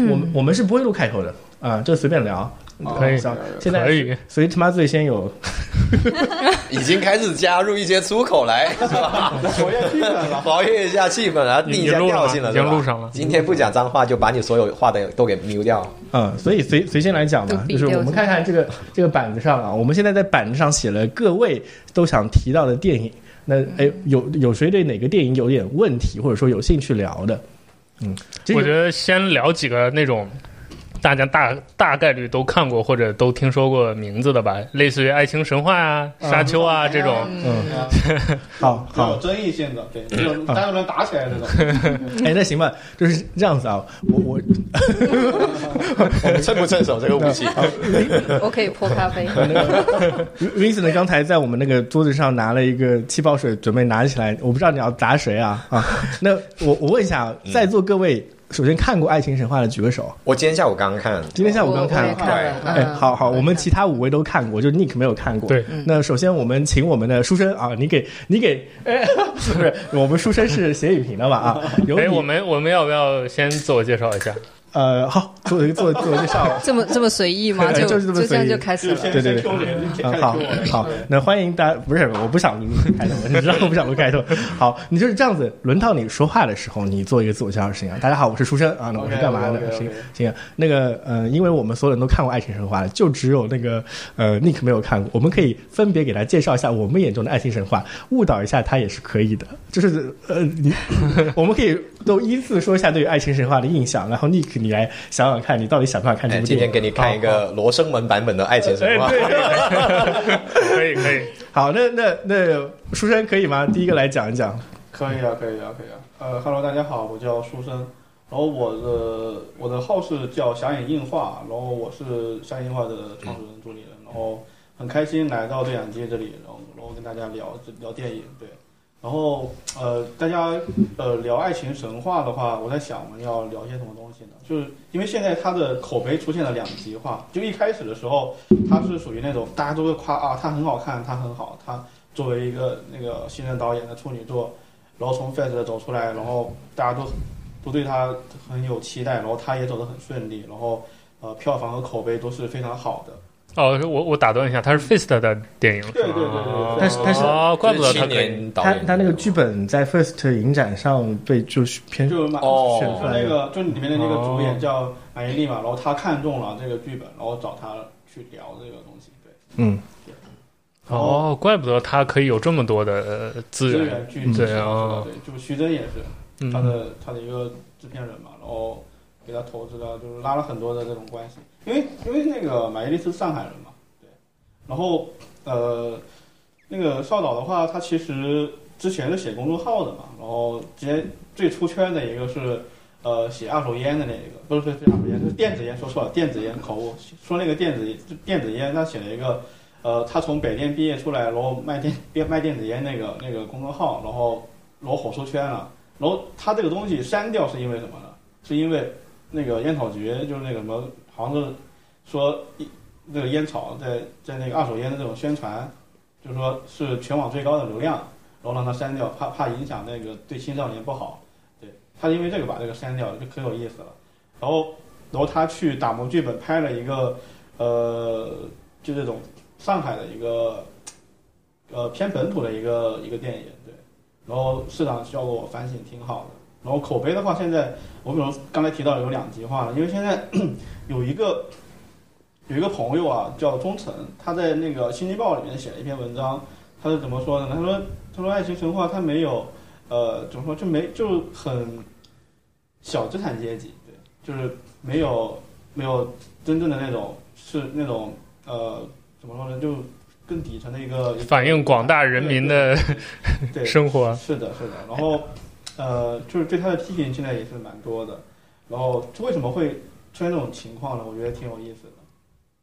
嗯我们我们是不会录开头的啊，就随便聊。可以像现在哦可以，所以他妈最先有，已经开始加入一些粗口来， 是吧？活跃气氛了。活跃一下气氛啊，已定一下已经录调了性了，已经是吧录上了今天不讲脏话，就把你所有话的都给 mute 掉。嗯，所以随随先来讲嘛，都就是我毙们掉看看这个这个板子上啊，我们现在在板子上写了各位都想提到的电影。那哎，有有谁对哪个电影有点问题，或者说有兴趣聊的？嗯，其实我觉得先聊几个那种大家大大概率都看过或者都听说过名字的吧，类似于《爱情神话》啊、《沙丘啊》这种。嗯，啊啊好比较好有，争议性的，对，这种三个人打起来这种，哎，那行吧，就是这样子啊。我我我们趁不趁手这个武器？ 我可以泼咖啡。 Vincent 刚才在我们那个桌子上拿了一个气泡水，准备拿起来，我不知道你要砸谁啊啊！那我我问一下，在座各位，首先看过《爱情神话》的举个手。 我今天下午刚 看，今天下午刚哦我看也了，看了。哎，嗯好好，我们看其他五位都看过，就 Nick 没有看过。对，嗯那首先我们请我们的书生啊，你给你给，哎， 不是，我们书生是写影评的嘛啊，由你哎，我们我们要不要先自我介绍一下？呃，好，做一做做介绍。这么这么随意吗？对就 就是这么这样随意就开始就了。先对对对先 Q 人， 先开啊嗯，始好 Q 我好，那欢迎大家，不是，我不想开头，你知道我不想录开头。 好，你就是这样子，轮到你说话的时候，你做一个自我介绍的事情啊。大家好，我是书生啊，那我是干嘛的？ OK，OK，OK 行行，那个呃，因为我们所有人都看过《爱情神话》了，就只有那个呃 Nick 没有看过，我们可以分别给他介绍一下我们眼中的《爱情神话》，误导一下他也是可以的。就是呃，你 我们可以都依次说一下对于《爱情神话》的印象，然后 Nick 你来想想看，你到底想不想看这哎，部今电影？天给你看一哦个罗生门版本的《爱情神哎话》。可以可以，好，那那那书生可以吗？第一个来讲一讲。可以啊，可以啊，可以啊。呃，Hello，大家好，我叫书生，然后我的我的号是叫侠影映画，然后我是侠影映画的创始人助理人，然后很开心来到对讲机这里，然后然后跟大家聊聊电影，对。然后呃，大家呃聊爱情神话的话，我在想我们要聊些什么东西呢？就是因为现在它的口碑出现了两极化，就一开始的时候，它是属于那种大家都会夸啊，它很好看，它很好，它作为一个那个新人导演的处女作，然后从 Fast 走出来，然后大家都都对他很有期待，然后他也走得很顺利，然后呃票房和口碑都是非常好的。 哦，我我打断一下，它是 Fist 的电影，对对对对对但是但是哦，怪不得他去可以。年导他演他那个剧本在 First 影展上被就是偏就是马哦就那个就里面的那个主哦演叫马伊琍嘛，然后他看中了这个剧本，然后找他去聊这个东西，对，嗯，哦，怪不得他可以有这么多的呃资资源。源去支对持他哦对，就是徐峥也是嗯他的他的一个制片人嘛，然后给他投资了，就是拉了很多的这种关系，因为因为那个马伊琍是上海人嘛，对，然后呃，那个少导的话，他其实之前是写公众号的嘛，然后之前最出圈的一个是呃写二手烟的那一个，不是不是不是二手烟，是电子烟，说错了，电子烟口误，说那个电子电子烟，他写了一个呃，他从北电毕业出来，然后卖电变卖电子烟那个那个公众号，然后然后火出圈了，然后他这个东西删掉是因为什么呢？是因为那个烟草局就是那个什么，好像是说一那个烟草在在那个二手烟的这种宣传，就是说是全网最高的流量，然后让他删掉，怕怕影响那个对青少年不好。对他因为这个把这个删掉了，就可有意思了。然后然后他去打磨剧本，拍了一个呃就这种上海的一个呃偏本土的一个一个电影，对。然后市场效果反省挺好的。然后口碑的话，现在我比如刚才提到有两极化了，因为现在 有一个有一个朋友啊叫钟诚，他在那个《新京报》里面写了一篇文章，他是怎么说的呢？他说他说爱情神话他没有呃怎么说就没就很小资产阶级，对，就是没有没有真正的那种是那种呃怎么说呢，就更底层的一个反映广大人民的对生啊活，是的，是的。然后，呃，就是对他的批评现在也是蛮多的。然后为什么会出现这种情况呢？我觉得挺有意思的。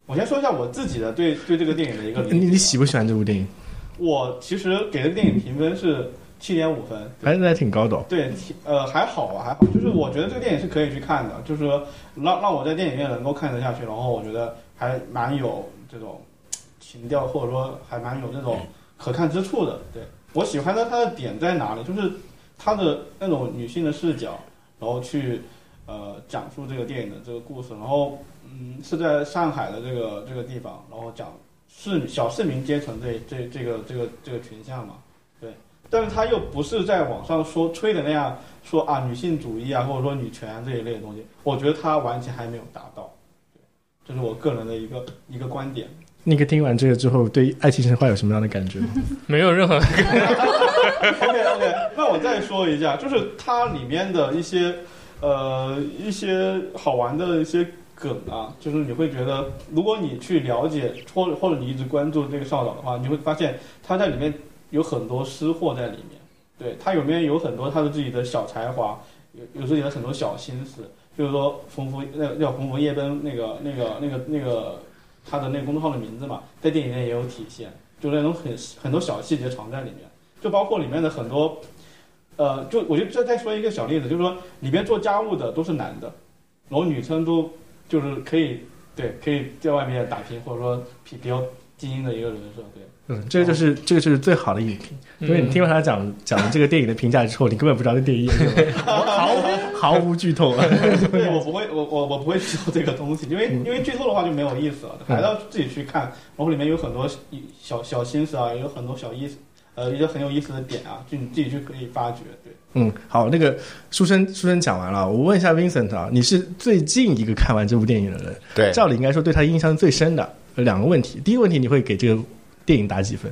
我先说一下我自己的对对这个电影的一个理解。你你喜不喜欢这部电影？我其实给这个电影评分是七点五分，反正还挺高的哦。对，挺呃，还好吧，还好。就是我觉得这个电影是可以去看的，就是说让让我在电影院能够看得下去，然后我觉得还蛮有这种情调，或者说还蛮有这种可看之处的。对我喜欢的它的点在哪里？就是它的那种女性的视角，然后去呃讲述这个电影的这个故事，然后嗯是在上海的这个这个地方，然后讲市小市民阶层这这这个这个这个群像嘛，对，但是他又不是在网上说吹的那样说啊女性主义啊或者说女权啊这一类的东西，我觉得他完全还没有达到，对，这是我个人的一个一个观点。那个听完这个之后，对爱情神话有什么样的感 觉吗？没有任何 OK OK，那我再说一下，就是它里面的一些呃一些好玩的一些梗啊，就是你会觉得，如果你去了解或者或者你一直关注这个少导的话，你会发现他在里面有很多私货在里面，对他里面有很多他的自己的小才华，有有自己的很多小心思，就是说冯福那叫冯福夜奔那个那个那个那个他的那个公众号的名字嘛，在电影里面也有体现，就是那种很很多小细节藏在里面。就包括里面的很多，呃，就我就再再说一个小例子，就是说里边做家务的都是男的，然后女生都就是可以对可以在外面打拼，或者说比比较精英的一个人设，对。嗯，这个就是这个就是最好的影评，嗯因为你听完他讲讲这个电影的评价之后，你根本不知道这电影有什 么，毫无毫无剧透。啊对，我不会，我我我不会剧透这个东西，因为因为剧透的话就没有意思了，还要自己去看。然后里面有很多小小心思啊，也有很多小意思，呃，一些很有意思的点啊，就你自己去可以发掘。对， 嗯，好，那个书生书生讲完了，我问一下 Vincent 啊，你是最近一个看完这部电影的人，对照理应该说对他印象最深的有两个问题，第一个问题你会给这个电影打几分？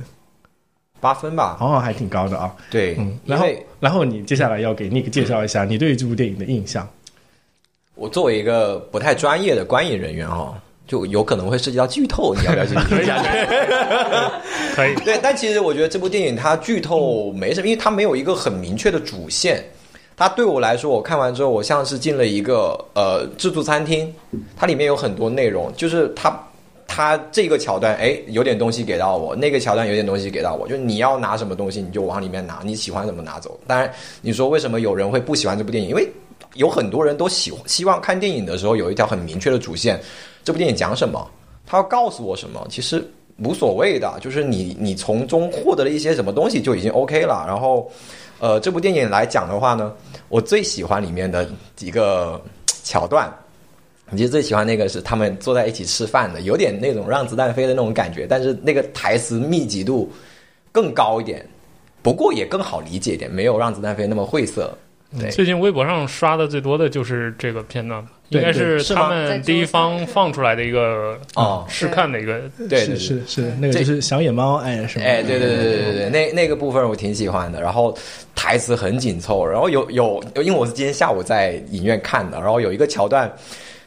八分吧。哦，还挺高的啊。对嗯，，因然后为然后你接下来要给 Nick 介绍一下你对这部电影的印象。我作为一个不太专业的观影人员哦，就有可能会涉及到剧透，你要不要去 评啊价？ 可以。对，但其实我觉得这部电影它剧透没什么，因为它没有一个很明确的主线。它对我来说，我看完之后，我像是进了一个呃自助餐厅，它里面有很多内容，就是它它这个桥段，哎，有点东西给到我，那个桥段有点东西给到我，就你要拿什么东西你就往里面拿，你喜欢什么拿走。当然，你说为什么有人会不喜欢这部电影？因为有很多人都喜欢希望看电影的时候有一条很明确的主线，这部电影讲什么，它要告诉我什么，其实无所谓的，就是你你从中获得了一些什么东西就已经 OK 了。然后，呃，这部电影来讲的话呢，我最喜欢里面的几个桥段。其实最喜欢那个是他们坐在一起吃饭的，有点那种让子弹飞的那种感觉，但是那个台词密集度更高一点，不过也更好理解一点，没有让子弹飞那么晦涩。哎对，最近微博上刷的最多的就是这个片段吧，对应该是是吗他们第一方放出来的一个哦试看的一个，对对是对是是，那个这就是小野猫哎什么？哎，对对对对对对，那那个部分我挺喜欢的，然后台词很紧凑，然后有有，因为我是今天下午在影院看的，然后有一个桥段，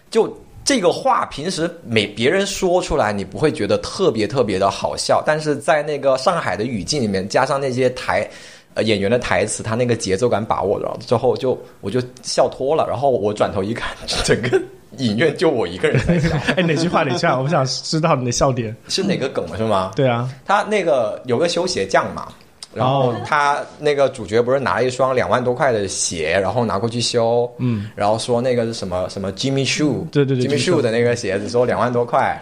就这个话平时每别人说出来，你不会觉得特别特别的好笑，但是在那个上海的语境里面，加上那些台。呃，演员的台词，他那个节奏感把握了，之后就我就笑脱了，然后我转头一看， 整个影院就我一个人在笑， 哎，哪句话哪句话？我想知道你的笑点。是哪个梗是吗？对啊，他那个有个修鞋匠嘛，然哦后他那个主角不是拿了一双两万多块的鞋，然后拿过去修，嗯，然后说那个是什么什么 Jimmy Shoe，对对对，Jimmy Jimmy Choo Shoe 的那个鞋子说两万多块，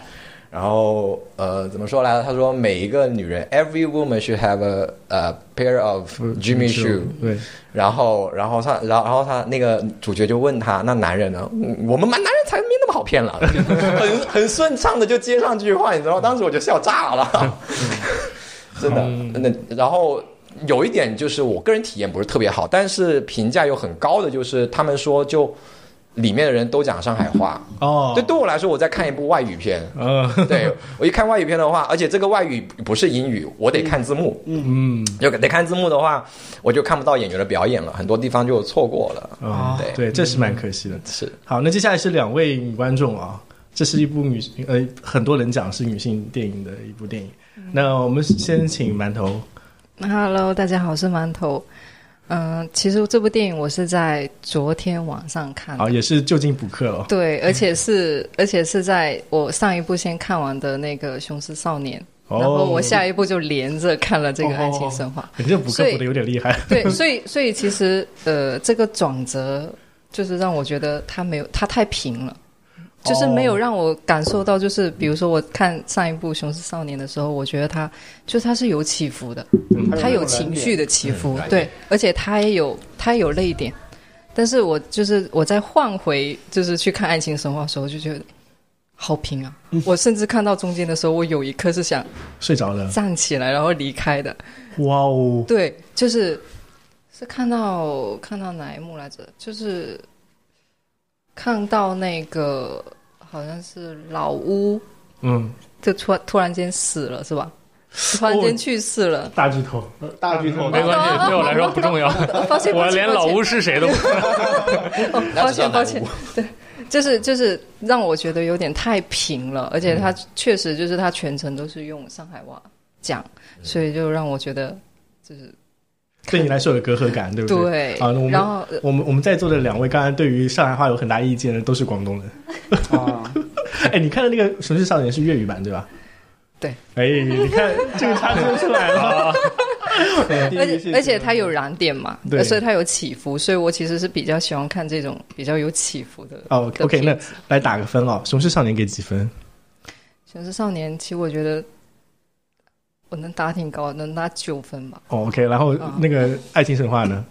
然后呃怎么说来着？他说每一个女人，every woman should have a a pair of Jimmy Shoe，对，然后，然后他，然后，然后他那个主角就问他，那男人呢？嗯我们男男人才没那么好骗了， 很很顺畅的就接上这句话，你知道吗？当时我就笑炸了， 真的。那然后有一点就是我个人体验不是特别好，但是评价又很高的就是他们说就里面的人都讲上海话，哦，这对我来说我在看一部外语片，呃， 对我一看外语片的话，而且这个外语不是英语，我得看字幕。嗯就得看字幕的话，我就看不到演员的表演了，很多地方就错过了。啊，对对，这是蛮可惜的。是好，那接下来是两位女观众啊、这是一部女呃，很多人讲是女性电影的一部电影。那我们先请馒头， Hello，大家好，我是馒头。嗯、其实这部电影我是在昨天晚上看的好，，也是就近补课了。对，而且是而且是在我上一部先看完的那个《雄狮少年》哦然后我下一部就连着看了这个《爱情神话》你这补课补的有点厉害。 对，所以所以其实呃，这个转折就是让我觉得它没有，它太平了。就是没有哦让我感受到，就是比如说我看上一部《雄狮少年》的时候，我觉得它就它是有起伏的，它有情绪的起伏嗯，对，而且它也有它也有泪点，但是我就是我再换回就是去看《爱情神话》的时候，就觉得好平啊！我甚至看到中间的时候，我有一刻是想睡着了。站起来然后离开的。哇哦，对，就是是看到看到哪一幕来着？就是看到那个好像是老屋，嗯，就突然突然间死了是吧？突然间去世了。大巨头，大巨头哦没关系，对我来说不重要。哦抱歉，抱歉我连老吴是谁都不知道。哦那抱只叫歉抱南歉无，就是就是让我觉得有点太平了，而且嗯他确实就是他全程都是用上海话讲，嗯所以就让我觉得就是对你来说有隔阂 感，对不对？对。啊，那我然们后呃我们我们在座的两位，刚才对于上海话有很大意见的都是广 东人。啊，哎，你看的那个《城市少年》是粤语版对吧？对。哦哎，你看这个差距就出来 了。而且而且它有燃点嘛，嗯呃对所以它有起伏，所以我其实是比较喜欢看这种比较有起伏的。 哦的，OK，片那子来打个分哦，《雄狮少年》给几分？ 《雄狮少年》其实我觉得我能打挺高，能打九分吧，哦，OK，然后啊那个《爱情神话》呢？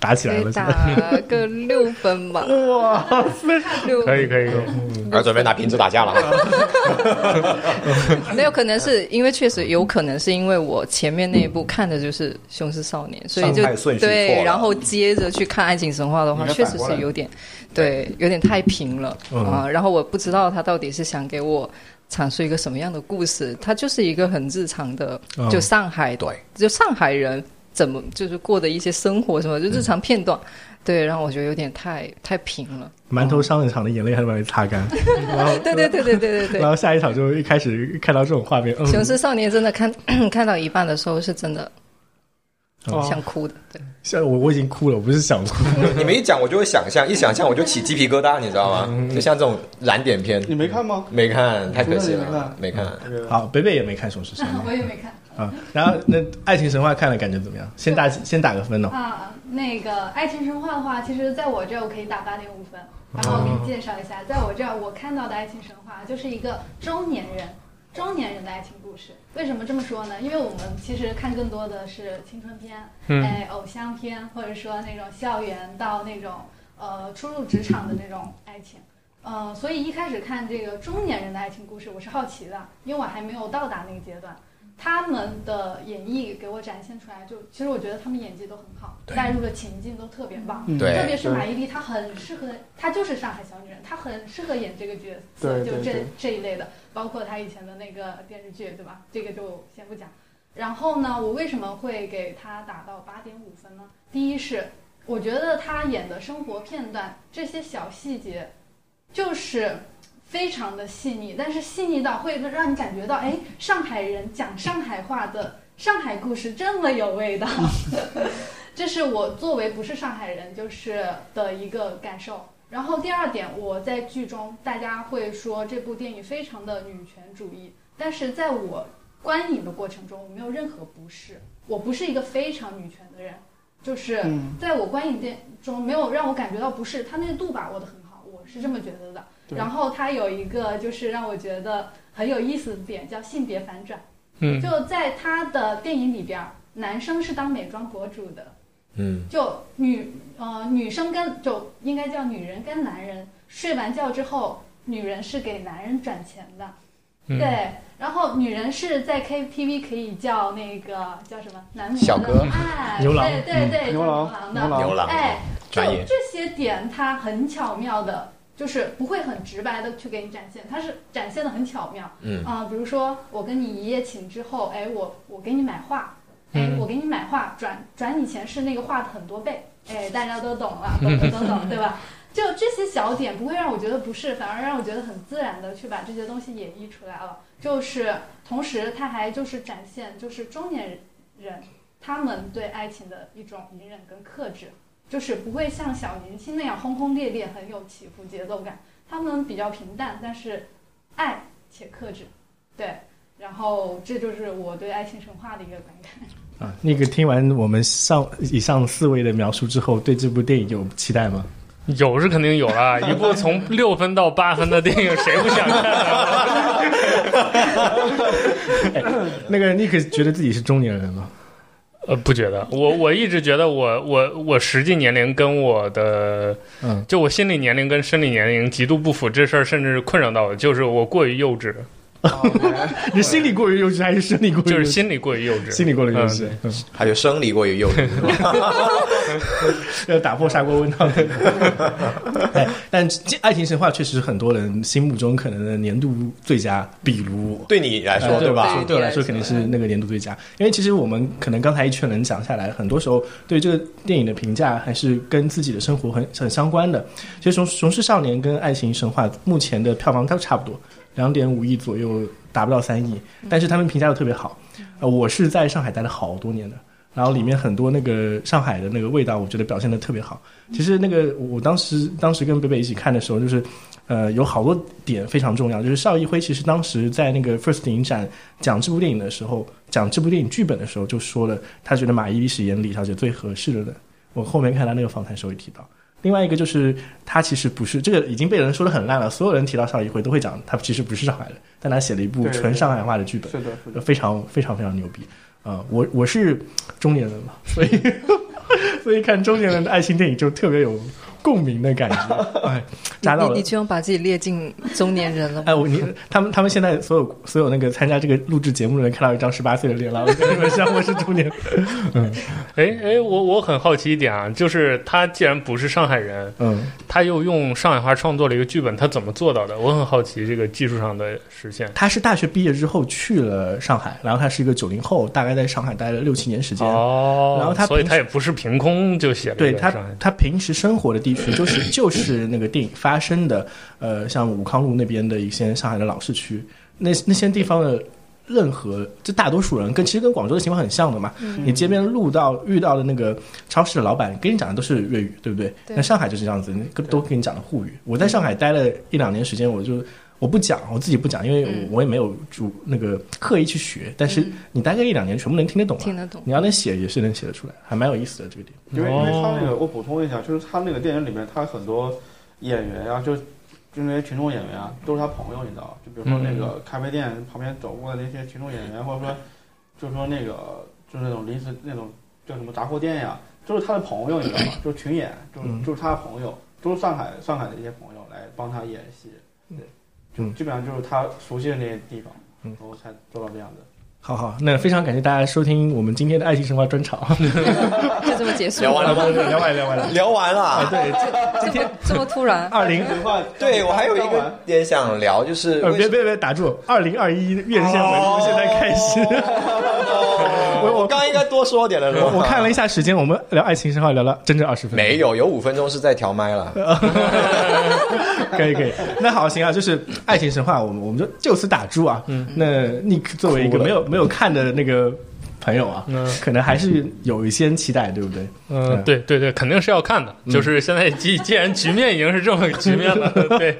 打起可来了以是吧，打个六分吧，哇！六可以可以，可以而准备拿瓶子打架了 哈。 没有可能是因为确实有可能是因为我前面那一部看的就是《雄狮少年》，所以就上菜顺序错了对，然后接着去看《爱情神话》的话，应该确反实过来是有点对，有点太平了嗯啊。然后我不知道他到底是想给我阐述一个什么样的故事，他就是一个很日常的嗯，就上海对，就上海人怎么就是过的一些生活什么，就日常片段。对，然后我觉得有点太太平了。馒头商人场的眼泪还没擦干，然后对对对对对对对 然。后下一场就一开始看到这种画面，嗯， 《雄狮少年》真的看 看到一半的时候是真的哦想哭的，对，像我我已经哭了，我不是想哭，你们一讲我就会想象，一想象我就起鸡皮疙瘩，你知道嗯吗？就像这种燃点片，你没看吗？没看，太可惜你没看了，没看。好，北北也没看《雄狮少年 我也没看》啊，然后那《爱情神话》看了感觉怎么样？先打先打个分哦，啊。那个《爱情神话》的话，其实在我这儿我可以打八点五分。然后我给嗯你介绍一下，在我这儿我看到的《爱情神话》就是一个中年人。中年人的爱情故事，为什么这么说呢？因为我们其实看更多的是青春片，嗯，哎，偶像片，或者说那种校园到那种呃初入职场的那种爱情，呃，所以一开始看这个中年人的爱情故事，我是好奇的，因为我还没有到达那个阶段。他们的演绎给我展现出来，就其实我觉得他们演技都很好，对带入的情境都特别棒。嗯对特别是马伊琍，她很适合，她就是上海小女人，她很适合演这个角色，对对就这对这一类的，包括她以前的那个电视剧，对吧？这个就先不讲。然后呢，我为什么会给她打到八点五分呢？第一是我觉得她演的生活片段这些小细节，就是非常的细腻，但是细腻到会让你感觉到，哎，上海人讲上海话的上海故事这么有味道。这是我作为不是上海人就是的一个感受。然后第二点，我在剧中大家会说这部电影非常的女权主义，但是在我观影的过程中，我没有任何不适，我不是一个非常女权的人，就是嗯在我观影电中没有让我感觉到不适，他那个度把握的很好，我是这么觉得的。对然后他有一个就是让我觉得很有意思的点，叫性别反转。嗯，就在他的电影里边儿，男生是当美妆博主的，嗯，就女呃女生跟就应该叫女人跟男人睡完觉之后，女人是给男人转钱的，嗯对，然后女人是在 KTV 可以叫那个叫什么男模小的哥哎，牛郎对对对，叫牛郎的，嗯牛牛郎哎，就专业这些点，它很巧妙的，就是不会很直白的去给你展现，它是展现的很巧妙。嗯啊、比如说我跟你一夜情之后，哎，我我给你买画，哎嗯，我给你买画，转转你钱是那个画的很多倍，哎，大家都懂了，懂懂懂懂，对吧？就这些小点不会让我觉得不适，反而让我觉得很自然的去把这些东西演绎出来了。就是同时，它还就是展现就是中年人他们对爱情的一种隐忍跟克制，就是不会像小年轻那样轰轰烈烈，很有起伏节奏感。他们比较平淡，但是爱且克制，对。然后这就是我对爱情神话的一个观感。啊，那个听完我们上以上四位的描述之后，对这部电影有期待吗？有是肯定有啦，一部从六分到八分的电影，谁不想看 啊？那个 Nick 觉得自己是中年人吗？呃，不觉得，我我一直觉得我我我实际年龄跟我的嗯，就我心理年龄跟生理年龄极度不符，这事儿甚至困扰到我，就是我过于幼稚， 你心理过于幼稚还是生理过于就幼是稚？心理过于幼稚，心理过于幼稚嗯，嗯还有生理过于幼 稚，是吧要打破砂锅问到底。 哎，但这《爱情神话》确实很多人心目中可能的年度最佳，比如我。对你来说呃对吧？对对我来说对肯定是那个年度最佳，因为其实我们可能刚才一圈人讲下来，很多时候对这个电影的评价还是跟自己的生活很很相关的。其实《熊熊市少年》跟《爱情神话》目前的票房都差不多，两点五亿左右，达不到三亿，嗯但是他们评价都特别好。呃，我是在上海待了好多年的，然后里面很多那个上海的那个味道，我觉得表现的特别好。其实那个我当时当时跟北北一起看的时候，就是呃有好多点非常重要，就是邵艺辉其实当时在那个 First 影展讲这部电影的时候，讲这部电影剧本的时候就说了，他觉得马伊琍是演李小姐最合适的人。我后面看他那个访谈时候也提到。另外一个就是他其实不是这个已经被人说的很烂了，所有人提到邵艺辉都会讲他其实不是上海人，但他写了一部对纯对上海话的剧本。是的，是的。非常非常非常牛逼啊、呃我我是中年人嘛， 所以所以看中年人的爱情电影就特别有共鸣的感觉，哎，扎到你了你。居然把自己列进中年人了吗？哎，我你他们他们现在所有所有那个参加这个录制节目的人看到一张十八岁的脸了，我跟你们讲，我是中 年人。哎哎，我我很好奇一点啊，就是他既然不是上海人，嗯，他又用上海话创作了一个剧本，他怎么做到的？我很好奇这个技术上的实现。他是大学毕业之后去了上海，然后他是一个九零后，大概在上海待了六七年时间。哦，然后他所以平他也不是凭空就写了对一个他上海，他平时生活的地区 就是就是那个电影发生的，呃，像武康路那边的一些上海的老市区，那那些地方的任何，就大多数人跟其实跟广州的情况很像的嘛。嗯你嗯街边路到遇到的那个超市的老板，跟你讲的都是粤语，对不对？对那上海就是这样子，那都跟你讲的沪语。我在上海待了一两年时间，我就。我不讲，我自己不讲，因为嗯我我也没有主那个刻意去学，但是嗯你待个一两年，全部能听得懂啊。听得懂你要能写，也是能写得出来，还蛮有意思的这个点。因为因为哦他那个，我补充一下，就是他那个电影里面，他很多演员啊，就就那些群众演员啊，都是他朋友，你知道吧？就比如说那个嗯咖啡店旁边走过的那些群众演员，或者说，就是说那个就是那种临时那种叫什么杂货店呀，都是他的朋友，你知道吧？ 就是群演，就是嗯就是他的朋友，都是上海上海的一些朋友来帮他演戏，对，就嗯基本上就是他熟悉的那些地方，嗯然后才做到这样子。好好，那非常感谢大家收听我们今天的爱情神话专场， 就这么结束聊完了吗？聊完聊完了。哎聊完了。这么这么突 然，二零，的话，对，我还有一当晚个点想聊，就是呃，为别什么别别，打住！二零二一院线回顾现在开始。哦我 我刚刚应该多说点了，是吧 我我看了一下时间，我们聊爱情神话聊了整整二十分钟。哦没有，有五分钟是在调麦了。呃可以可以，那好行啊，就是《爱情神话》，我们我们就就此打住啊。嗯那 Nick 作为一个没有没有看的那个朋友啊，嗯可能还是有一些期待，对不对？嗯，对对对，肯定是要看的。嗯就是现在既既然局面已经是这么个局面 了，对，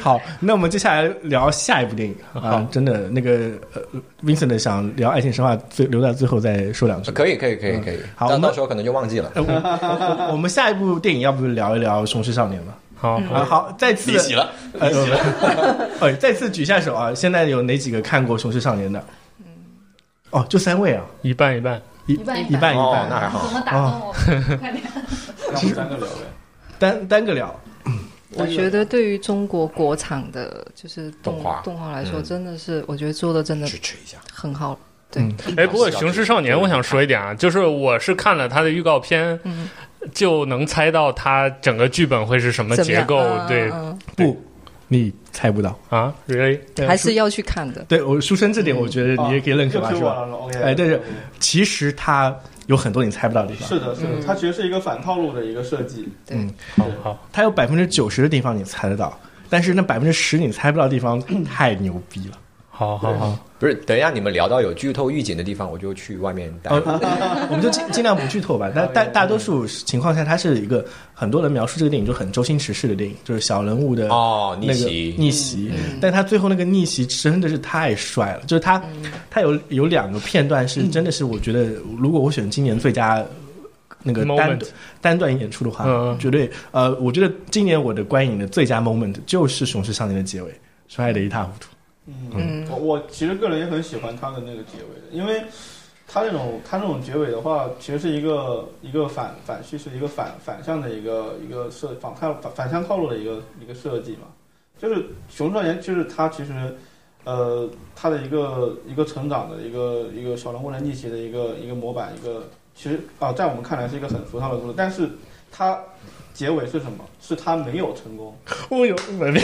好，那我们接下来聊下一部电影啊，真的那个呃，Vincent 想聊《爱情神话》，最留在最后再说两句。可以，可以，可以，可以。嗯好但我们到时候可能就忘记了。呃嗯我我我们下一部电影要不聊一聊《雄狮少年》吧？好，嗯啊，好，再次离席了，呃， 哎，再次举下手啊！现在有哪几个看过《雄狮少年》的？嗯哦，就三位啊，一半一半。一一半一一半半一啊哦，半，那还好怎。么打动我？快点，让我们三个聊呗。单单个聊。我觉得对于中国国产的，就是动动画动画来说，嗯真的是我觉得做的真的支持一下。很好。对，嗯哎，不过《雄狮少年》，我想说一点啊，就是我是看了他的预告片，嗯就能猜到他整个剧本会是什么怎么结样构，嗯对嗯不，你猜不到。啊，really，嗯还是要去看的。对我书生这点，我觉得 你也可以认可啊吧，就是是我吧？了，OK。哎但是 OK 其实他有很多你猜不到的地方，是的，是的，它其实是一个反套路的一个设计。对，嗯好好，他有百分之九十的地方你猜得到，但是那百分之十你猜不到的地方太牛逼了。好好好，不是，等一下你们聊到有剧透预警的地方，我就去外面待呃。，我们就 尽尽量不剧透吧。但大大多数情况下，它是一个很多人描述这个电影就很周星驰式的电影，就是小人物的哦，逆呃那个袭。嗯逆嗯袭。但他最后那个逆袭真的是太帅了，就是他嗯他有有两个片段嗯是真的是我觉得，如果我选今年最佳。那个单 Moment 单段演出的话，嗯嗯绝对呃，我觉得今年我的观影的最佳 moment 就是《雄狮少年》的结尾，摔得一塌糊涂。嗯，嗯我我其实个人也很喜欢它的那个结尾的，因为他这种他这种结尾的话，其实是一个一个反反叙事，一个反反向的一个一个设反套反反向套路的一个一个设计嘛。就是《熊少年》，就是他其实，呃，他的一个一个成长的一个一个小人物的逆袭的一个一个模板，一个其实啊、在我们看来是一个很俗套的故事，但是他结尾是什么？是他没有成功，哦我有文面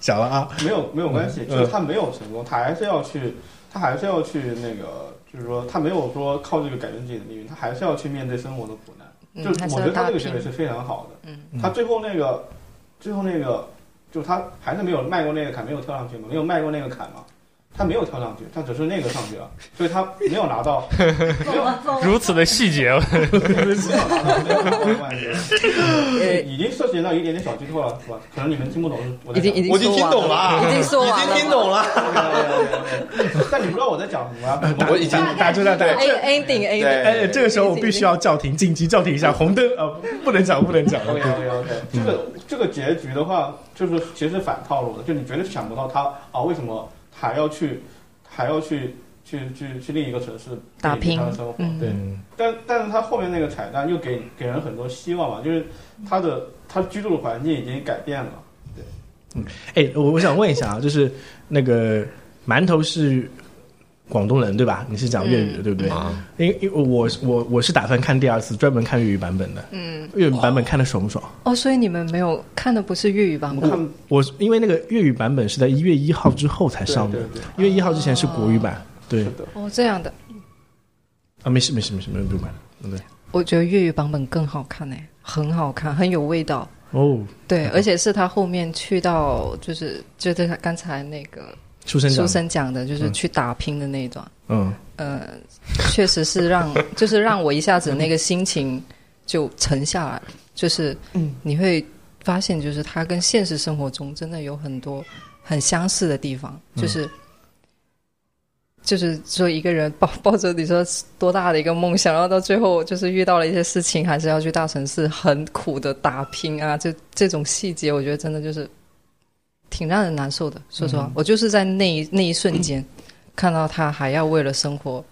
讲了啊，哎没有没有关系，嗯就是他没有成功，他还是要去，他还是要去那个，就是说他没有说靠这个改变自己的命运，他还是要去面对生活的苦难。嗯就是还是我觉要得他大这个拼结尾。是非常好的。嗯他最后那个，最后那个，就是他还是没有迈过那个坎，没有跳上去嘛，没有迈过那个坎嘛。他没有跳上去，他只是那个上去了，所以他没有拿到，走了走了，如此的细节，没有拿到，没有拿到万元。呃已经涉及到一点点小剧透了，是吧？可能你们听不懂，我在已经讲已经我已经说听完懂了，啊已经说已完经了听懂了，但你不知道我在讲什么啊？我已经大大家概知道知道对，A ending 对 ending，哎，这个时候我必须要叫哎停，紧急叫停一下，红灯 呃，不能讲，不能讲 OK OK OK，这个这个结局的话，就是其实反套路的，就你绝对想不到他啊，为什么还要去，还要去去去去另一个城市打过他的拼生活，嗯对。嗯但但是他后面那个彩蛋又给给人很多希望嘛，就是他的他居住的环境已经改变了，哎，我我想问一下啊，就是那个馒头是广东人对吧？你是讲粤语的、嗯对不对？啊因为因为我我我是打算看第二次，专门看粤语版本的。嗯，粤语版本看的爽不爽？哦，所以你们没有看的不是粤语版我本，看我因为那个粤语版本是在一月一号之后才对上的对，对，啊一月一号之前是国语版。对是的，哦，这样的，啊，没事没事没事，没有不用管。对我觉得粤语版本更好看呢，欸很好看，很有味道。哦，对，嗯而且是他后面去到，就是就是他刚才那个出生嗯书讲生讲的，就是去打拼的那一段，嗯，呃，确实是让， 就是让我一下子那个心情就沉下来了，就是你会发现，就是他跟现实生活中真的有很多很相似的地方，就是。就是说，一个人抱 抱着你说多大的一个梦想，然后到最后就是遇到了一些事情，还是要去大城市很苦的打拼啊，这这种细节，我觉得真的就是挺让人难受的。说实话，我就是在那一那一瞬间看到他还要为了生活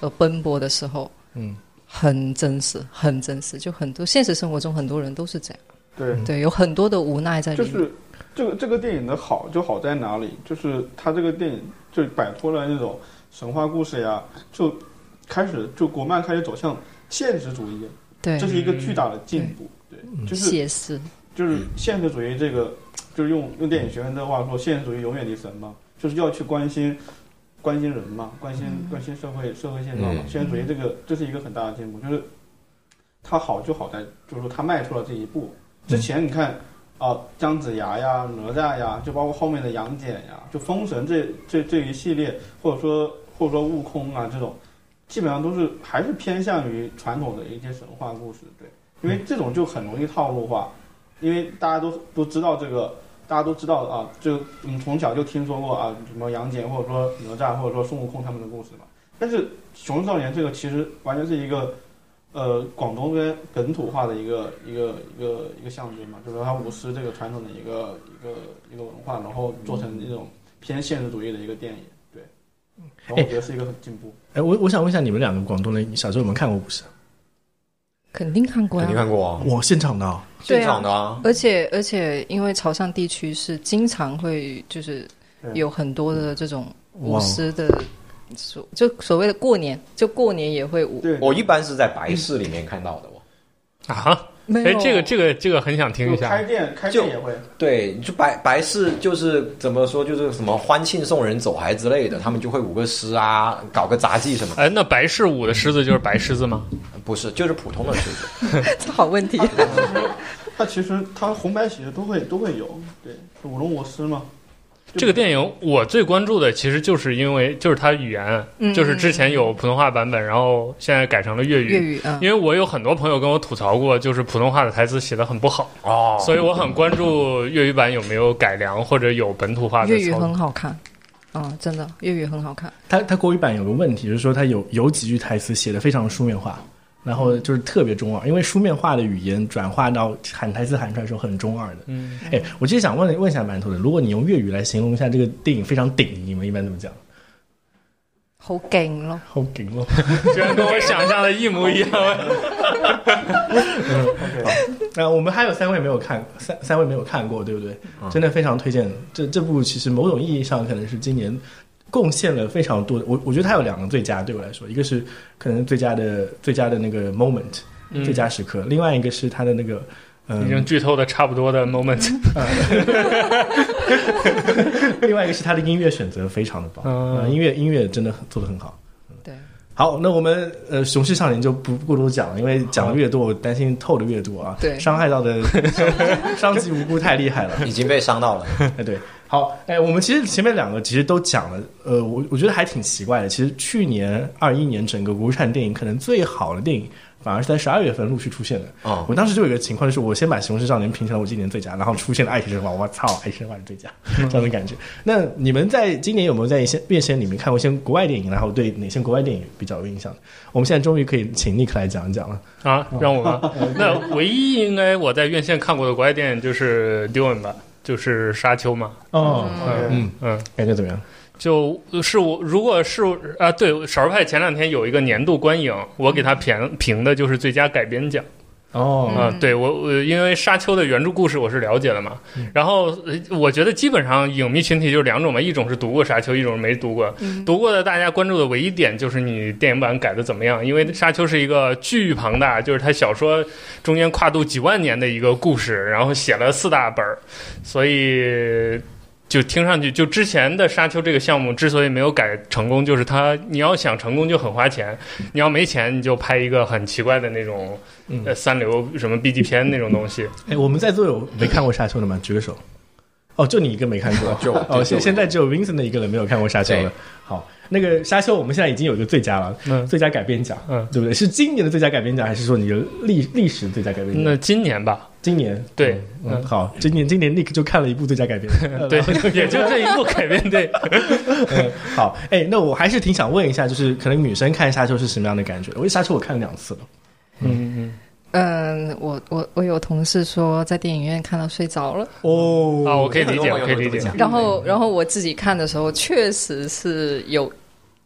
而奔波的时候，嗯，很真实，很真实，就很多现实生活中很多人都是这样，对。对，有很多的无奈在里嗯就面。是这个这个电影的好就好在哪里？就是它这个电影就摆脱了那种神话故事呀，就开始就国漫开始走向现实主义，对这，是一个巨大的进步。对，就是写实，就是现实主义这个，就是用用电影学院的话说，现实主义永远离神嘛，就是要去关心。关心人嘛，关心关心社会社会现状嘛，嗯现实主义这个这是一个很大的进步，就是它好就好在就是说它迈出了这一步。之前你看啊、姜子牙呀、哪吒呀，就包括后面的杨戬呀，就封神这这这一系列，或者说或者说悟空啊这种，基本上都是还是偏向于传统的一些神话故事，对，因为这种就很容易套路化，因为大家都都知道这个，大家都知道啊，就我们从小就听说过啊，什么杨戬或者说哪吒或者说孙悟空他们的故事嘛。但是《熊出没少年》这个其实完全是一个，呃，广东跟本土化的一个一个一个一个象征嘛，就是它舞狮这个传统的一个一个一个文化，然后做成一种偏现实主义的一个电影，对。然后我觉得是一个很进步。哎，我我想问一下你们两个广东人，你小时候有没有看过武士？肯定看过肯呀、定看过啊，我现场的啊，对啊现场的啊，而且而且，因为潮汕地区是经常会就是对有很多的这种舞哇狮的所，就所谓的过年，就过年也会舞。对，我一般是在白市里面看到的，我啊，没哎有，这个这个这个很想听一就下开，店开就店也会，对，就白白事就是怎么说，就是什么欢庆送人走还之类的，他们就会舞个狮啊，搞个杂技什么。哎，那白氏舞的狮子就是白狮子吗？不是，就是普通的狮 子。 这好问题。它其实它红白喜事都会都会有，对，舞龙舞狮嘛。就这个电影我最关注的其实就是因为就是它语言，嗯就是之前有普通话版本，然后现在改成了粤粤语。语啊，因为我有很多朋友跟我吐槽过，就是普通话的台词写的很不好，哦所以我很关注粤语版有没有改良或者有本土化的粤语操很作。好看，啊，真的粤语很好看。他他国语版有个问题，就是说他有有几句台词写的非常书面化，然后就是特别中二，因为书面化的语言转化到喊台词喊出来的时候很中二的。嗯，哎，我其实想问问一下馒头的，如果你用粤语来形容一下这个电影非常顶，你们一般怎么讲？好勁咯！好劲 咯！居然跟我想象的一模 一样。那呃我们还有三位没有看，三三位没有看过，对不对？嗯真的非常推荐这这部，其实某种意义上可能是今年贡献了非常多的。我我觉得它有两个最佳，对我来说，一个是可能最佳的最佳的那个 moment，、嗯最佳时刻，另外一个是它的那个。嗯已，经剧透的差不多的 moment， 另外一个是它的音乐选择非常的棒，嗯呃音乐音乐真的很做的很好。對好，那我们呃《雄狮少年》就不过多讲了，因为讲的越多，我担心透的越多啊，对 伤害到的伤伤及无辜太厉害了。已经被伤到 了。哎，对，好，哎，我们其实前面两个其实都讲了，呃，我我觉得还挺奇怪的。其实去年二一年整个国产电影可能最好的电影，反而是在十二月份陆续出现的。嗯，我当时就有一个情况，就是我先把《雄狮少年》评成了我今年最佳，然后出现了《爱情神话》，我操，《爱情神话》是最佳，这样的感觉。那你们在今年有没有在一些院线里面看过一些国外电影？然后对哪些国外电影比较有印象？我们现在终于可以请尼克来讲一讲了。啊，让我吗？那唯一应该我在院线看过的国外电影就是 Dune 吧，就是沙丘嘛。哦，嗯嗯，嗯，感觉怎么样？就是我如果是啊，对，少儿派前两天有一个年度观影，我给他评评的就是最佳改编奖。哦，啊、对我我因为《沙丘》的原著故事我是了解的嘛，然后呃我觉得基本上影迷群体就两种嘛，一种是读过《沙丘》，一种是没读过。嗯读过的大家关注的唯一点就是你电影版改的怎么样，因为《沙丘》是一个巨庞大，就是它小说中间跨度几万年的一个故事，然后写了四大本儿，所以。就听上去，就之前的《沙丘》这个项目之所以没有改成功，就是它你要想成功就很花钱，你要没钱你就拍一个很奇怪的那种嗯呃，三流什么 B 级片那种东西。哎，我们在座有没看过《沙丘》的吗？举个手。哦，就你一个没看过，就我哦，现现在在只有 Vincent 的一个人没有看过《沙丘》了对。好，那个《沙丘》我们现在已经有一个最佳了，嗯最佳改编奖，嗯对不对？是今年的最佳改编奖，还是说你的历历史最佳改编奖？那今年吧，今年对嗯，嗯嗯好，今年今年 Nick 就看了一部最佳 改编，呃对，也就这一部改编对，嗯，好，哎，那我还是挺想问一下，就是可能女生看《沙丘》是什么样的感觉的？我《沙丘》我看了两次了，嗯嗯，我我我有同事说在电影院看到睡着了，哦嗯，啊，我可以理很解，多我可以网友 都理这么解讲，然后嗯然后我自己看的时候确实是有，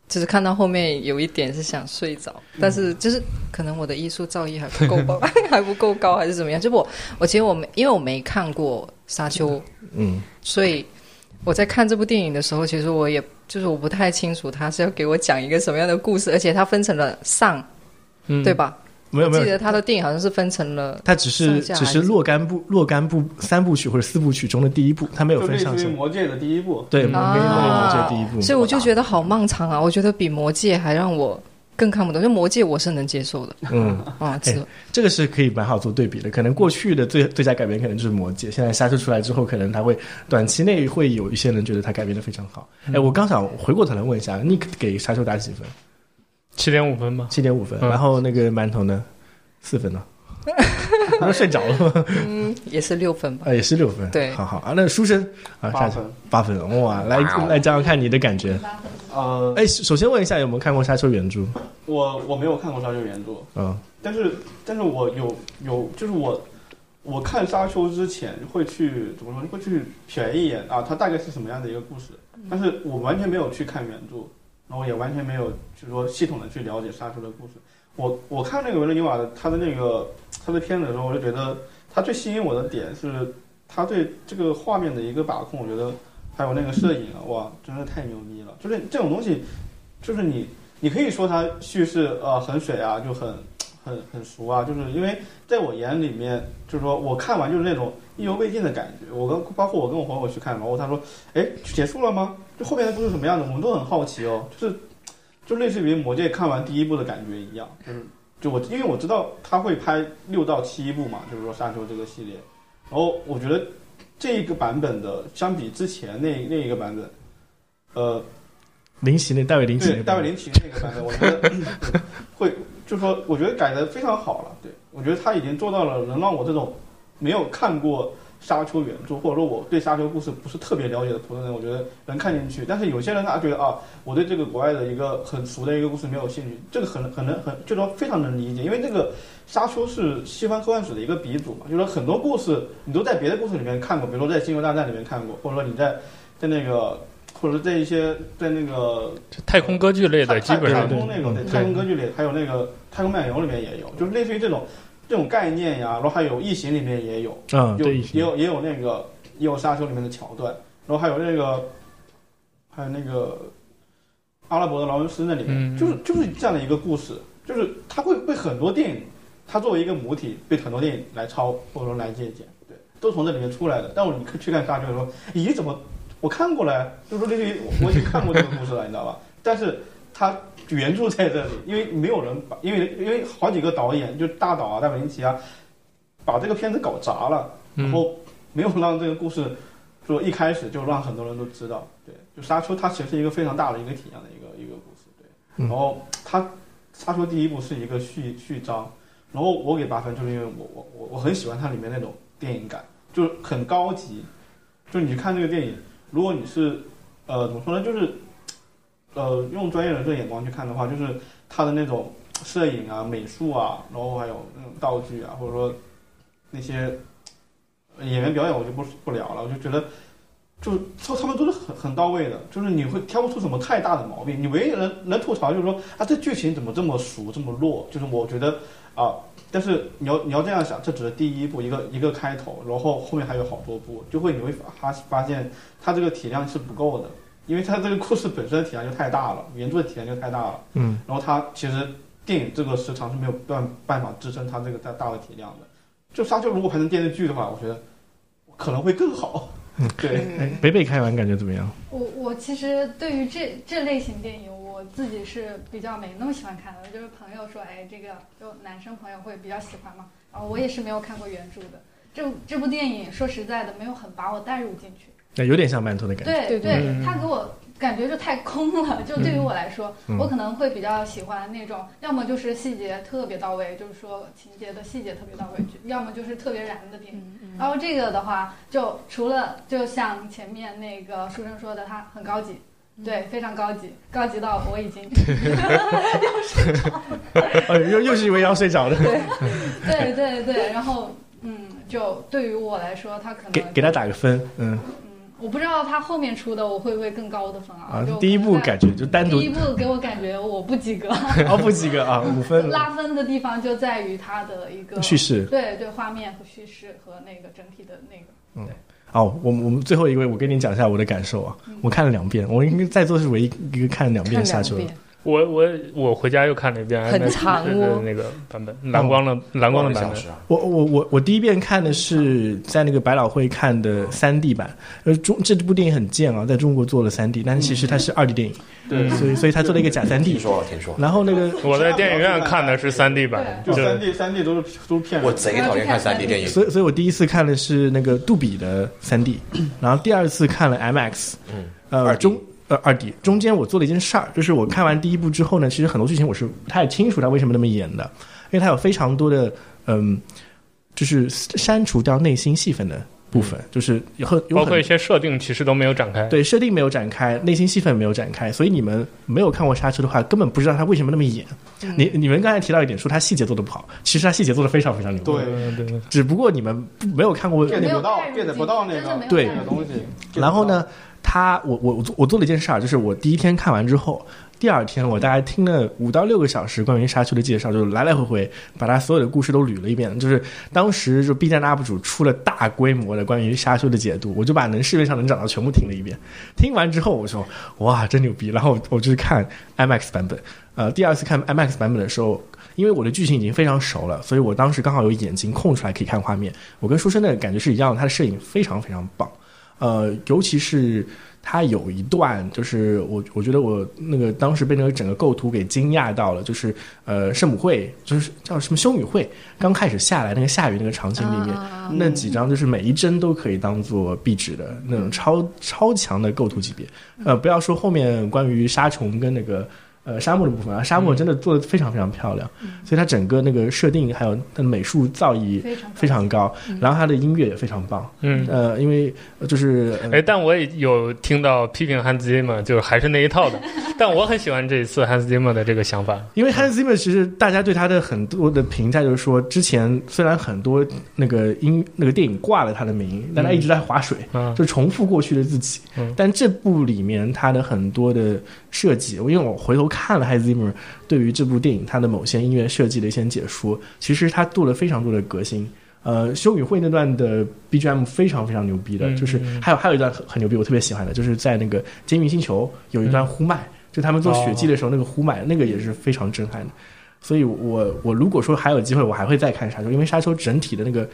就是看到后面有一点是想睡着，但嗯是就是可能我的艺术造诣还不够吧， 还不够高还是怎么样？就我我其实我没因为我没看过《沙丘》，嗯，所以我在看这部电影的时候，其实我也就是我不太清楚他是要给我讲一个什么样的故事，而且它分成了上，嗯对吧？没有没有，记得他的电影好像是分成了，它只是上下只是还是若干部若干部三部曲或者四部曲中的第一部，它没有就分类上似下于。魔戒的第一部，对，没有啊我这第一部，所以我就觉得好漫长啊！我觉得比《魔戒》还让我更看不懂，就《魔戒》我是能接受的嗯。啊，哎只这个是可以蛮好做对比的。可能过去的最最佳改编可能就是《魔戒》，现在《沙丘》出来之后，可能它会短期内会有一些人觉得它改编的非常好。哎、我刚想回过头来问一下，Nick 给《沙丘》打几分？七点五分吧。七点五分。嗯然后那个馒头呢？四分呢？他说睡着了吗？也是六分吧。啊，也是六分。对好好啊。那书生啊，八沙丘分八分哇！来哇哦来讲讲看你的感觉。八分呃，哎，首先问一下有没有看过《沙丘》原著？我我没有看过沙丘原著，嗯但是但是我有有就是我我看沙丘之前会去怎么说会去瞥一眼啊，它大概是什么样的一个故事，但是我完全没有去看原著，然后也完全没有去说系统的去了解沙丘的故事。我我看那个维伦纽瓦的他的那个他的片子的时候，我就觉得他最吸引我的点是他对这个画面的一个把控，我觉得还有那个摄影啊，哇，真的太牛逼了！就是这种东西，就是你你可以说它叙事呃很水啊，就很很很熟啊，就是因为在我眼里面，就是说我看完就是那种意犹未尽的感觉。我跟包括我跟我朋友去看，然后他说：“哎，结束了吗？这后面的故事什么样的？”我们都很好奇哦，就是就类似于《魔戒》看完第一部的感觉一样，就是就我因为我知道他会拍六到七部嘛，就是说《沙丘》这个系列，然后我觉得这一个版本的相比之前那那一个版本，呃，林奇那大卫林奇对那大卫版林奇那个版本，我觉得对会就说，我觉得改的非常好了。对我觉得他已经做到了能让我这种没有看过沙丘原著，或者说我对沙丘故事不是特别了解的普通人，我觉得能看进去。但是有些人他觉得啊，我对这个国外的一个很熟的一个故事没有兴趣，这个很很能很就说非常能理解，因为这个沙丘是西方科幻史的一个鼻祖嘛，就说很多故事你都在别的故事里面看过，比如说在《星球大战》里面看过，或者说你在在那个或者在一些在那个太空歌剧类太的基本太上空那种，对对太空歌剧里，还有那个《太空漫游》里面也有，就是类似于这种这种概念呀，然后还有《异形》里面也有，嗯，有对，也有也有那个也有沙丘里面的桥段，然后还有那个还有那个阿拉伯的劳伦斯那里面，嗯就是就是这样的一个故事，就是它会被很多电影，它作为一个母体被很多电影来抄或者说来借鉴，对，都从这里面出来的。但我你去看沙丘的时候，咦，怎么我看过来？就是说类似于我我已经看过这个故事了，你知道吧？但是它原著在这里，因为没有人把，因为因为好几个导演，就大导啊、大本林奇啊，把这个片子搞砸了。然嗯，后没有让这个故事说一开始就让很多人都知道。对，就沙丘它其实是一个非常大的一个体量的一个一个故事。对，嗯然后它沙丘第一部是一个序序章，然后我给八分就是因为我我我我很喜欢它里面那种电影感，就是很高级。就你去看这个电影，如果你是呃怎么说呢，就是呃用专业人的眼光去看的话，就是它的那种摄影啊、美术啊，然后还有那种道具啊，或者说那些呃演员表演我就不不聊了，我就觉得，就就他们都是很很到位的，就是你会挑不出什么太大的毛病。你唯一能能吐槽就是说啊，这剧情怎么这么俗这么弱？就是我觉得啊，但是你要你要这样想，这只是第一部一个一个开头，然后后面还有好多部，就会你会发发现它这个体量是不够的，因为它这个故事本身的体量就太大了，原著的体量就太大了。嗯，然后它其实电影这个时长是没有办办法支撑它这个大大的体量的。就沙丘如果拍成电视剧的话，我觉得可能会更好。对，哎北北看完感觉怎么样？我我其实对于这这类型电影，我自己是比较没那么喜欢看的，就是朋友说，哎，这个就男生朋友会比较喜欢嘛，然后我也是没有看过原著的。这这部电影说实在的，没有很把我带入进去。那哎有点像馒头的感觉。对对对嗯他给我感觉就太空了。就对于我来说，嗯我可能会比较喜欢那种，要么就是细节特别到位，就是说情节的细节特别到位，要么就是特别燃的电影。嗯然后这个的话，就除了就像前面那个书生说的，它很高级。嗯对，非常高级，高级到我已经 呃，又又是因为要睡着的，对对对，然后嗯，就对于我来说，它可能给给他打个分，嗯嗯，我不知道它后面出的我会不会更高的分啊啊。，就第一部可能在感觉就单独第一部给我感觉我不及格， 哦不及格啊，五分拉分的地方就在于它的一个叙，事。对对，画面和叙事和那个整体的那个，哦，我们我们最后一位，我跟你讲一下我的感受啊，我看了两遍，我应该在座是唯一一个看两遍看下两去了。遍，我我我回家又看了一遍，很长哦的那个版本，蓝光的蓝光的版小本时，啊，我我我我第一遍看的是在那个百老汇看的三 D 版，呃，中这部电影很贱啊，在中国做了三 D，但是其实它是二 D 电影，对，所以所以它做了一个假三听 D。说了，听说了。然后那个，嗯我在电影院看的是三 D 版，就对三 D 三 D 都是都是骗我人的。贼讨厌看三 D 电影，所以所以我第一次看的是那个杜比的三 D，然后第二次看了 MX，嗯，呃 2D 中呃二 D 中间我做了一件事儿，就是我看完第一部之后呢，其实很多剧情我是不太清楚它为什么那么演的，因为它有非常多的嗯，就是删除掉内心戏份的部分，就是有很有包很括一些设定其实都没有展开。对设定没有展开，内心戏份没有展开，所以你们没有看过《刹车》的话，根本不知道他为什么那么演。你你们刚才提到一点，说他细节做的不好，其实他细节做的非常非常牛。对，嗯对对，只不过你们不没有看过对没点有不到带入点进不到去那真的个没有对带这个入东进西去。然后呢，他我我我做我做了一件事儿，就是我第一天看完之后，第二天我大概听了五到六个小时关于沙丘的介绍，就是来来回回把他所有的故事都捋了一遍。就是当时就 B 站的 UP 主出了大规模的关于沙丘的解读，我就把能市面上能找到全部听了一遍。听完之后，我说哇，真牛逼！然后我我就去看 IMAX 版本。呃，第二次看 IMAX 版本的时候，因为我的剧情已经非常熟了，所以我当时刚好有眼睛空出来可以看画面。我跟书生的感觉是一样的，他的摄影非常非常棒。呃，尤其是他有一段，就是我我觉得我那个当时被那个整个构图给惊讶到了，就是呃圣母会，就是叫什么修女会，刚开始下来那个下雨那个场景里面，啊那几张就是每一帧都可以当做壁纸的那种超超强的构图级别。呃，不要说后面关于沙虫跟那个呃沙漠的部分啊，沙漠真的做的非常非常漂亮，所以它整个那个设定还有它的美术造诣非常非常高，嗯然后它的音乐也非常棒。嗯。呃，因为呃就是、呃 哎，但我也有听到批评汉字嘛，就是还是那一套的，但我很喜欢这一次 Hans Zimmer 的这个想法。因为 Hans Zimmer 其实大家对他的很多的评价就是说，之前虽然很多那个音那个电影挂了他的名，但他一直在划水，嗯就重复过去的自己。嗯但这部里面他的很多的设计，因为我回头看了 Hans Zimmer 对于这部电影他的某些音乐设计的一些解说，其实他做了非常多的革新。呃，修女会那段的 BGM 非常非常牛逼的，嗯就是嗯还有还有一段很很牛逼，我特别喜欢的，就是在那个《监狱星球》有一嗯段呼麦，就他们做血祭哦的时候那个呼麦，那个也是非常震撼的。所以我我如果说还有机会，我还会再看《沙丘》，因为《沙丘》整体的那个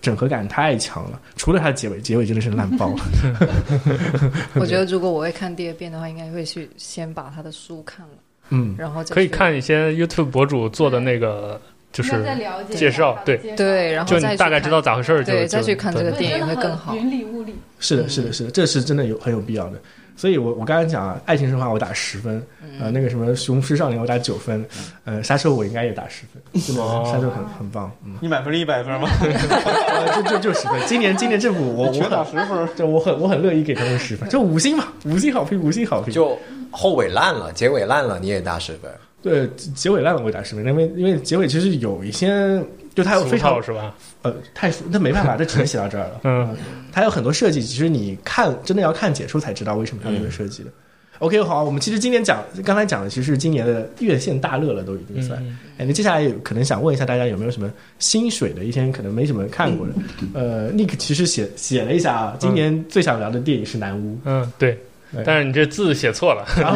整合感太强了，除了它的结尾，结尾真的是烂爆了。 我觉得如果我会看第二遍的话，应该会去先把他的书看了，嗯，然后再可以去看一些 YouTube 博主做的那个，就应该是再了解一下介绍他的对介绍对然后就再你去大概看知道咋回事儿，就对就再去看这个对电影真的会更很好云里雾里，是的，嗯是的，是的，这是真的有很有必要的。所以我我刚才讲啊，《爱情神话》我打十分，呃，嗯那个什么《雄狮少年》我打九分，呃，《沙丘》我应该也打十分，真的，哦《沙丘》很很棒，嗯，你满分是一百分吗？呃就就就十分。今年今年这部我我全打很十分，就我很我很乐意给他们十分，就五星嘛，五星好评，五星好评。就后尾烂了，结尾烂了，你也打十分。对结尾烂了，我打十分，因为因为结尾其实有一些，就它有非常俗套是吧？呃太俗，那没办法，这只能写到这儿 了。嗯呃，它有很多设计，其实你看真的要看解说才知道为什么它那个设计的。OK，好，我们其实今年讲刚才讲的，其实今年的院线大热了，都已经算。嗯哎，那接下来有可能想问一下大家有没有什么薪水的一些可能没什么看过的？呃，Nick 其实写写了一下啊，今年最想聊的电影是《南屋嗯，对对。但是你这字写错了， 然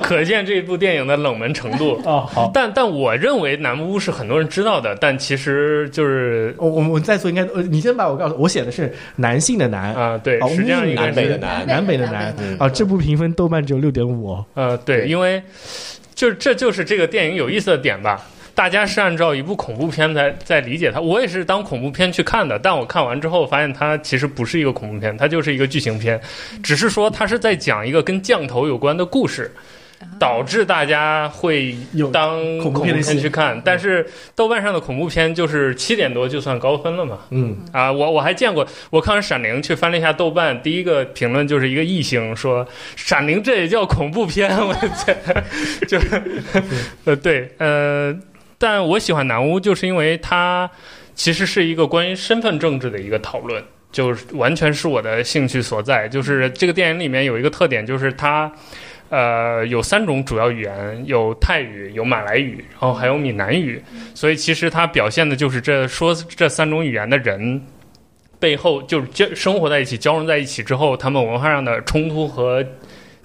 可见这部电影的冷门程度》。。哦，好，但但我认为南屋是很多人知道的，但其实就是我我们在座应该，呃，你先把我告诉，我写的是男性的男，啊、对哦，实际上应该南北是的南，南北的南南北的南啊，这部评分豆瓣只有六点五哦。呃，对，对因为就是这就是这个电影有意思的点吧。大家是按照一部恐怖片在在理解它，我也是当恐怖片去看的，但我看完之后发现它其实不是一个恐怖片，它就是一个剧情片，只是说它是在讲一个跟降头有关的故事，啊导致大家会有当恐恐怖怖片的片戏嗯去看。但是豆瓣上的恐怖片就是七点多就算高分了嘛，嗯，啊，我我还见过，我看完《闪灵》去翻了一下豆瓣，第一个评论就是一个异性说，《闪灵》这也叫恐怖片， 我的天，就是，呃，对，呃，但我喜欢南屋，就是因为它其实是一个关于身份政治的一个讨论，就是完全是我的兴趣所在。就是这个电影里面有一个特点，就是它。呃，有三种主要语言，有泰语、有马来语，然后还有闽南语。所以其实它表现的就是这说这三种语言的人背后就是交生活在一起、交融在一起之后，他们文化上的冲突和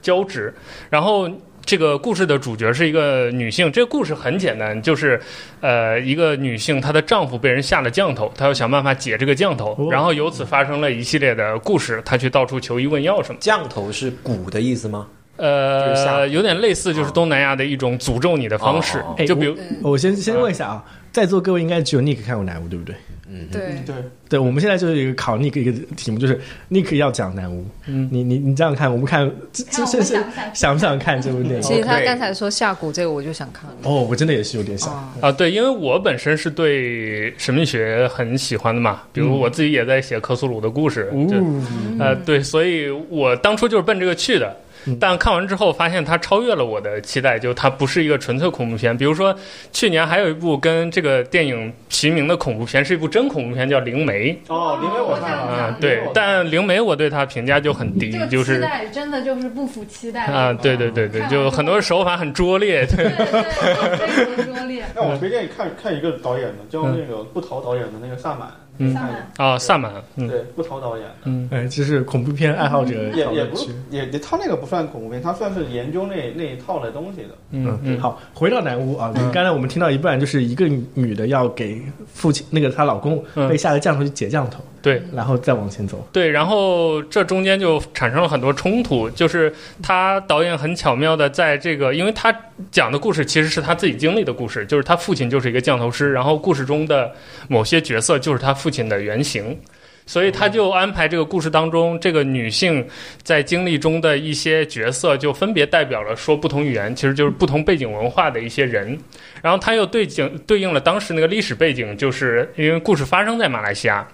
交织。然后这个故事的主角是一个女性，这个故事很简单，就是呃，一个女性她的丈夫被人下了降头，她要想办法解这个降头哦，然后由此发生了一系列的故事，她去到处求医问药什么的。降头是蛊的意思吗？就是下呃，有点类似，就是东南亚的一种诅咒你的方式哦哦，就比如嗯我先先问一下啊，在座各位应该只有 Nick 看过南屋，对不对？嗯，对对，对，我们现在就是一个考 Nick 一个题目，就是 Nick 要讲南屋。嗯你你你这样看，我们看这看这我这们这想不想想不想看这部电其实影？他 OK 刚才说下蛊这个，我就想看了。哦，我真的也是有点想。啊，啊，对，因为我本身是对神秘学很喜欢的嘛，比如我自己也在写克苏鲁的故事，就哦，呃，对，所以我当初就是奔这个去的嗯。但看完之后发现它超越了我的期待，就它不是一个纯粹恐怖片。比如说，去年还有一部跟这个电影齐名的恐怖片，是一部真恐怖片，叫《灵媒》。哦，因为我看啊嗯，了，灵对媒我，但《灵媒》我对它评价就很低这，个就期是待真的就是不服期待啊，对对对对，就很多手法很拙劣，对对对，非常拙劣。哎那我推荐你看看一个导演的，叫那个不逃导演的那个萨满，嗯看萨一满啊，萨满，下嗯对，不逃导演嗯哎，这是恐怖片爱好者也讨也论不区是。也也他那个不算恐怖片，他算是研究那那一套的东西的。嗯嗯，好，回到南屋啊，就是刚才我们听到一半，就是一个女的要给父亲，那个她老公嗯被下了降头去解降头，对，然后再往前走。对，然后这中间就产生了很多冲突，就是他导演很巧妙的在这个，因为他讲的故事其实是他自己经历的故事，就是他父亲就是一个降头师，然后故事中的某些角色就是他父亲的原型。所以他就安排这个故事当中，这个女性在经历中的一些角色，就分别代表了说不同语言，其实就是不同背景文化的一些人。然后他又对景对应了当时那个历史背景，就是因为故事发生在马来西亚，嗯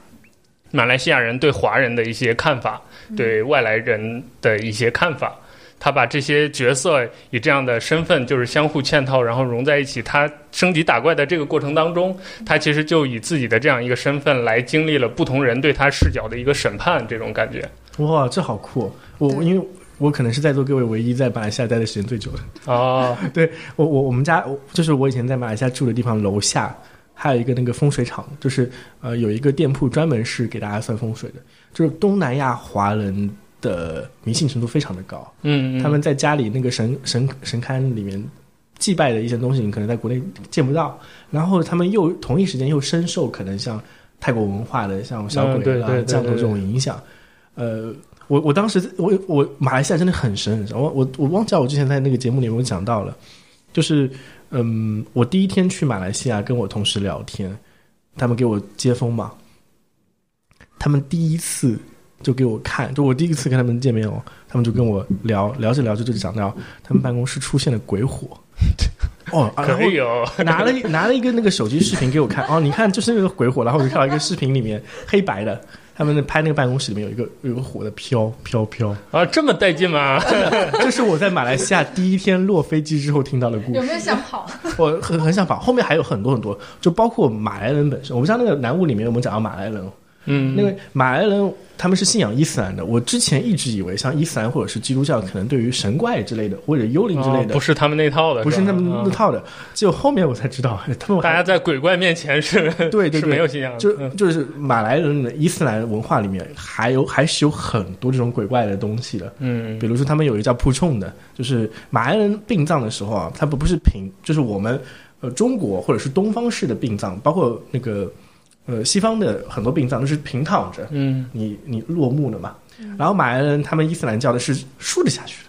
马来西亚人对华人的一些看法，对外来人的一些看法。他把这些角色以这样的身份就是相互嵌套，然后融在一起。他升级打怪的这个过程当中，嗯他其实就以自己的这样一个身份来经历了不同人对他视角的一个审判，这种感觉哇，这好酷！哦我对因为我可能是在座各位唯一在马来西亚待的时间最久的。哦，对我我我们家我就是我以前在马来西亚住的地方楼下。还有一个那个风水场，就是呃有一个店铺专门是给大家算风水的，就是东南亚华人的迷信程度非常的高，嗯，嗯他们在家里那个神神神龛里面祭拜的一些东西，你可能在国内见不到。然后他们又同一时间又深受可能像泰国文化的像小嗯对鬼啊对对降头这种影响。呃，我我当时我我马来西亚真的很深很深，我我我忘记了我之前在那个节目里面我讲到了，就是嗯，我第一天去马来西亚跟我同事聊天，他们给我接风嘛，他们第一次就给我看，就我第一次跟他们见面哦，他们就跟我聊聊着聊着就讲到他们办公室出现了鬼 火，哦，啊然可后以哦，拿了一拿了一个那个手机视频给我看，哦，你看就是那个鬼火，然后我就看到一个视频里面黑白的，他们拍那个办公室里面有一个有个火的飘飘飘，啊，这么带劲吗？这是我在马来西亚第一天落飞机之后听到的故有事，没有想跑？我很很想把后面还有很多很多，就包括马来人本身，我不知道那个南雾里面有没有讲到马来人哦，嗯，那个马来人他们是信仰伊斯兰的，我之前一直以为像伊斯兰或者是基督教，可能对于神怪之类的或者幽灵之类哦的，不是他们那套的，不是吧那么那啊套的，只有后面我才知道，哎他们还大家在鬼怪面前是对对是对没有信仰的，就嗯就是马来人的伊斯兰文化里面还有还是有很多这种鬼怪的东西的，嗯比如说他们有一个叫扑冲的，就是马来人殡葬的时候啊，他不不是平，就是我们呃中国或者是东方式的殡葬，包括那个呃西方的很多殡葬都是平躺着，嗯你你落幕了嘛。然后马来人他们伊斯兰教的是竖着下去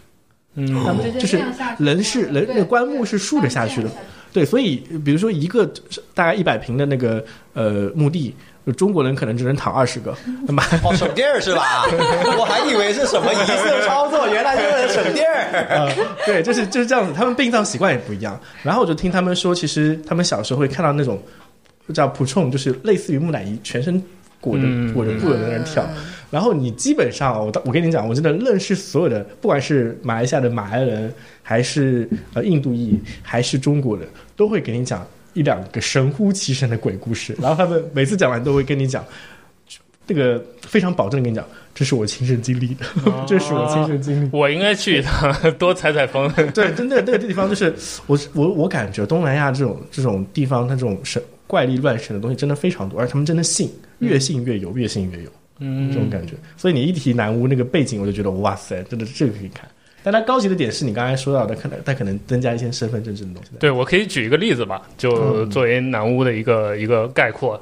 嗯他们直就接是这样下去人是对人对那个棺木是竖着下去的的，对，所以比如说一个大概一百平的那个呃墓地，中国人可能只能躺二十 个，马哦，省地儿是吧？ 我还以为是什么仪式操作，原来是为了省地 儿。呃，对，就是就是这样子。他们殡葬习惯也不一样。然后我就听他们说，其实他们小时候会看到那种叫蒲冲，就是类似于木乃伊，全身裹着嗯裹着布的在那跳。嗯然后你基本上，我我跟你讲，我真的认识所有的，不管是马来西亚的马来人，还是呃印度裔，还是中国人，都会给你讲一两个神乎其神的鬼故事。然后他们每次讲完都会跟你讲。这个非常保证地跟你讲，这是我亲身经历的， 这是我亲身经历的。我应该去一趟， 多采采风。对，真的那个地方就是我我我感觉东南亚这种这种地方，它这种神怪力乱神的东西真的非常多，而且他们真的信，越信越有，越信越有嗯，这种感觉。所以你一提南屋那个背景，我就觉得哇塞，真的这个可以看。但它高级的点是你刚才说到的，可能它可能增加一些身份政治的东西在。对，我可以举一个例子吧，就作为南屋的一个一个概括，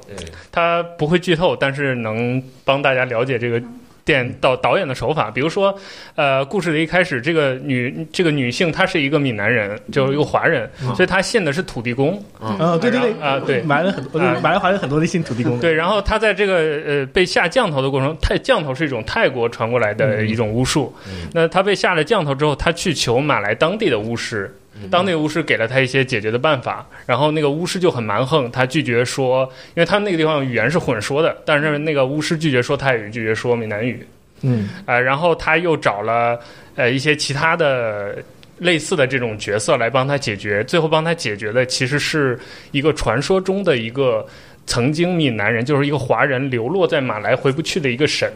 它不会剧透，但是能帮大家了解这个电导导演的手法。比如说，呃，故事的一开始，这个女这个女性她是一个闽南人，就是一个华人，所以她信的是土地公。嗯，对对对，啊对买了很多，啊买了华人很多的信土地公的。对，然后他在这个呃被下降头的过程中，泰降头是一种泰国传过来的一种巫术。那他被下了降头之后，他去求马来当地的巫师，当地巫师给了他一些解决的办法。然后那个巫师就很蛮横，他拒绝说，因为他们那个地方语言是混说的，但是那个巫师拒绝说泰语，拒绝说闽南语。嗯，呃，然后他又找了呃一些其他的类似的这种角色来帮他解决，最后帮他解决的其实是一个传说中的一个曾经闽南人，就是一个华人流落在马来回不去的一个神。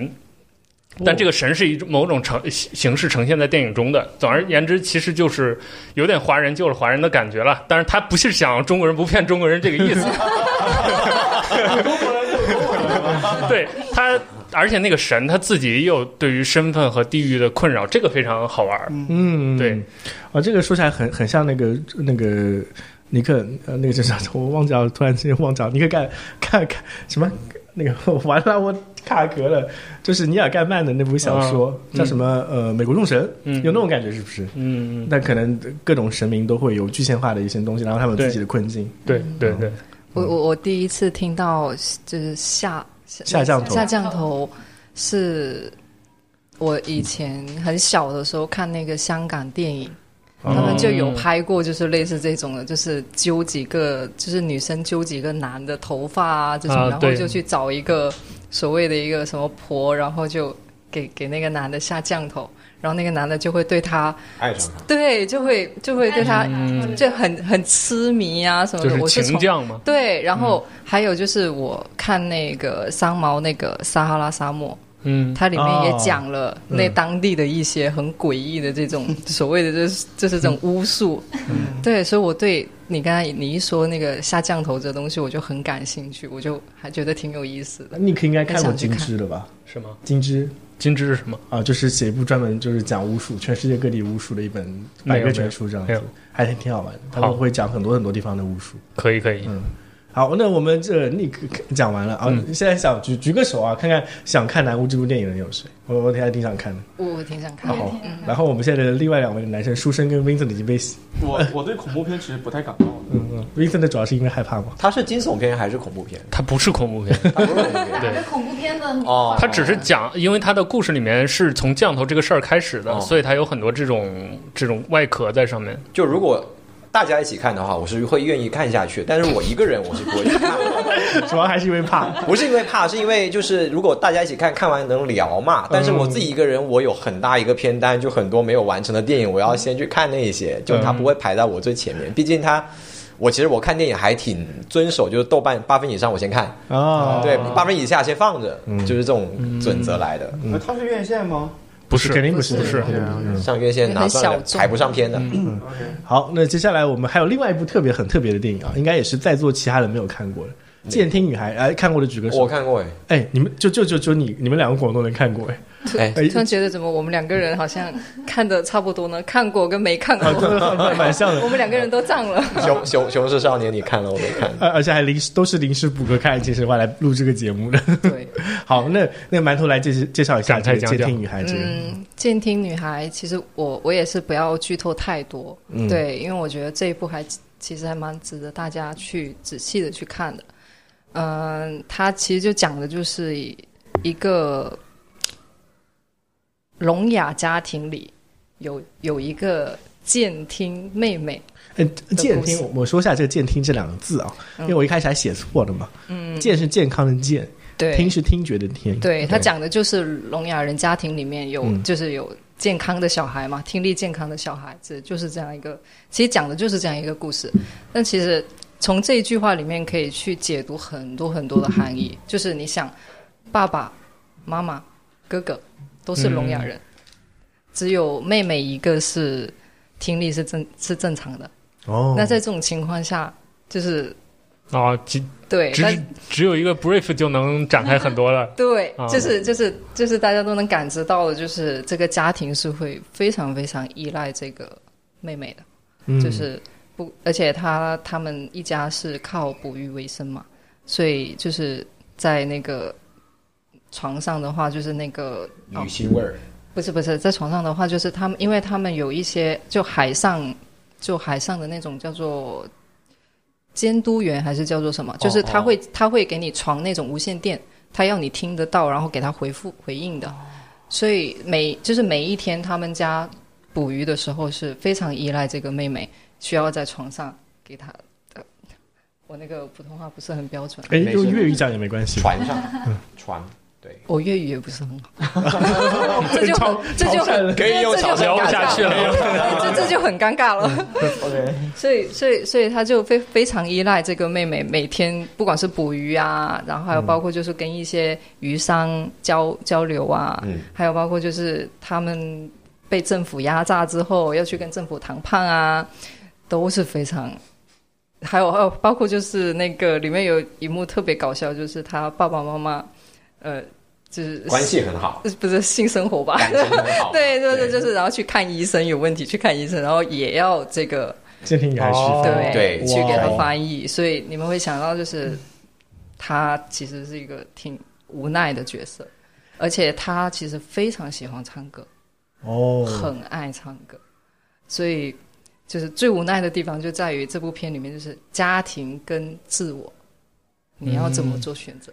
但这个神是一种某种呈形形式呈现在电影中的。总而言之，其实就是有点华人救了华人的感觉了。但是他不是想中国人不骗中国人这个意思， 对他，而且那个神他自己也有对于身份和地域的困扰，这个非常好玩儿。嗯，对，哦，这个说起来很很像那个那个尼克，呃，那个叫啥？ 我忘记了，突然之间忘记了，尼克盖盖盖什么？那个 完了，我卡壳了。就是尼尔盖曼的那部小说、嗯叫什么？呃，美国众神，嗯有那种感觉是不是？嗯，那可能各种神明都会有具象化的一些东西，然后他们有自己的困境。对对对，我我我第一次听到就是下下降头下降头是我以前很小的时候看那个香港电影，哦他们就有拍过，就是类似这种的，就是揪几个，就是女生揪几个男的头发啊这种，啊然后对就去找一个所谓的一个什么婆，然后就给给那个男的下降头，然后那个男的就会对他，爱上他。对，就会就会对他嗯就很很痴迷啊什么就的。是我是情从将嘛。对，然后还有就是我看那个三毛那个撒哈拉沙漠，嗯，它里面也讲了嗯那当地的一些很诡异的这种所谓的就是就是这种巫术，对，所以我对你刚才你一说那个下降头这东西，我就很感兴趣，我就还觉得挺有意思的。你可应该看过很想去金看枝了吧？是吗？金枝金枝是什么？啊，就是写一部专门就是讲巫术，全世界各地巫术的一本百科全书这样没子有没有，还挺挺好玩的。他们好会讲很多很多地方的巫术。可以可以，好，那我们这 Nick 讲完了啊，嗯现在想举举个手啊，看看想看《南巫》这部电影的有谁？我我还挺想看的。我哦我挺想看我也的，好挺想看然后我们现在的另外两位男生，书生跟 Vincent 已经被洗，我我对恐怖片其实不太感冒的，嗯嗯，Vincent 主要是因为害怕嘛。他是惊悚片还是恐怖片？它不是恐怖片， 他不是恐怖片。打着恐怖片的哦它只是讲，因为它的故事里面是从降头这个事儿开始的，哦所以它有很多这种这种外壳在上面。就如果大家一起看的话，我是会愿意看下去，但是我一个人我是不会去看的， 主要还是因为 怕。不是因为怕，是因为就是如果大家一起看看完能聊嘛。但是我自己一个人，我有很大一个片单，就很多没有完成的电影，我要先去看那一些，就它不会排在我最前面，毕竟它。我其实我看电影还挺遵守，就是豆瓣八分以上我先看，哦，对，八分以下先放着，就是这种准则来的。那呃它是院线吗不肯定不不是嗯是肯定不是。上院线拿也算很了小，众排不上片的。 ？OK，好，那接下来我们还有另外一部特别很特别的电影啊，应该也是在座其他人没有看过的《监听女孩》。哎，看过的举个我手。看过哎，哎，你们就就就就你你们两个广东人看过哎。哎，哎突然觉得怎么我们两个人好像看的差不多呢？看过跟没看过，哎 蛮像的我们两个人都占了。熊熊熊市少年你看了我没看？而而且还临时都是临时补个看《爱情神话》来录这个节目的。对，好，那那馒头来介介绍一下展这开个讲监讲听女孩这个，嗯，监听女孩，其实我我也是不要剧透太多，嗯对，因为我觉得这一部还其实还蛮值得大家去仔细的去看的。嗯、它其实就讲的就是一个聋哑家庭里有有一个监听妹妹，呃，健故事嗯听，我我说一下这个“健听”这两个字啊，因为我一开始还写错了嘛。嗯，健是健康的健，对，听是听觉的听。对他讲的就是聋哑人家庭里面有、嗯就是有健康的小孩嘛，听力健康的小孩子，就是这样一个，其实讲的就是这样一个故事。但其实从这一句话里面可以去解读很多很多的含嗯义，就是你想，爸爸妈妈、哥哥都是聋哑人，嗯只有妹妹一个是听力是正是正常的。哦，那在这种情况下，就是啊，只对，哎但只只有一个 brief 就能展开很多 了。对啊，就是就是就是大家都能感知到的，就是这个家庭是会非常非常依赖这个妹妹的，嗯就是不，而且她他们一家是靠捕鱼为生嘛，所以就是在那个床上的话，就是那个哦女性味儿，不是不是，在床上的话，就是他们，因为他们有一些就海上，就海上的那种叫做监督员还是叫做什么，就是他会、他会给你传那种无线电，他要你听得到，然后给他回复回应的。所以每就是每一天他们家捕鱼的时候是非常依赖这个妹妹，需要在床上给她。呃我那个普通话不是很标准，哎，没事用粤语讲也没关系。 船上，船，对，我粤语也不是很好， 这就超很这就超善很人可以用这就很聊不尴下尬去了。这这就很尴尬了。嗯 OK 所以，所以，所以他就非非常依赖这个妹妹，每天不管是捕鱼啊，然后嗯还有包括就是跟一些鱼商交交流啊，嗯还有包括就是他们被政府压榨之后要去跟政府谈判啊，都是非常。还有还有，包括就是那个里面有一幕特别搞笑，就是他爸爸妈妈，呃，就是嗯关系很好，不是性生活吧？，感情很好 对，就是就是，然后去看医生，有问题去看医生，然后也要这个监听女孩是哦对对嗯去给他哇翻译，所以你们会想到就是他其实是一个挺无奈的角色，而且他其实非常喜欢唱歌，哦，很爱唱歌，所以就是最无奈的地方就在于这部片里面就是家庭跟自我，你要怎么做选择？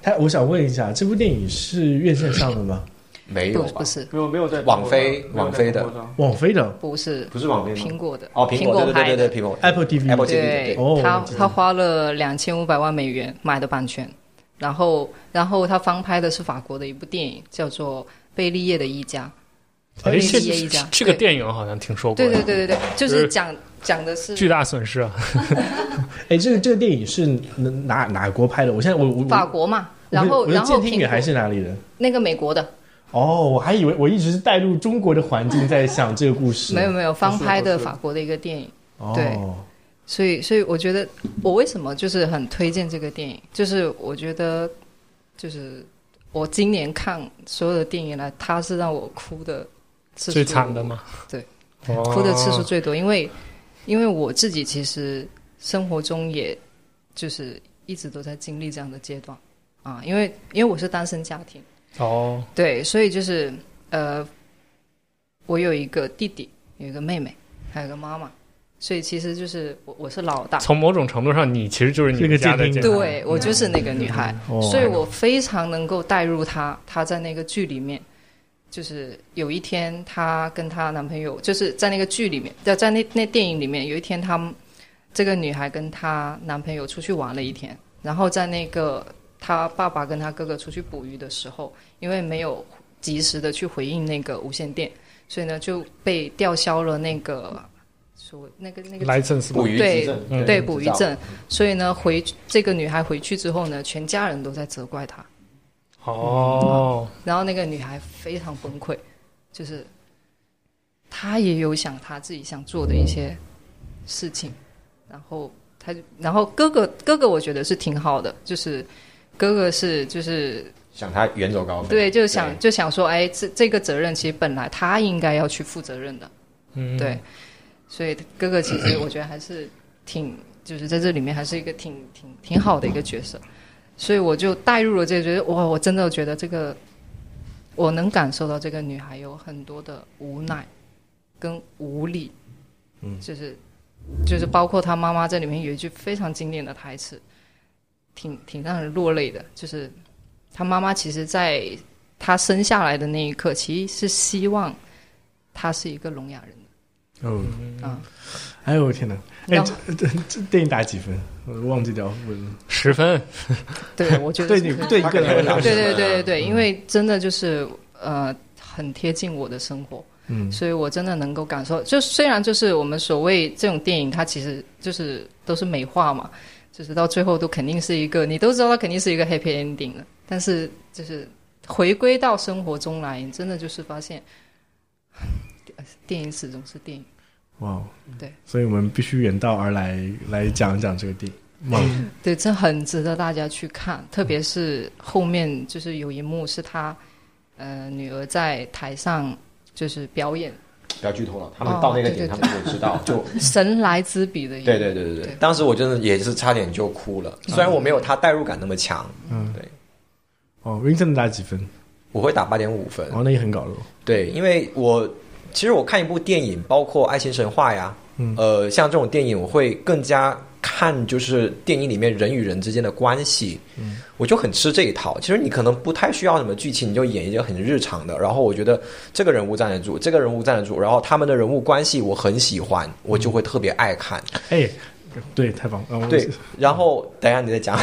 他我想问一下，这部电影是院线上的吗？没有不吧不？是没有没有在网飞没网有在飞的中国上网飞的不是不是网飞苹吗？果的哦，苹果，对拍对的对对，苹果 Apple TV Apple 对 TV，哦他我知道他花了两千五百万美元买的版权，然后然后他翻拍的是法国的一部电影，叫做《贝利叶的一家，哎，贝这利叶一家，这个对电影好像听说过，对对对对对，就就是是讲讲的是巨大损失啊！哎，这个这个电影是哪哪国拍的？我现在我我法我国嘛，我然后我的然后监听苹女果还是哪里人？那个美国的，哦，我还以为我一直是带入中国的环境 在想这个故事。没有没有翻拍的不是法国的一个电影，哦对所以所以我觉得我为什么就是很推荐这个电影，就是我觉得就是我今年看所有的电影来，它是让我哭的次数最惨的嘛，哦对，哭哭的次数最多，因为因为我自己其实生活中也就是一直都在经历这样的阶段啊，因为因为我是单身家庭，哦，对，所以就是呃，我有一个弟弟，有一个妹妹，还有个妈妈，所以其实就是我我是老大， 从某种程度上，你其实就是你们家的这个监监听听对我就是那个女孩，哦所以我非常能够带入她，她在那个剧里面。就是有一天，她跟她男朋友，就是在那个剧里面，在在那那电影里面，有一天她们这个女孩跟她男朋友出去玩了一天，然后在那个她爸爸跟她哥哥出去捕鱼的时候，因为没有及时的去回应那个无线电，所以呢就被吊销了那个所那个那个 license 捕嘛，鱼对执政，嗯对捕鱼，证，所以呢，回这个女孩回去之后呢，全家人都在责怪她，哦，然后那个女孩非常崩溃，就是她也有想她自己想做的一些事情，然后她就，然后哥哥哥哥我觉得是挺好的，就是哥哥是就是想他远走高飞，对，就想就想说，哎，这这个责任其实本来他应该要去负责任的，嗯，对，所以哥哥其实我觉得还是挺，就是在这里面还是一个挺挺挺好的一个角色，所以我就带入了这个角色，哇，我真的觉得这个，我能感受到这个女孩有很多的无奈跟无力，嗯，就是就是包括她妈妈这里面有一句非常经典的台词，挺挺让人落泪的，就是她妈妈其实在她生下来的那一刻，其实是希望她是一个聋哑人的。哦，啊，哎呦我天哪！哎，然后这这这电影打几分？我忘记掉问了。十分， 对，我觉得对是你很对你个嗯人来说，他可能对对对对对，因为真的就是呃，很贴近我的生活，嗯，所以我真的能够感受。就虽然就是我们所谓这种电影，它其实就是都是美化嘛，就是到最后都肯定是一个，你都知道它肯定是一个 happy ending 的，但是就是回归到生活中来，你真的就是发现，啊电影始终是电影。哇哦，对，所以我们必须远道而来来讲一讲这个电影。对，这很值得大家去看，特别是后面就是有一幕是他，呃，女儿在台上就是表演不要剧透了，他们到那个点哦对对他们就知道，就神来之笔的一幕，对对对对对对，当时我真的也是差点就哭了，虽然我没有他代入感那么强，嗯对，哦，Vincent 打几分？我会打八点五分，哦，那也很搞了。对，因为我其实我看一部电影，包括《爱情神话》呀，嗯呃，像这种电影，我会更加看就是电影里面人与人之间的关系，嗯，我就很吃这一套。其实你可能不太需要什么剧情，你就演一些很日常的。然后我觉得这个人物站得住，这个人物站得住，然后他们的人物关系我很喜欢，我就会特别爱看。哎，对，太棒了。啊我对，然后等一下你再讲，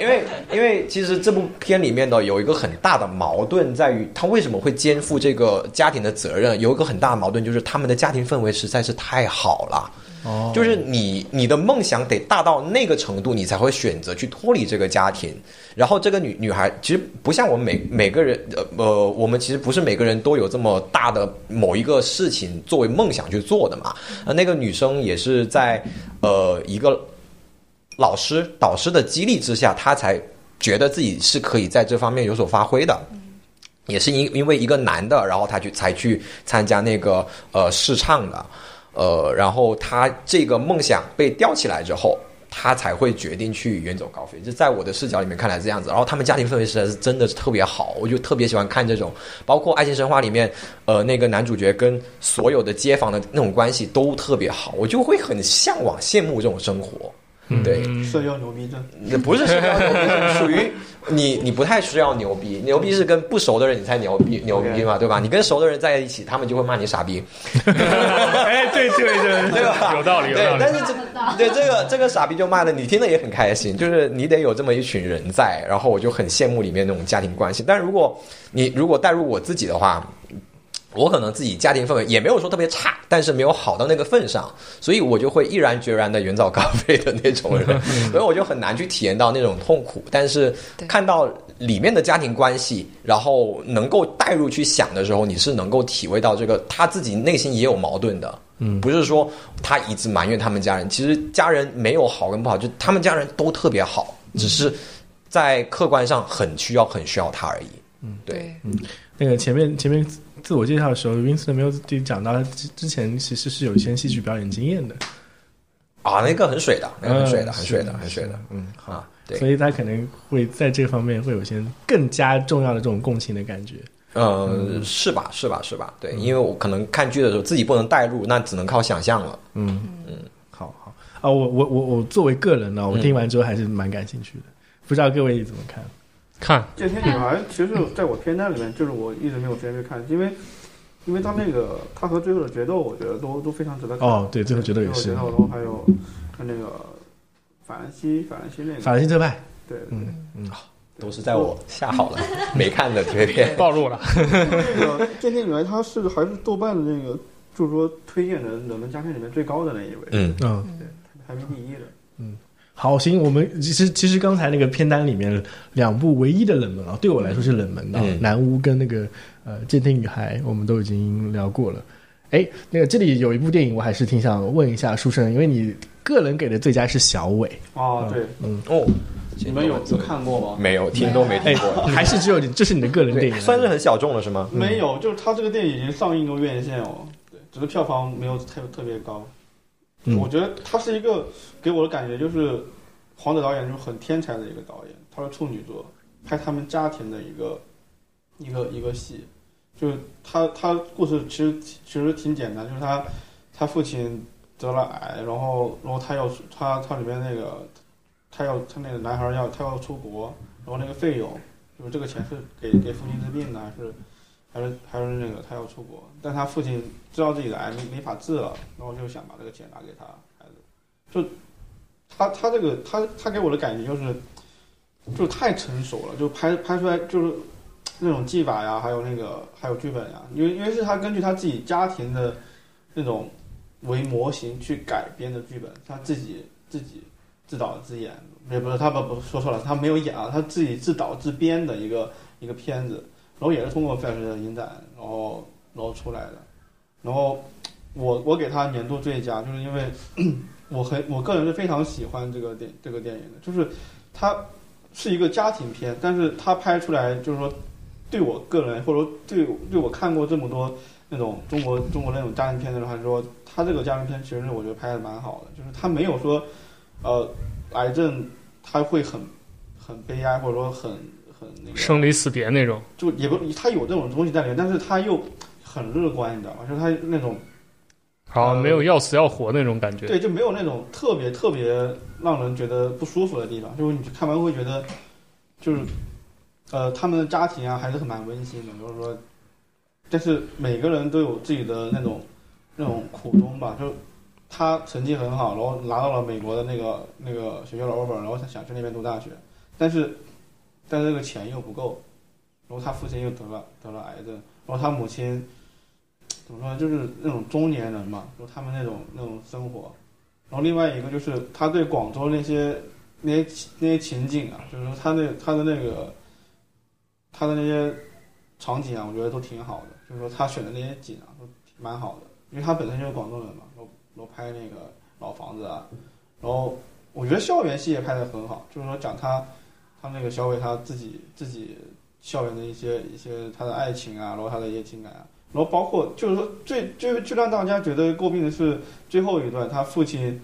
因为因为其实这部片里面的有一个很大的矛盾在于，他为什么会肩负这个家庭的责任？有一个很大的矛盾就是他们的家庭氛围实在是太好了。哦，就是你你的梦想得大到那个程度，你才会选择去脱离这个家庭。然后这个女女孩其实不像我们每每个人，呃呃，我们其实不是每个人都有这么大的某一个事情作为梦想去做的嘛。呃那个女生也是在呃一个老师导师的激励之下，她才觉得自己是可以在这方面有所发挥的。也是因因为一个男的，然后他去才去参加那个呃试唱的，呃，然后他这个梦想被吊起来之后，他才会决定去远走高飞。就在我的视角里面看来是这样子。然后他们家庭氛围实在是真的是特别好，我就特别喜欢看这种，包括《爱情神话》里面，呃，那个男主角跟所有的街坊的那种关系都特别好，我就会很向往、羡慕这种生活。嗯对，社交牛逼症，那不是社交牛逼， 是属于你你不太需要牛逼，牛逼是跟不熟的人你才牛逼牛逼嘛，对吧？你跟熟的人在一起，他们就会骂你傻逼， 哎，对对对对吧？有道理，有对，道理但。是这 对这个这个傻逼就骂的，你听的也很开心，就是你得有这么一群人在，然后我就很羡慕里面那种家庭关系。但如果你如果带入我自己的话，我可能自己家庭氛围也没有说特别差，但是没有好到那个份上，所以我就会毅然决然的远走高飞的那种人，所以我就很难去体验到那种痛苦。但是对看到里面的家庭关系，然后能够带入去想的时候，你是能够体会到这个他自己内心也有矛盾的。嗯，不是说他一直埋怨他们家人，其实家人没有好跟不好，就他们家人都特别好，只是在客观上很需要很需要他而已。嗯，对，对，那个前面前面自我介绍的时候，Vincent 没有就讲到之之前其实是有一些戏剧表演经验的，啊，那个很水的，那个很水的，嗯很水是的，的很水是的的，嗯，啊，对，所以他可能会在这方面会有一些更加重要的这种共情的感觉。嗯，是吧？是吧？是吧？对，因为我可能看剧的时候自己不能代入，那只能靠想象了。嗯好好啊，我我我我作为个人呢，我嗯听完之后还是蛮感兴趣的，不知道各位怎么看？看，这些女孩其实在我片单里面，就是我一直没有时间去看，因为因为她那个她和最后的决斗，我觉得都都非常值得看。哦，对，最后觉得也是最后决斗，然后还有跟那个法兰西法兰西那法个，兰西特派，对对嗯都是在我下好了 没看的贴 片。暴露了。那个这些女孩她是还是豆瓣的那个，就是说推荐的冷门佳片里面最高的那一位，嗯，嗯。排名第一的。好，行，我们其实其实刚才那个片单里面两部唯一的冷门啊，对我来说是冷门的、啊，嗯南屋》跟那个呃《鉴定女孩》，我们都已经聊过了。哎，那个这里有一部电影，我还是挺想问一下书生，因为你个人给的最佳是小伟，哦，对，哦，你们有有看过吗？没有听都没哎听过，，还是只有你，这是你的个人电哦对，影，啊哎算是很小众了是吗？没有，就是他这个电影已经上映过院线哦，对，只是票房没有特特别高。嗯我觉得他是一个给我的感觉就是，黄子导演就是很天才的一个导演，他是处女座，拍他们家庭的一个一个一个戏，就是他他故事其实其实挺简单，就是他他父亲得了癌，然后然后他要他他里面那个他要他那个男孩要他要出国，然后那个费用就是这个钱是给给父亲治病呢，还是还是还是那个他要出国，但他父亲知道自己的癌没没法治了，然后就想把这个钱拿给他孩子，就他他这个他他给我的感觉就是，就太成熟了，就拍拍出来就是那种技法呀，还有那个还有剧本呀，因为因为是他根据他自己家庭的那种为模型去改编的剧本，他自己自己自导自演，也不是他不不说错了，他没有演啊，他自己自导自编的一个一个片子。然后也是通过 Flash 的影展，然后然后出来的。然后我我给他年度最佳，就是因为 我很我个人是非常喜欢这个电这个电影的，就是它是一个家庭片，但是它拍出来就是说对我个人或者说对我对我看过这么多那种中国中国那种家庭片的人来说，他这个家庭片其实我觉得拍的蛮好的，就是他没有说呃癌症他会很很悲哀或者说很很那个生离死别那种，就也不，他有这种东西在里面，但是他又很乐观，你知道吗？就是他那种然后没有要死要活那种感觉。对，就没有那种特别特别让人觉得不舒服的地方，就是你看完会觉得，就是，呃，他们的家庭啊还是很蛮温馨的，就是说，但是每个人都有自己的那种那种苦衷吧，就他成绩很好，然后拿到了美国的那个那个学校的 offer，然后他想去那边读大学，但是但是这个钱又不够，然后他父亲又得了得了癌症，然后他母亲怎么说呢，就是那种中年人嘛，就他们那种那种生活。然后另外一个就是他对广州那些那些情那些情景啊，就是说他那他的那个他的那些场景啊，我觉得都挺好的。就是说他选的那些景啊，都挺蛮好的，因为他本身就是广州人嘛，然后然后拍那个老房子啊，然后我觉得校园戏也拍得很好，就是说讲他他那个小伟他自己自己校园的一些一些他的爱情啊，然后他的一些情感啊。然后包括就是说最最最让大家觉得诟病的是最后一段，他父亲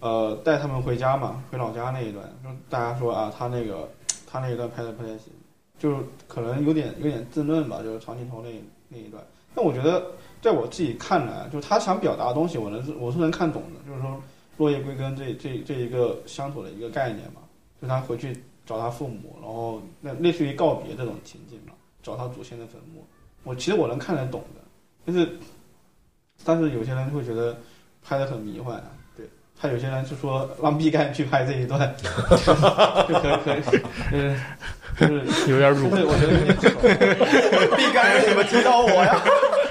呃带他们回家嘛，回老家那一段，就大家说啊，他那个他那一段拍的不太行，就是可能有点有点自论吧，就是长镜头那一那一段。但我觉得在我自己看来，就是他想表达的东西，我能是我是能看懂的，就是说落叶归根这这这一个乡土的一个概念嘛，就他回去找他父母，然后那类似于告别这种情景嘛，找他祖先的坟墓。我其实我能看得懂的，但是但是有些人会觉得拍的很迷幻啊。对他有些人就说让毕赣去拍这一段， 就可以可以，就是就是，有点辱。对，我觉得有点扯。毕赣为什么提到我呀？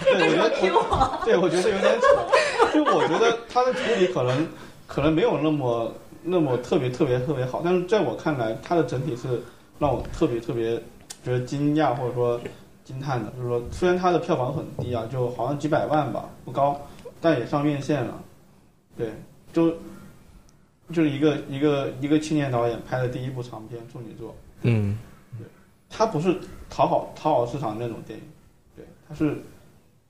对，我觉得我， 对，我觉得有点扯。就我觉得他的处理可能可能没有那么那么特别特别特别好，但是在我看来，他的整体是让我特别特别觉得惊讶或者说惊叹的。就是说，虽然它的票房很低啊，就好像几百万吧，不高，但也上院线了。对，就就是一个一个一个青年导演拍的第一部长片处女作。嗯它不是讨好讨好市场那种电影，对，它是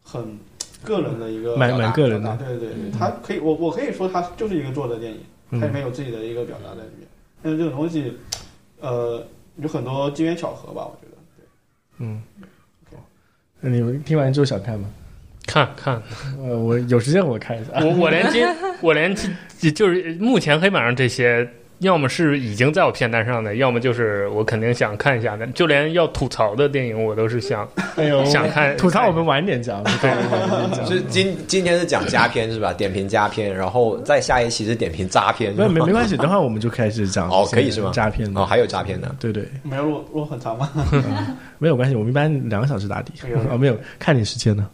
很个人的一个蛮表达蛮个人的表达对对对，它可以我我可以说它就是一个做的电影，它里面嗯有自己的一个表达在里面，但是这种东西，呃，有很多机缘巧合吧，我觉得，对，嗯，那你们听完之后想看吗？看看呃，我有时间我看一下。我，我连今我连今就是目前黑板上这些，要么是已经在我片单上的，要么就是我肯定想看一下的。就连要吐槽的电影，我都是想哎哦呦，想看吐槽我们晚点 讲，吐槽我们晚点就是讲。今今天是讲佳片是吧？点评佳片，然后再下一期是点评诈骗，没是没吗没关系，等会儿我们就开始讲哦可以是吗诈骗的哦，还有诈骗的。对对，没有落落很长嘛，没有关系，我们一般两个小时打底哎呦。 哦，没有，看你时间呢，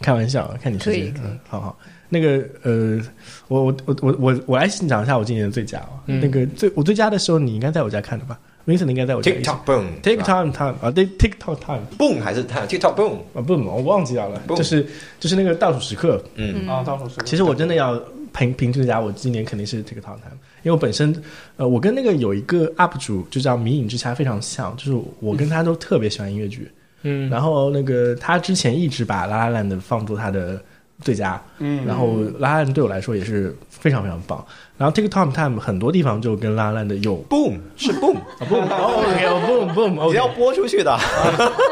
开玩笑，看你时可以间。可以嗯，好好。那个呃，我我我我我我来讲一下我今年的最佳啊。嗯那个最我最佳的时候，你应该在我家看的吧？Vincent 应该在我家一起。 TikTok boom Take time time 啊，对 TikTok time boom 还是 TikTok boom？啊，不，我忘记了，不就是就是那个倒数时刻，嗯，啊，倒数十个，其实我真的要评评论一下，我今年肯定是这个 Top Ten，因为我本身呃，我跟那个有一个 UP 主就叫迷影之家非常像，就是我跟他都特别喜欢音乐剧，嗯，然后那个他之前一直把拉拉烂的放作他的最佳，嗯，然后拉拉烂对我来说也是非常非常棒，然后这个 Top Ten 很多地方就跟拉拉烂的有 boom 是 boom，啊不哦 boom boom 你要播出去的。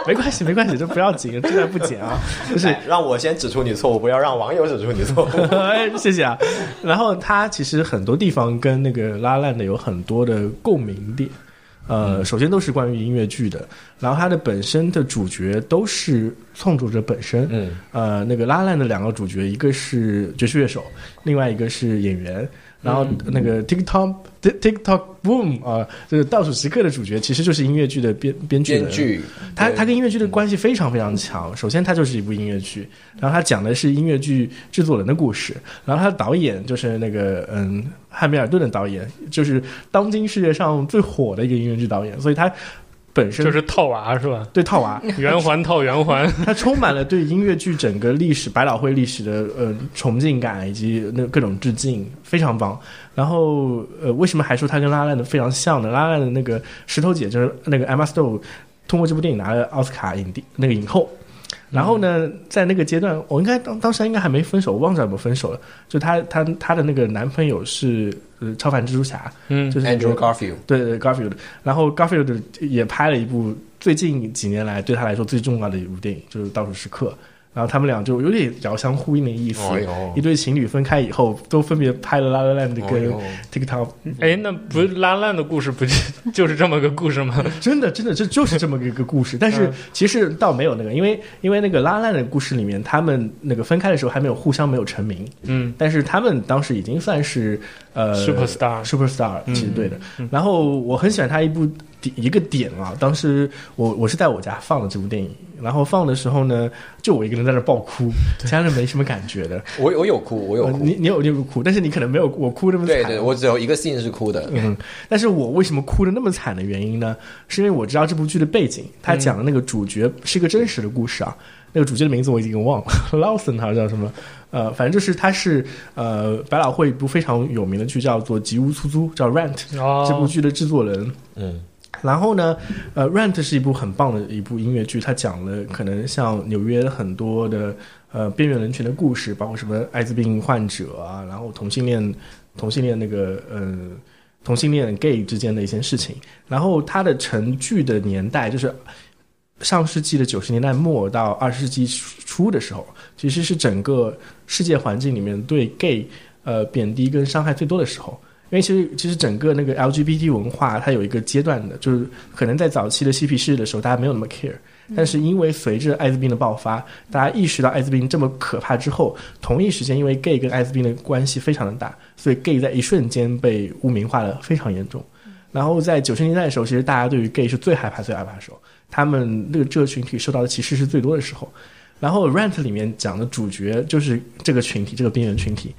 没关系没关系，这不要紧，这段不剪啊， 就是来哎让我先指出你错误，不要让网友指出你 错误。哎，谢谢啊。然后它其实很多地方跟那个拉烂的有很多的共鸣点，呃，首先都是关于音乐剧的，然后它的本身的主角都是创作者本身，嗯，呃，那个拉烂的两个主角，一个是爵士乐手，另外一个是演员。然嗯后那个 TikTok TikTok Boom 啊、这个倒数时刻的主角其实就是音乐剧的编编剧人编剧，它它跟对音乐剧的关系非常非常强。首先，它就是一部音乐剧，然后它讲的是音乐剧制作人的故事，然后它的导演就是那个嗯汉密尔顿的导演，就是当今世界上最火的一个音乐剧导演，所以他本身就是套娃 是吧？对套娃，圆环套圆环，它充满了对音乐剧整个历史、百老汇历史的呃崇敬感，以及那各种致敬，非常棒。然后呃，为什么还说它跟拉拉的非常像呢？拉拉的那个石头姐就是那个 Emma Stone，通过这部电影拿了奥斯卡影帝那个影后。然后呢，在那个阶段，我应该当当时应该还没分手，我忘记有没有分手了。就她她她的那个男朋友是呃超凡蜘蛛侠，嗯就是那个 Andrew Garfield，对对对 Garfield，然后 Garfield 也拍了一部最近几年来对他来说最重要的一部电影，就是《倒数时刻》。然后他们俩就有点遥相呼应的意思，哎呦一对情侣分开以后，都分别拍了《La La Land》哎跟《呦 TikTok》哎，那不是拉烂的故事，不就 就是这么个故事吗？真的，真的，这就是这么一个故事。但是其实倒没有那个，因为因为那个《La La Land》的故事里面，他们那个分开的时候还没有互相没有成名，嗯但是他们当时已经算是呃 Superstar superstar 其实对的。然后我很喜欢他一部点一个点啊，当时我我是在我家放的这部电影，然后放的时候呢，就我一个人在那爆哭，其他人没什么感觉的。我我有哭， 我有呃哭。你你有你有哭，但是你可能没有我哭那么惨。对对，我只有一个 scene 是哭的。嗯，但是我为什么哭的那么惨的原因呢？是因为我知道这部剧的背景，它讲的那个主角是一个真实的故事啊。那个主角的名字我已经忘了 ，Lawson 还是叫什么？呃，反正就是他是呃百老汇一部非常有名的剧，叫做《吉屋出租》，叫 Rent，、哦，这部剧的制作人。嗯，然后呢，呃，《Rent》是一部很棒的一部音乐剧，它讲了可能像纽约很多的呃边缘人群的故事，包括什么艾滋病患者啊，然后同性恋、同性恋那个呃同性恋 gay 之间的一些事情。然后它的成剧的年代就是上世纪的九十年代末到二十世纪初的时候，其实是整个世界环境里面对 gay 呃贬低跟伤害最多的时候。因为其实其实整个那个 LGBT 文化，它有一个阶段的，就是可能在早期的嬉皮士的时候，大家没有那么 care，但是因为随着艾滋病的爆发，大家意识到艾滋病这么可怕之后，同一时间因为 gay 跟艾滋病的关系非常的大，所以 gay 在一瞬间被污名化的非常严重。然后在九十年代的时候，其实大家对于 gay 是最害怕、最害怕的时候，他们那个这个群体受到的歧视是最多的时候。然后 Rent 里面讲的主角就是这个群体，这个边缘群体。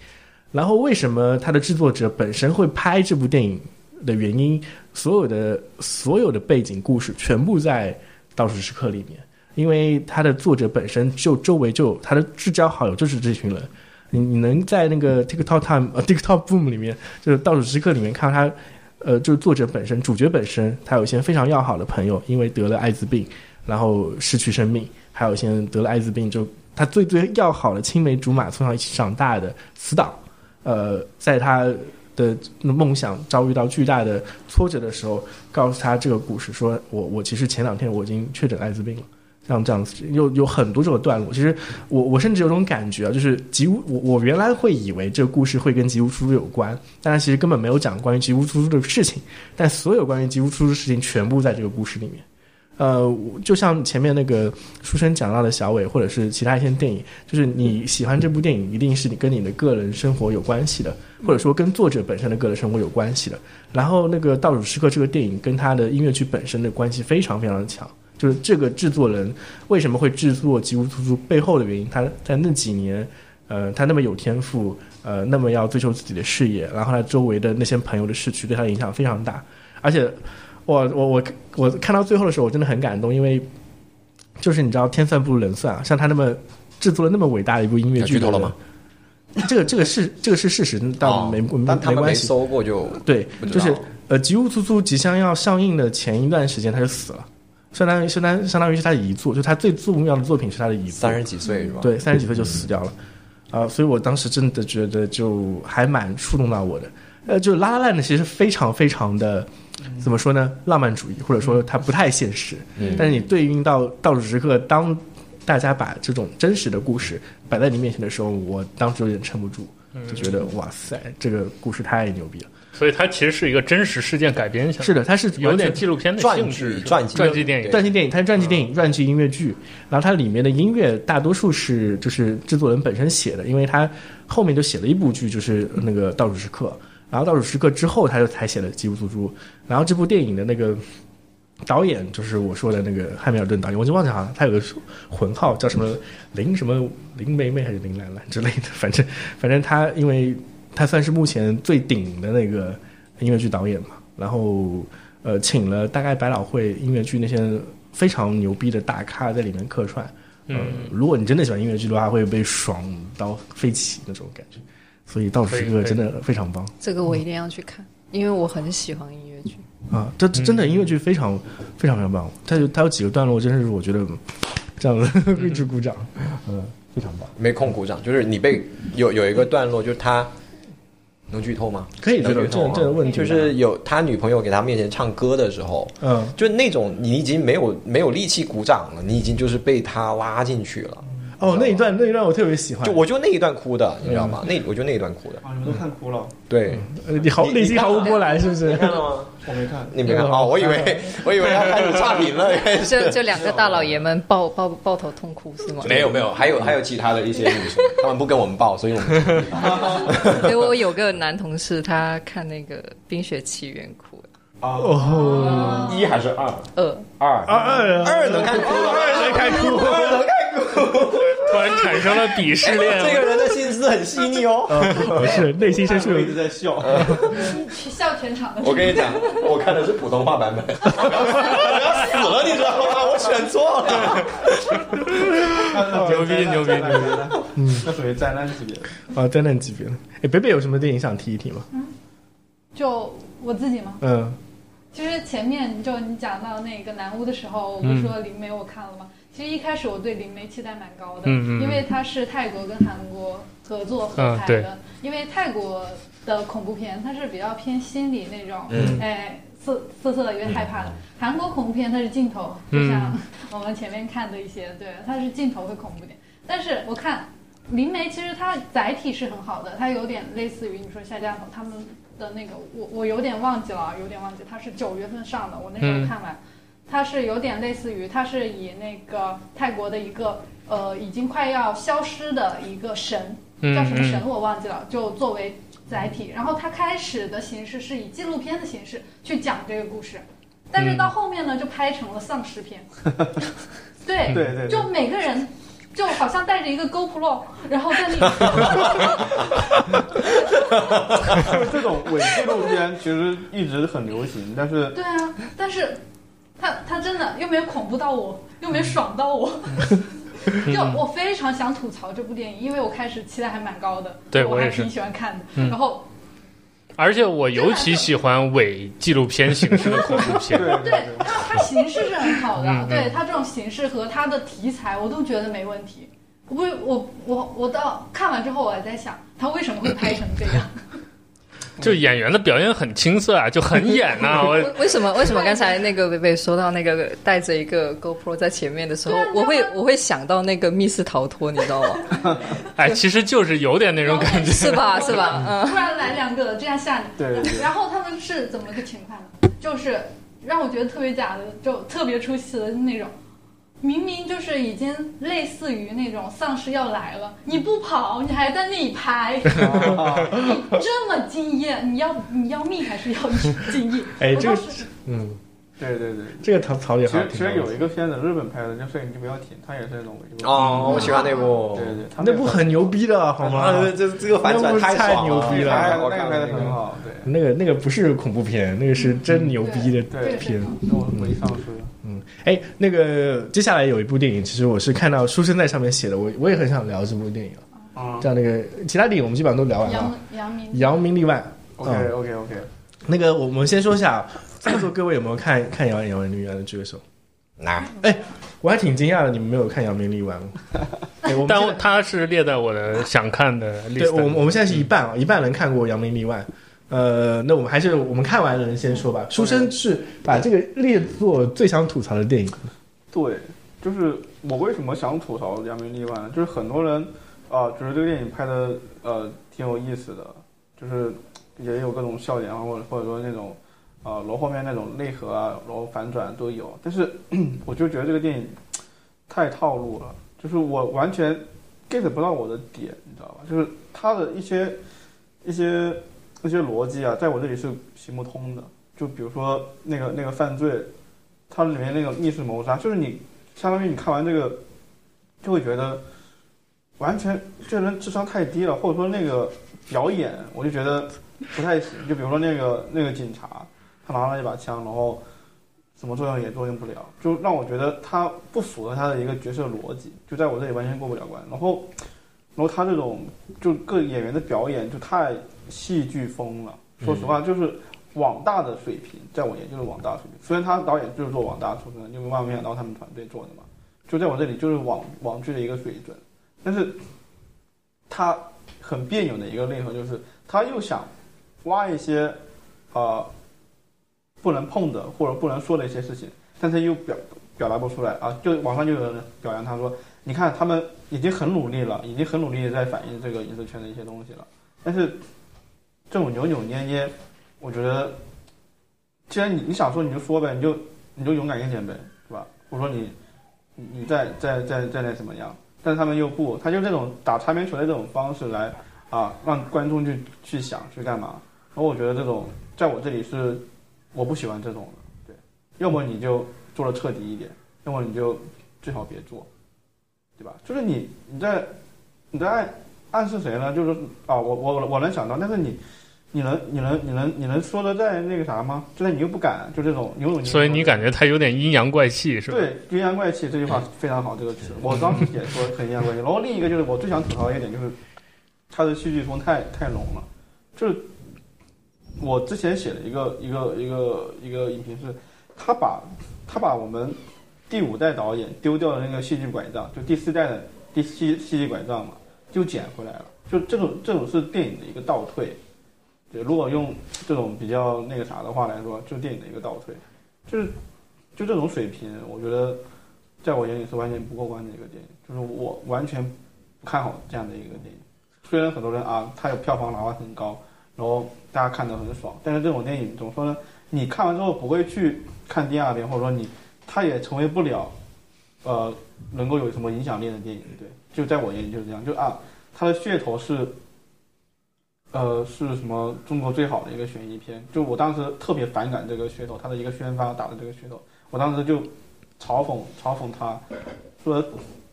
然后为什么它的制作者本身会拍这部电影的原因，所有的所有的背景故事全部在《倒数时刻》里面，因为它的作者本身就周围就有他的至交好友就是这群人。你你能在那个 TikTok Time 呃 TikTok Boom 里面，就是《倒数时刻》里面看到他，呃，就是作者本身、主角本身，他有一些非常要好的朋友，因为得了艾滋病，然后失去生命。还有一些人得了艾滋病，就他最最要好的青梅竹马，从小一起长大的死党，呃，在他的梦想遭遇到巨大的挫折的时候，告诉他这个故事，说我我其实前两天我已经确诊艾滋病了，像这样子，有有很多这种段落。其实我我甚至有种感觉啊，就是吉屋，我我原来会以为这个故事会跟吉屋出租有关，但是其实根本没有讲关于吉屋出租的事情，但所有关于吉屋出租的事情全部在这个故事里面。呃，我就像前面那个书生讲到的小伟，或者是其他一些电影，就是你喜欢这部电影，一定是你跟你的个人生活有关系的，或者说跟作者本身的个人生活有关系的。然后那个《倒数时刻》这个电影跟他的音乐剧本身的关系非常非常的强，就是这个制作人为什么会制作《吉屋出租》背后的原因，他在那几年，呃，他那么有天赋，呃，那么要追求自己的事业，然后他周围的那些朋友的逝去对他的影响非常大，而且。我我我我看到最后的时候，我真的很感动，因为就是你知道天算不如人算啊，像他那么制作了那么伟大的一部音乐要剧剧的透了人，吗？这个这个是这个是事实，但哦没、嗯没但他们关没系。搜过就对不，知就是道呃，《吉屋出租》即将要上映的前一段时间他就死了，相当于相当相当于是他的遗作，就他最重要的作品是他的遗作三。十几岁是吧？对，三十几岁就死掉了，啊、所以我当时真的觉得就还蛮触动到我的。呃，就拉拉烂的其实非常非常的，怎么说呢，浪漫主义，或者说它不太现实。嗯但是你对应到倒数时刻，当大家把这种真实的故事摆在你面前的时候，我当时有点撑不住，就觉得哇塞，这个故事太牛逼了。所以它其实是一个真实事件改编下来，是的，它是有完全点纪录片的性传质记，是吧传记传记电影。传记电影，它是传记电影、传记音乐剧，然后它里面的音乐大多数是就是制作人本身写的，因为他后面就写了一部剧，就是那个《倒数时刻》，然后《倒数时刻》之后他就才写了《吉屋出租》，然后这部电影的那个导演就是我说的那个汉密尔顿导演，我就忘记好像他有个混号叫什么林什么林梅梅还是林兰兰之类的，反正反正他因为他算是目前最顶的那个音乐剧导演嘛，然后呃请了大概百老汇音乐剧那些非常牛逼的大咖在里面客串，呃嗯，如果你真的喜欢音乐剧的话，会被爽到飞起那种感觉，所以倒数这可以个可以真的非常棒。这个我一定要去看，因为我很喜欢音乐 剧。啊，这这真的音乐剧非常、非常非常棒，它有它有几个段落，真是我觉得这样子一直鼓掌，嗯、非常棒。没空鼓掌，就是你被有有一个段落，就是他能剧透吗？可以能这个剧透吗这个问题啊就是有他女朋友给他面前唱歌的时候，嗯，就那种你已经没有没有力气鼓掌了，你已经就是被他拉进去了。哦，那一段那一段我特别喜欢，就我就那一段哭的，你知道吗？那我就那一段哭的。嗯啊，你们都看哭了，对，呃你毫你内心毫无波澜，是不是？看了吗？我没看。你没看哦，我以为我以为要开始差评了， 原来是就就两个大老爷们抱抱抱头痛哭是吗？ 没有没有，还有还有其他的一些女生，她们不跟我们报，所以我们对，我有个男同事，他看那个《冰雪奇缘》哭了。啊，哦，一还是二呃，二二二啊二能看哭了，二人开哭，二能看哭。突然产生了鄙视链。哎这个人的心思很细腻 哦。不是内心深处我有一直在笑。笑全场的我跟你讲，我看的是普通话版本， 我要死了，你知道吗？我选错了。牛逼牛逼牛嗯，那属于灾难级别的。啊灾难级别的。哎，北北有什么电影想提一提吗？就我自己吗？嗯，其实前面就你讲到那个南屋的时候，我嗯不是说灵媒我看了吗？其实一开始我对灵媒期待蛮高的，嗯嗯嗯因为它是泰国跟韩国合作合拍的，嗯因为泰国的恐怖片它是比较偏心理那种，嗯哎。色色色的，有点害怕的。韩国恐怖片它是镜 头，就像我们前面看的一些，对，它是镜头会恐怖点。但是我看灵媒其实它载体是很好的，它有点类似于你说夏家口他们的那个，我我有点忘记了，啊有点忘记，它是九月份上的，我那时候嗯看完，它是有点类似于，它是以那个泰国的一个呃已经快要消失的一个神，嗯叫什么神我忘记了，就作为载体，然后它开始的形式是以纪录片的形式去讲这个故事，但嗯是到后面呢就拍成了丧尸 片，对对对对就每个人。就好像带着一个 GoPro，然后在 那里，就是这种伪纪录片其实一直很流行，但是对啊，但是他他真的又没有恐怖到我，又没有爽到我，嗯 就我非常想吐槽这部电影，因为我开始期待还蛮高的，对我我还也是挺喜欢看的，嗯然后而且我尤其喜欢伪纪录片形式的恐怖片。对对对对，它它形式是很好的嗯，嗯对它这种形式和它的题材，我都觉得没问题。我不，我我我到看完之后，我还在想，他为什么会拍成这样？就演员的表演很青涩啊，就很演呐、呃我为为什么为什么刚才那个北北说到那个带着一个 GoPro 在前面的时候对啊，我会你知道吗我会想到那个密室逃脱，你知道 吗？哎，其实就是有点那种感觉。是吧？是吧？嗯。 突然来两个这样吓你。对对对然后他们是怎么个情况呢？就是让我觉得特别假的，就特别出戏的那种。明明就是已经类似于那种丧尸要来了，你不跑，你还在那里拍，哦你这么敬业，你要你要命还是要 敬业？哎我这个当时嗯，对对对。这个槽槽点其好实像其挺高实的有一个片子，日本拍的叫《摄影机不要停》，它也是那种伪纪录片。哦，我喜欢那部对，对对，它那部很牛逼的好啊，吗？这这个反转太哦那爽部太牛逼那了太好个拍的那看个了拍的很。好，对。那个那个不是恐怖片，那个是真牛逼的嗯对片。那我我一上书，嗯，哎，那个接下来有一部电影，其实我是看到书生在上面写的，我我也很想聊这部电影了。啊这样那个其他电影我们基本上都聊完杨了，啊杨明《扬名立万》。嗯，OK OK OK，那个我们先说一下，在座各位有没有看看《扬扬名立万》的这个手？那我还挺惊讶的，你们没有看《扬名立 万》吗？哎我们现在但他是列在我的想看的 list 里。嗯对，我们我们现在是一半啊，一半人看过《扬名立万》。呃，那我们还是我们看完的人先说吧。书生是把这个列作最想吐槽的电影。对，就是我为什么想吐槽《扬名立万》呢？就是很多人啊、觉得这个电影拍的呃挺有意思的，就是也有各种笑点啊，或者或者说那种啊、然后后面那种内核啊，然后反转都有。但是我就觉得这个电影太套路了，就是我完全 get 不到我的点，你知道吧？就是它的一些一些一些逻辑啊，在我这里是行不通的。就比如说那个那个犯罪，它里面那个密室谋杀，就是你相当于你看完这个，就会觉得完全这人智商太低了，或者说那个表演，我就觉得不太行。就比如说那个那个警察，他拿了一把枪，然后什么作用也作用不了，就让我觉得他不符合他的一个角色逻辑，就在我这里完全过不了关。然后，然后他这种就各演员的表演就太戏剧风了，说实话就是。网大的水平，在我眼中就是网大水平。虽然他导演就是做网大出身的，因为万万没想到他们团队做的嘛，就在我这里就是网网剧的一个水准。但是，他很别扭的一个内核就是，他又想挖一些啊、呃不能碰的或者不能说的一些事情，但是又表表达不出来啊。就网上就有人表扬他说，你看他们已经很努力了，已经很努力地在反映这个影视圈的一些东西了，但是这种扭扭捏捏。我觉得，既然你你想说你就说呗，你就你就勇敢一点呗，是吧？我说你你你再再再再那什么样，但是他们又不，他就这种打擦边球的这种方式来啊，让观众去去想去干嘛。然后我觉得这种在我这里是我不喜欢这种的，对，要么你就做的彻底一点，要么你就最好别做，对吧？就是你你在你在暗暗示谁呢？就是啊，我我我能想到，但是你你能你能你能你能说的再那个啥吗？就是你又不敢，就这种扭扭捏捏。所以你感觉他有点阴阳怪气是吧？对“阴阳怪气”这句话非常好，这个词我当时也说很阴阳怪气。然后另一个就是我最想吐槽的一点就是，他的戏剧风太太浓了。就是我之前写的一个一个一个一个影评是，他把他把我们第五代导演丢掉的那个戏剧拐杖，就第四代的第戏戏剧拐杖嘛，就捡回来了。就这种这种是电影的一个倒退。对，如果用这种比较那个啥的话来说，就是电影的一个倒退，就是就这种水平，我觉得在我眼里是完全不过关的一个电影，就是我完全看好这样的一个电影。虽然很多人啊，它有票房拿到很高，然后大家看得很爽，但是这种电影怎么说呢？你看完之后不会去看第二遍，或者说你它也成为不了呃能够有什么影响力的电影。对，就在我眼里就是这样，就啊，它的噱头是。呃，是什么中国最好的一个悬疑片？就我当时特别反感这个噱头，它的一个宣发打的这个噱头，我当时就嘲讽嘲讽他，说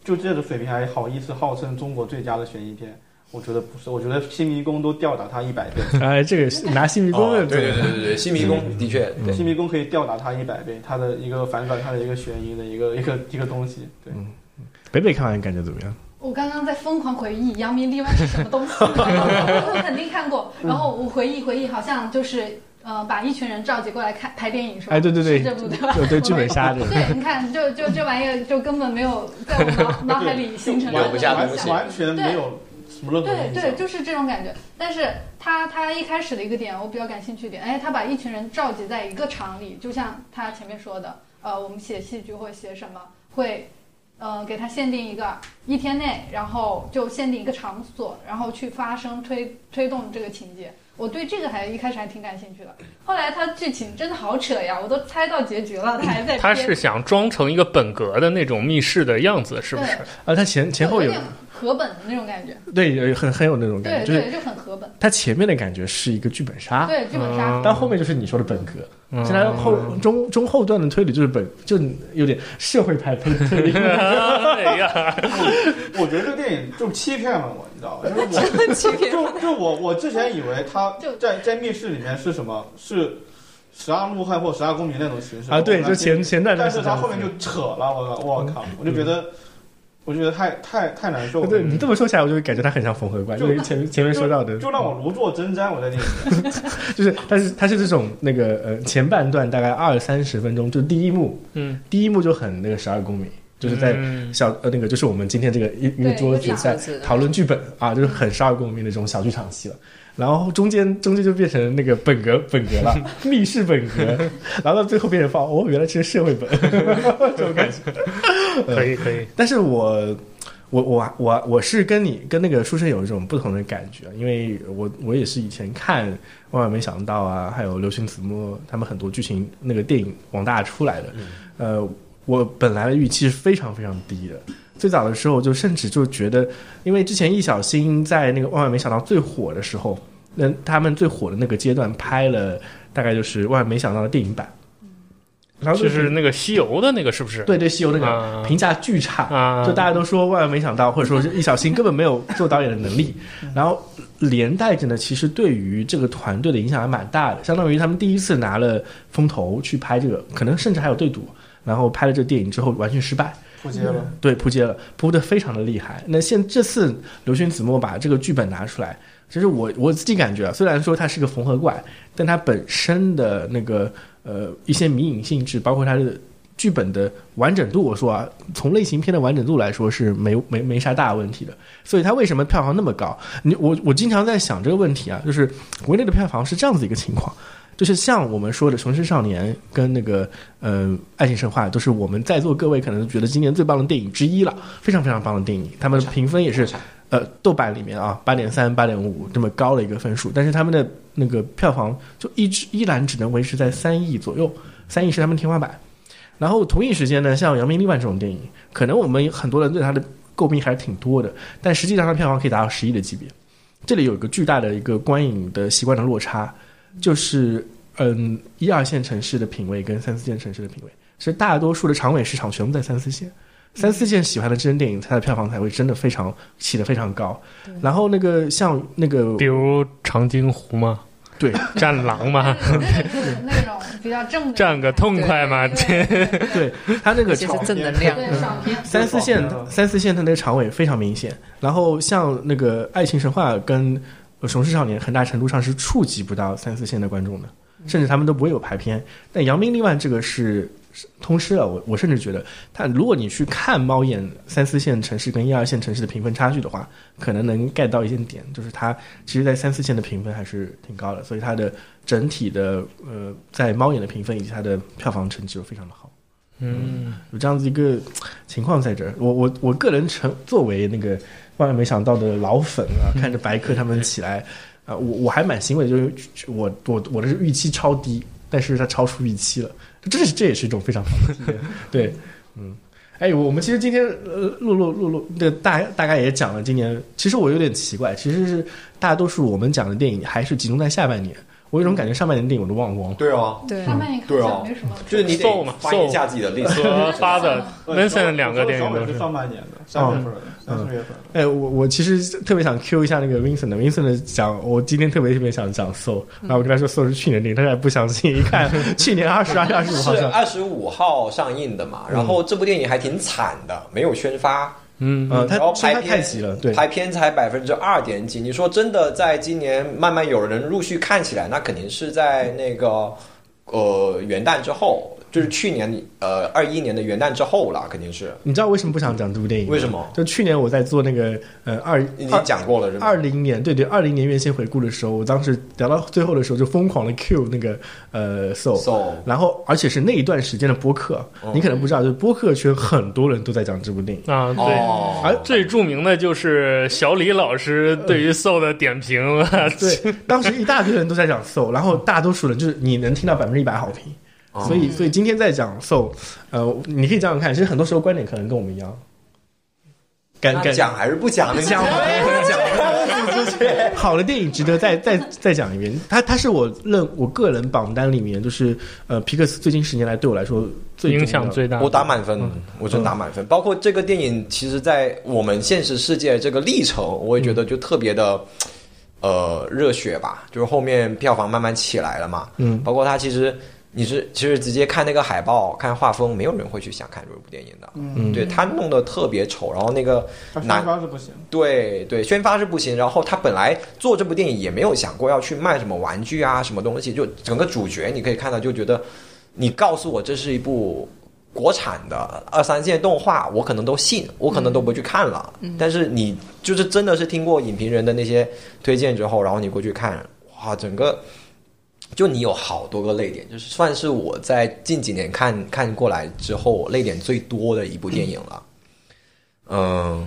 就这个水平还好意思号称中国最佳的悬疑片？我觉得不是，我觉得《新迷宫》都吊打他一百 倍， 哎，这个是拿新迷宫哦的、对对对对对，新迷宫的确《对。新迷宫》可以吊打他一百倍，它的一个反转，它的一个悬疑的一个一个一个东西，对。北北看完感觉怎么样？我刚刚在疯狂回忆《扬名立万》是什么 东西，我肯定看过。然后我回忆回忆，好像就是呃，把一群人召集过来看拍电影是吧？哎，对对对，是这部对吧？ 对对剧本杀这 个。对，你看，就就这玩意儿就根本没有在我脑 脑海里形成留不下任东何印西象完全没有什么任何对影响。对，就是这种感觉。但是他他一开始的一个点，我比较感兴趣一点，哎，他把一群人召集在一个场里，就像他前面说的，呃，我们写戏剧会写什么，会呃给他限定一个一天内，然后就限定一个场所，然后去发生推推动这个情节。我对这个还一开始还挺感兴趣的，后来他剧情真的好扯呀，我都猜到结局了，他还在 他编是想装成一个本格的那种密室的样子，是不是？啊，他前前后有有点合本的那种感觉，对有很很有那种感觉，对就是对，就很合本，他前面的感觉是一个剧本杀，对，剧本杀嗯但后面就是你说的本格。嗯现在后中中后段的推理就是本就有点社会派推推理，哎呀，我觉得这个电影就欺骗了我，你知道 吧？就是我欺骗 就就我我之前以为他就在在密室里面是什么是十二怒汉或十二公民那种形式啊，对，就前，前段段但是这他样子后面就扯了，我我靠，我就觉得我就觉得太太太难受了。对你这么说起来，我就感觉他很像缝合怪，就因为前前面说到的，就让我如坐针毡，我在电影院。就是，但是他是这种那个呃前半段大概二三十分钟，就第一幕，嗯，第一幕就很那个十二公民，就是在嗯小呃那个就是我们今天这个一一个对桌一子个在饺子讨论剧本啊，就是很十二公民的这种小剧场戏了。然后中间中间就变成那个本格本格 了，密室本格，然后到最后变成放哦，原来这是社会本这种感觉。可以可以，但是我我我我我是跟你跟那个书生有一种不同的感觉，因为我我也是以前看《万万没想到》啊，还有《流星子墨》他们很多剧情那个电影往大出来的，嗯呃，我本来的预期是非常非常低的。最早的时候就甚至就觉得，因为之前易小星在那个《万万没想到》最火的时候，那他们最火的那个阶段拍了大概就是《万万没想到》的电影版，然后就是那个西游的那个是不是？对对西游那个、啊评价巨差，啊，就大家都说万万没想到，或者说是易小星根本没有做导演的能力， 然后连带着呢，其实对于这个团队的影响还蛮大的，相当于他们第一次拿了风投去拍这个，可能甚至还有对赌，然后拍了这个电影之后完全失败，扑街了， 对扑街了，扑得非常的厉害。那现这次刘勋子墨把这个剧本拿出来，其实我我自己感觉啊，虽然说它是个缝合怪，但它本身的那个呃一些迷影性质，包括它的剧本的完整度，我说啊，从类型片的完整度来说是没没没啥大问题的。所以它为什么票房那么高？你我我经常在想这个问题啊，就是国内的票房是这样子一个情况。就是像我们说的《雄狮少年》跟那个呃《爱情神话》，都是我们在座各位可能觉得今年最棒的电影之一了，非常非常棒的电影。他们的评分也是呃豆瓣里面啊八点三、八点五这么高的一个分数，但是他们的那个票房就一直依然只能维持在三亿左右，三亿是他们天花板。然后同一时间呢，像《扬名立万》这种电影，可能我们很多人对它的诟病还是挺多的，但实际上它的票房可以达到十亿的级别。这里有一个巨大的一个观影的习惯的落差，就是嗯，一二线城市的品味跟三四线城市的品味，其实大多数的长尾市场全部在三四线。三四线喜欢的真人电影，它的票房才会真的非常起得非常高。然后那个像那个比如长津湖吗？对，战狼吗？那种比较正的，战个痛快嘛对对对对它那个这些是正能量。对爽片，三四线就爽片，了三四线它那个长尾非常明显。然后像那个《爱情神话》跟呃《雄狮少年》，很大程度上是触及不到三四线的观众的，甚至他们都不会有排片。但《扬名立万》这个是是通吃了，我我甚至觉得，它如果你去看猫眼三四线城市跟一二线城市的评分差距的话，可能能 get 到一些点，就是它其实在三四线的评分还是挺高的，所以它的整体的呃在猫眼的评分以及它的票房成绩都非常的好。嗯，有这样子一个情况在这儿。我我我个人成作为那个《万万万没想到的老粉啊，看着白客他们起来，啊、我我还蛮欣慰的，就是我我我的预期超低，但是它超出预期了，这是这也是一种非常好的体验，对，嗯。哎，我们其实今天呃，录录录录，这个大大概也讲了今年。其实我有点奇怪，其实是大多数我们讲的电影还是集中在下半年。我有种感觉，上半年的电影我都忘光了。对啊，对，上半年好对啊像没什么，就是你瘦得嘛翻译一下自己的历史。和八的呃 Vincent 两个小电影小都伟是是。上半年的，三月份的，嗯三四月份的。哎，我我其实特别想 Q 一下那个 Vincent 的，Vincent 的讲，我今天特别特别想讲 Soul，然后我跟他说 Soul 是去年的电影，他还不相信，一看去年二十二月二十五号是上，二十五号上映的嘛，然后这部电影还挺惨的，没有宣发，嗯，嗯，他然后他排片太急了，对，排片才百分之二点几。你说真的，在今年慢慢有人陆续看起来，那肯定是在那个呃元旦之后，就是去年呃二一年的元旦之后了，肯定是你知道为什么不想讲这部电影吗？为什么就去年我在做那个呃二二已经讲过了，是二吗？零年，对对，二零年院线回顾的时候，我当时聊到最后的时候，就疯狂的 Q 那个呃 Soul， So 然后而且是那一段时间的播客，嗯你可能不知道，就是播客圈很多人都在讲这部电影。啊，对。哦，而最著名的就是小李老师对于 Soul 的点评了， 对，当时一大堆人都在讲 Soul，然后大多数人就是你能听到百分之一百好评，哦所以所以今天在讲 Soul，呃，你可以想想看，其实很多时候观点可能跟我们一样，感那感哦讲还是不讲呢？讲好的电影值得再 再再讲一遍。它它是我认我个人榜单里面，就是呃皮克斯最近十年来对我来说最影重响要的嗯最大。我打满分，我真打满分。包括这个电影，其实，在我们现实世界这个历程，我也觉嗯得就特别的，呃，热血吧。就是后面票房慢慢起来了嘛，嗯包括它其实你是其实直接看那个海报、看画风，没有人会去想看这部电影的。嗯对他弄得特别丑，然后那个他哪宣发是不行，对对，宣发是不行。然后他本来做这部电影也没有想过要去卖什么玩具啊，什么东西。就整个主角，你可以看到，就觉得你告诉我这是一部国产的二三线动画，我可能都信，我可能都不去看了。但是你就是真的是听过影评人的那些推荐之后，然后你过去看，哇，整个就你有好多个泪点，就是算是我在近几年看看过来之后泪点最多的一部电影了。嗯，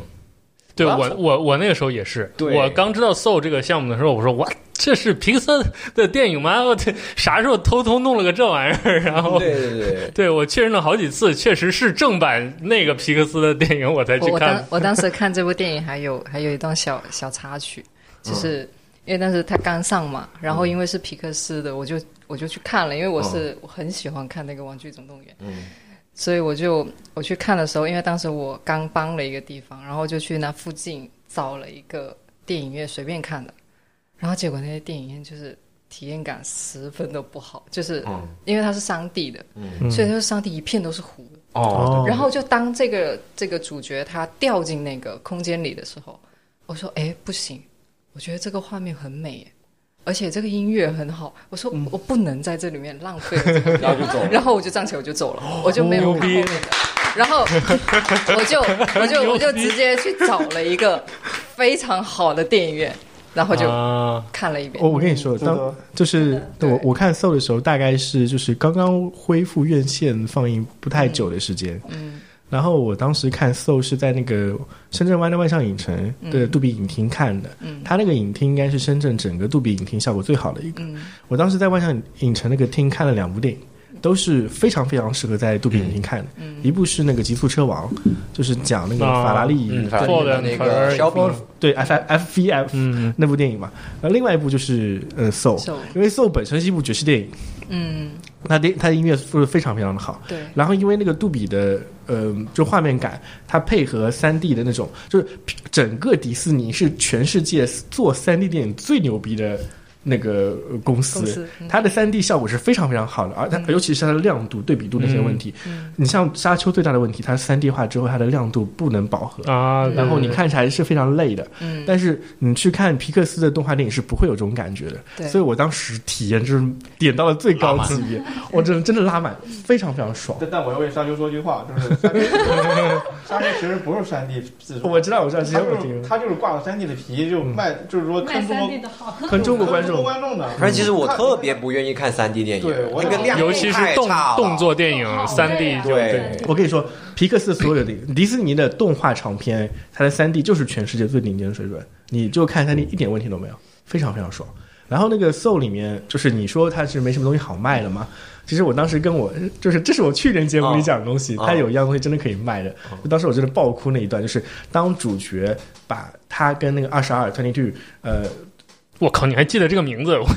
对我要我从我我那个时候也是，对我刚知道 Soul 这个项目的时候，我说哇，这是皮克斯的电影吗？我这啥时候偷偷弄了个这玩意儿？然后对对对。对我确认了好几次，确实是正版那个皮克斯的电影，我才我去我当看。我当时看这 部电影还有还有一段小小插曲，嗯就是、因为当时它刚上嘛，然后因为是皮克斯的，我就我就去看了，因为哦我是、我很喜欢看那个《玩具总动员》，嗯所以我就我去看的时候，因为当时我刚搬了一个地方，然后就去那附近找了一个电影院随便看的，然后结果那些电影院就是体验感十分的不好，就是哦嗯因为它是山地的，嗯所以就是山地一片都是湖。哦，哦然后就当这个这个主角他掉进那个空间里的时候，我说：“哎，不行，我觉得这个画面很美耶，而且这个音乐很好。”我说：“嗯我不能在这里面浪费了 这个。然后就走然后我就站起来，我就走哦了，我就没有牛看后逼面的。然后我就 我就我就直接去找了一个非常好的电影院，然后就啊，看了一遍哦我。我跟你说，真的当就是对我我看 Soul 的时候，大概是就是刚刚恢复院线放映不太久的时间。嗯然后我当时看 Soul 是在那个深圳湾的万象影城的杜比影厅看的，嗯它那个影厅应该是深圳整个杜比影厅效果最好的一个。嗯我当时在万象影城那个厅看了两部电影，都是非常非常适合在杜比影厅看的。嗯一部是那个《极速车王》，就是讲那个啊法拉利嗯，的反做正的那反个而肖比，对 F F V F 嗯，那部电影嘛。然后另外一部就是呃 Soul， Soul 因为 Soul 本身是一部爵士电影，嗯，它的它的音乐做的非常非常的好。对，然后因为那个杜比的，呃，就画面感，它配合三 D 的那种，就是整个迪士尼是全世界做三 D 电影最牛逼的那个呃公司，公司嗯它的三 D 效果是非常非常好的，而它、尤其是它的亮度、对比度那些问题，嗯你像《沙丘》最大的问题，它三 D 化之后，它的亮度不能饱和。啊，然后你对看起来是非常累的，嗯，但是你去看皮克斯的动画电影是不会有这种感觉的，对所以我当时体验就是点到了最高拉满级别，我真的真的拉满，非常非常爽。但但我要为沙丘说句话，就是沙丘沙丘其实不是山地自助，我知道，我知道，其实他我就听是他就是挂了山地的皮，就卖，就是说卖坑中三 D 国的好，跟中国观众众观众的。反正其实我看特别不愿意看三 D 电影，对我那个量尤其是太动差了动作电影三 D 就对我跟你说，皮克斯所有的迪士尼的动画长片，它的三 D 就是全世界最顶尖的水准，你就看三 D 一点问题都没有，非常非常爽。然后那个 Soul 里面，就是你说它是没什么东西好卖的嘛？其实我当时跟我就是，这是我去年节目里讲的东西，哦它有一样东西真的可以卖的。就当时我真的爆哭那一段，就是当主角把他跟那个二十二 twenty two，呃，我靠，你还记得这个名字？我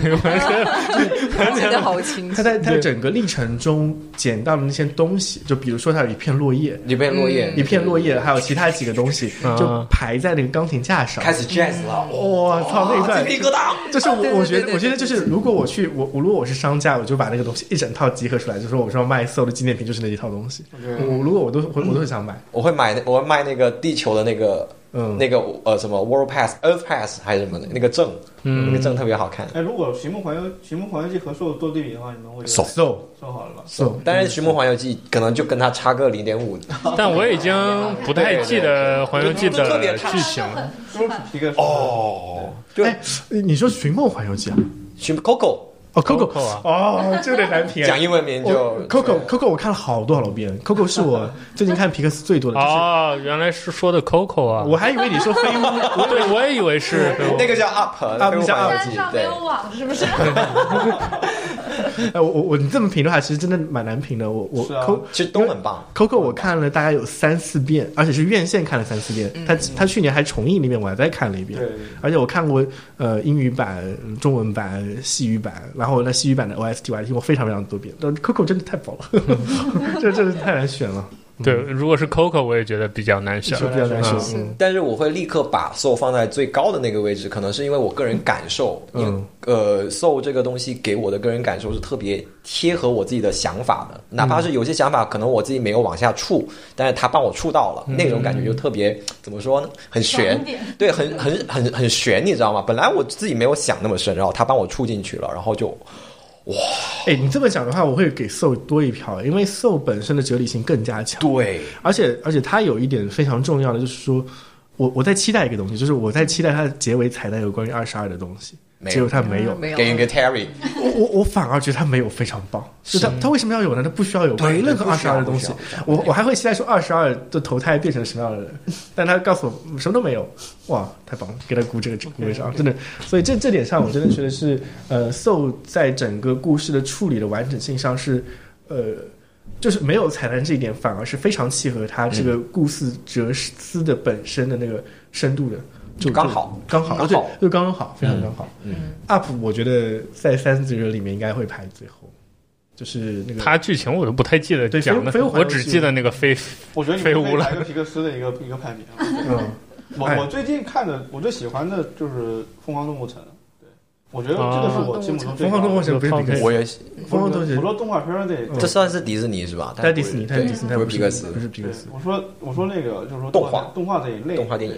记得好清他楚。在他在对整个历程中捡到的那些东西，就比如说他有一片落叶，一片落叶，一片落叶，还有其他几个东西，啊就排在那个钢琴架上。开始 jazz 了，我操，那一鸡段皮疙瘩。就是对对我，我觉对得，对我觉得就是，如果我去，我我如果我是商家，我就把那个东西一整套集合出来，就说我说卖 s o 的纪念品就是那一套东西。我如果我都我我都很想买，我会买，我会卖那个地球的那个嗯，那个呃什么 World Pass、Earth Pass 还是什么的那个证，那个嗯，证特别好看。哎，如果《寻梦环游》《寻梦环游记》和《兽》做对比的话，你们会觉得 Soul so 兽好了吧？ so，但是《寻梦环游记》可能就跟它差个零点五。但我已经不太记得《环游记》就特别的差剧情了。都是皮克斯，哦，就哎，你说《寻梦环游记》啊？寻 Coco 哦，Coco， Coco 啊哦，这有点难评。讲英文名就我哦 Coco Coco 我看了好多好多遍，Coco 是我最近看皮克斯最多的，就是哦，原来是说的 Coco 啊！我还以为你说飞屋， 对，我也以为是那个叫 Up，那个环游山记上没对。有网是不是？哎，我我我你这么评的话，其实真的蛮难评的。我我是啊 Co 其实都很棒， Coco 我看了大概有三四遍，而且是院线看了三四遍。他他去年还重映了一遍，我还再看了一遍。对，而且我看过呃英语版、中文版、西语版，然后那西语版的 OST 我还听过非常非常多遍。但 Coco 真的太薄了， 这真的太难选了，对，如果是 Coco，我也觉得比较难选嗯就。比较难选。是嗯但是我会立刻把 Soul 放在最高的那个位置，可能是因为我个人感受，嗯因为呃，Soul 这个东西给我的个人感受是特别贴合我自己的想法嗯的，哪怕是有些想法可能我自己没有往下触，但是他帮我触到了，嗯那种感觉就特别怎么说呢？很玄爽点，对，很很很很玄，你知道吗？本来我自己没有想那么深，然后他帮我触进去了，然后就哎，你这么讲的话，我会给 Soul 多一票，因为 Soul 本身的哲理性更加强。对，而且而且它有一点非常重要的，就是说我我在期待一个东西，就是我在期待它的结尾彩蛋有关于二十二的东西，没有结果它没有。没有给一个 Terry，我我我反而觉得它没有非常棒，就它它为什么要有呢？它不需要有关于啊对任何不二需十要二的东西不需要。我我还会期待说二十二的投胎变成什么样的 人，但他告诉我嗯什么都没有，哇，太棒了，给他鼓这个鼓个掌，真的。所以这这点上，我真的觉得是呃，So 在整个故事的处理的完整性上是呃。就是没有彩蛋这一点，反而是非常契合他这个故事哲思的本身的那个深度的，就刚好就刚好，刚好对，就刚刚好，非常刚好。嗯 UP 我觉得在三十人里面应该会排最后，就是那个它剧情我都不太记得对讲的飞飞什么，舞环我游只戏记得那个飞我觉得你飞们屋可以了来一个皮克斯的一个一个排名啊。 嗯，我哎我最近看的，我最喜欢的就是《疯狂动物城》。对，我觉得这个是我心目啊中最疯狂动物城不是对皮克斯，我也疯狂动物我城说动画片儿得嗯这算是迪士尼是吧？在迪士尼，它是迪士尼，它不不是皮克斯不是皮克斯。我说我说那个就是说动画动画这一类动画电影，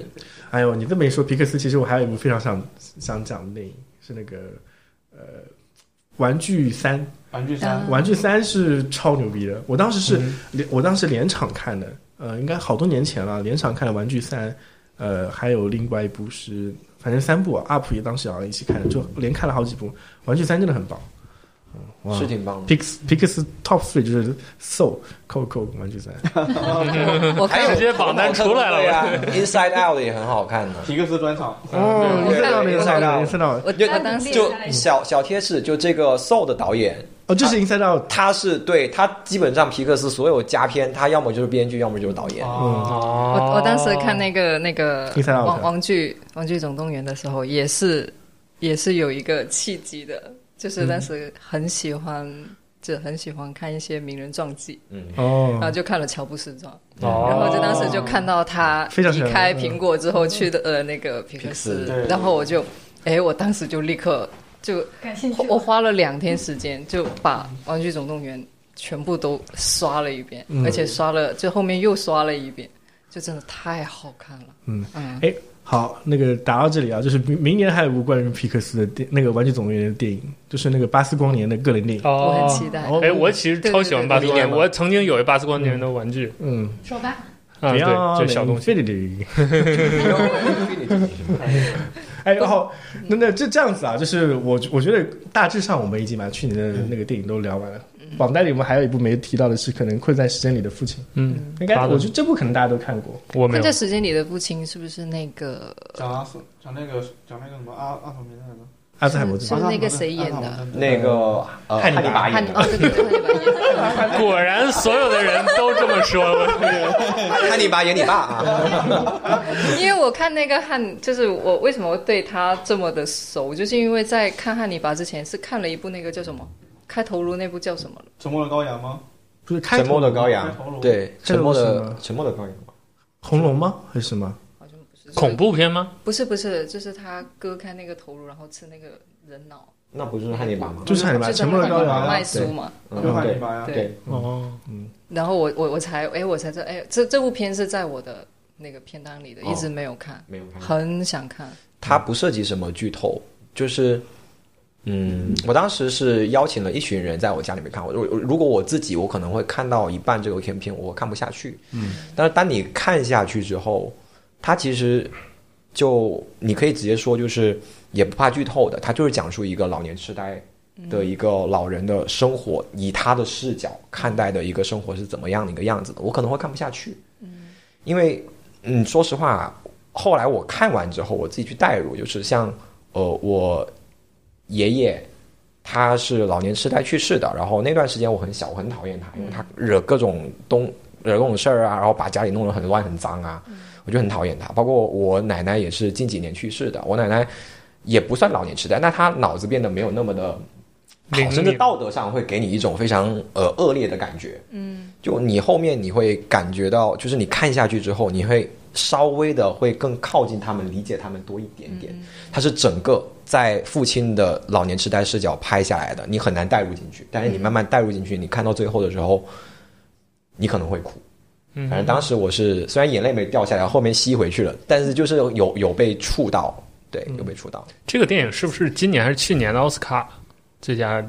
哎呦，你这么一说，皮克斯其实我还有一部非常想想讲的电影是那个呃。玩具三，玩具三嗯玩具三是超牛逼的。我当时是连，我当时连场看的，呃，应该好多年前了，连场看的《玩具三》，呃，还有另外一部是，反正三部啊，UP 也当时好像一起看的，就连看了好几部。《玩具三》真的很棒，嗯，哇是挺棒的。 Pix Pix Top Three 就是 Soul、Coco 玩具三，我看还有直接榜单出来了对啊 ，Inside Out 也很好看的。皮克斯专场。哦对到对了，对到了，对 inside out，我我当时就小小贴士，就这个《Soul》的导演，哦，就是 inside out，他是对他基本上皮克斯所有佳片，他要么就是编剧，要么就是导演。啊，哦我我当时看那个那个第三道王菜王剧王剧总动员的时候，也是也是有一个契机的，就是嗯当时很喜欢，就很喜欢看一些名人传记，嗯然后哦，就看了乔布斯传，哦然后就当时就看到他哦非常离喜欢嗯开苹果之后去的呃那个皮克皮克斯斯对，然后我就哎，我当时就立刻就感兴趣花吗。我花了两天时间就把《玩具总动员》全部都刷了一遍，嗯而且刷了就后面又刷了一遍，就真的太好看了。嗯嗯，哎，好，那个打到这里啊，就是明明年还有一部关于皮克斯的电，那个玩具总动员的电影，就是那个巴斯光年的个人电影，我很哦期待。哦哎，我其实超喜欢巴斯对对光年，对我曾经有一巴斯光年的玩具嗯，啊说吧，啊啊，对，就小东西。西。 Infinity 是吧哎，然后那那这这样子啊，就是我我觉得大致上我们已经把去年嗯的那个电影都聊完了。榜单里我们还有一部没提到的是，可能困在时间里的父亲，嗯，应该八个我觉得这部可能大家都看过。我没困有在。时间里的父亲是不是那个讲阿斯，讲那个讲那个什么阿阿什么名字来着？阿兹海默是症，是那个谁演的？那个呃汉尼拔尼拔汉演尼的哦，对对对，汉尼拔演的果然所有的人都这么说， 汉尼拔演你爸啊，因为我看那个汉，就是我为什么对他这么的熟，就是因为在看《汉尼拔》之前是看了一部那个叫什么《开头颅》那部叫什么了？沉默的羔羊吗？不是开 沉默的头羔开头羊，颅对，沉默这个是的吗沉默的羔羊，红龙吗？还是什么？好像不是恐，怖片吗？不是不是，就是他割开那个头颅，然后吃那个人脑，那不就是汉尼拔吗？就是汉尼拔，就是沉默的羔羊啊卖。书嘛。嗯就汉尼对拔呀。对，哦，然后我我我才哎我才知道哎这这部片是在我的那个片单里的，哦一直没有看，没有嗯看过。很想看。它不涉及什么剧透，就是，嗯，我当时是邀请了一群人在我家里面看，我我如果我自己，我可能会看到一半这个片片，我看不下去，嗯，但是当你看下去之后，它其实就你可以直接说，就是也不怕剧透的，它就是讲述一个老年痴呆。的一个老人的生活，以他的视角看待的一个生活是怎么样的一个样子的，我可能会看不下去，嗯，因为嗯，说实话，后来我看完之后，我自己去代入，就是像呃，我爷爷他是老年痴呆去世的，然后那段时间我很小，我很讨厌他，因为他惹各种东惹各种事儿啊，然后把家里弄得很乱很脏啊，我就很讨厌他。包括我奶奶也是近几年去世的，我奶奶也不算老年痴呆，但她脑子变得没有那么的灵好，甚至敏道德上会给你一种非常呃恶劣的感觉。嗯，就你后面你会感觉到，就是你看下去之后，你会稍微的会更靠近他们，理解他们多一点点。嗯它是整个在父亲的老年痴呆视角拍下来的，你很难带入进去。但是你慢慢带入进去，你看到最后的时候，你可能会哭。反正当时我是虽然眼泪没掉下来，后面吸回去了，但是就是有有被触到，对，有被触到。这个电影是不是今年还是去年的奥斯卡最佳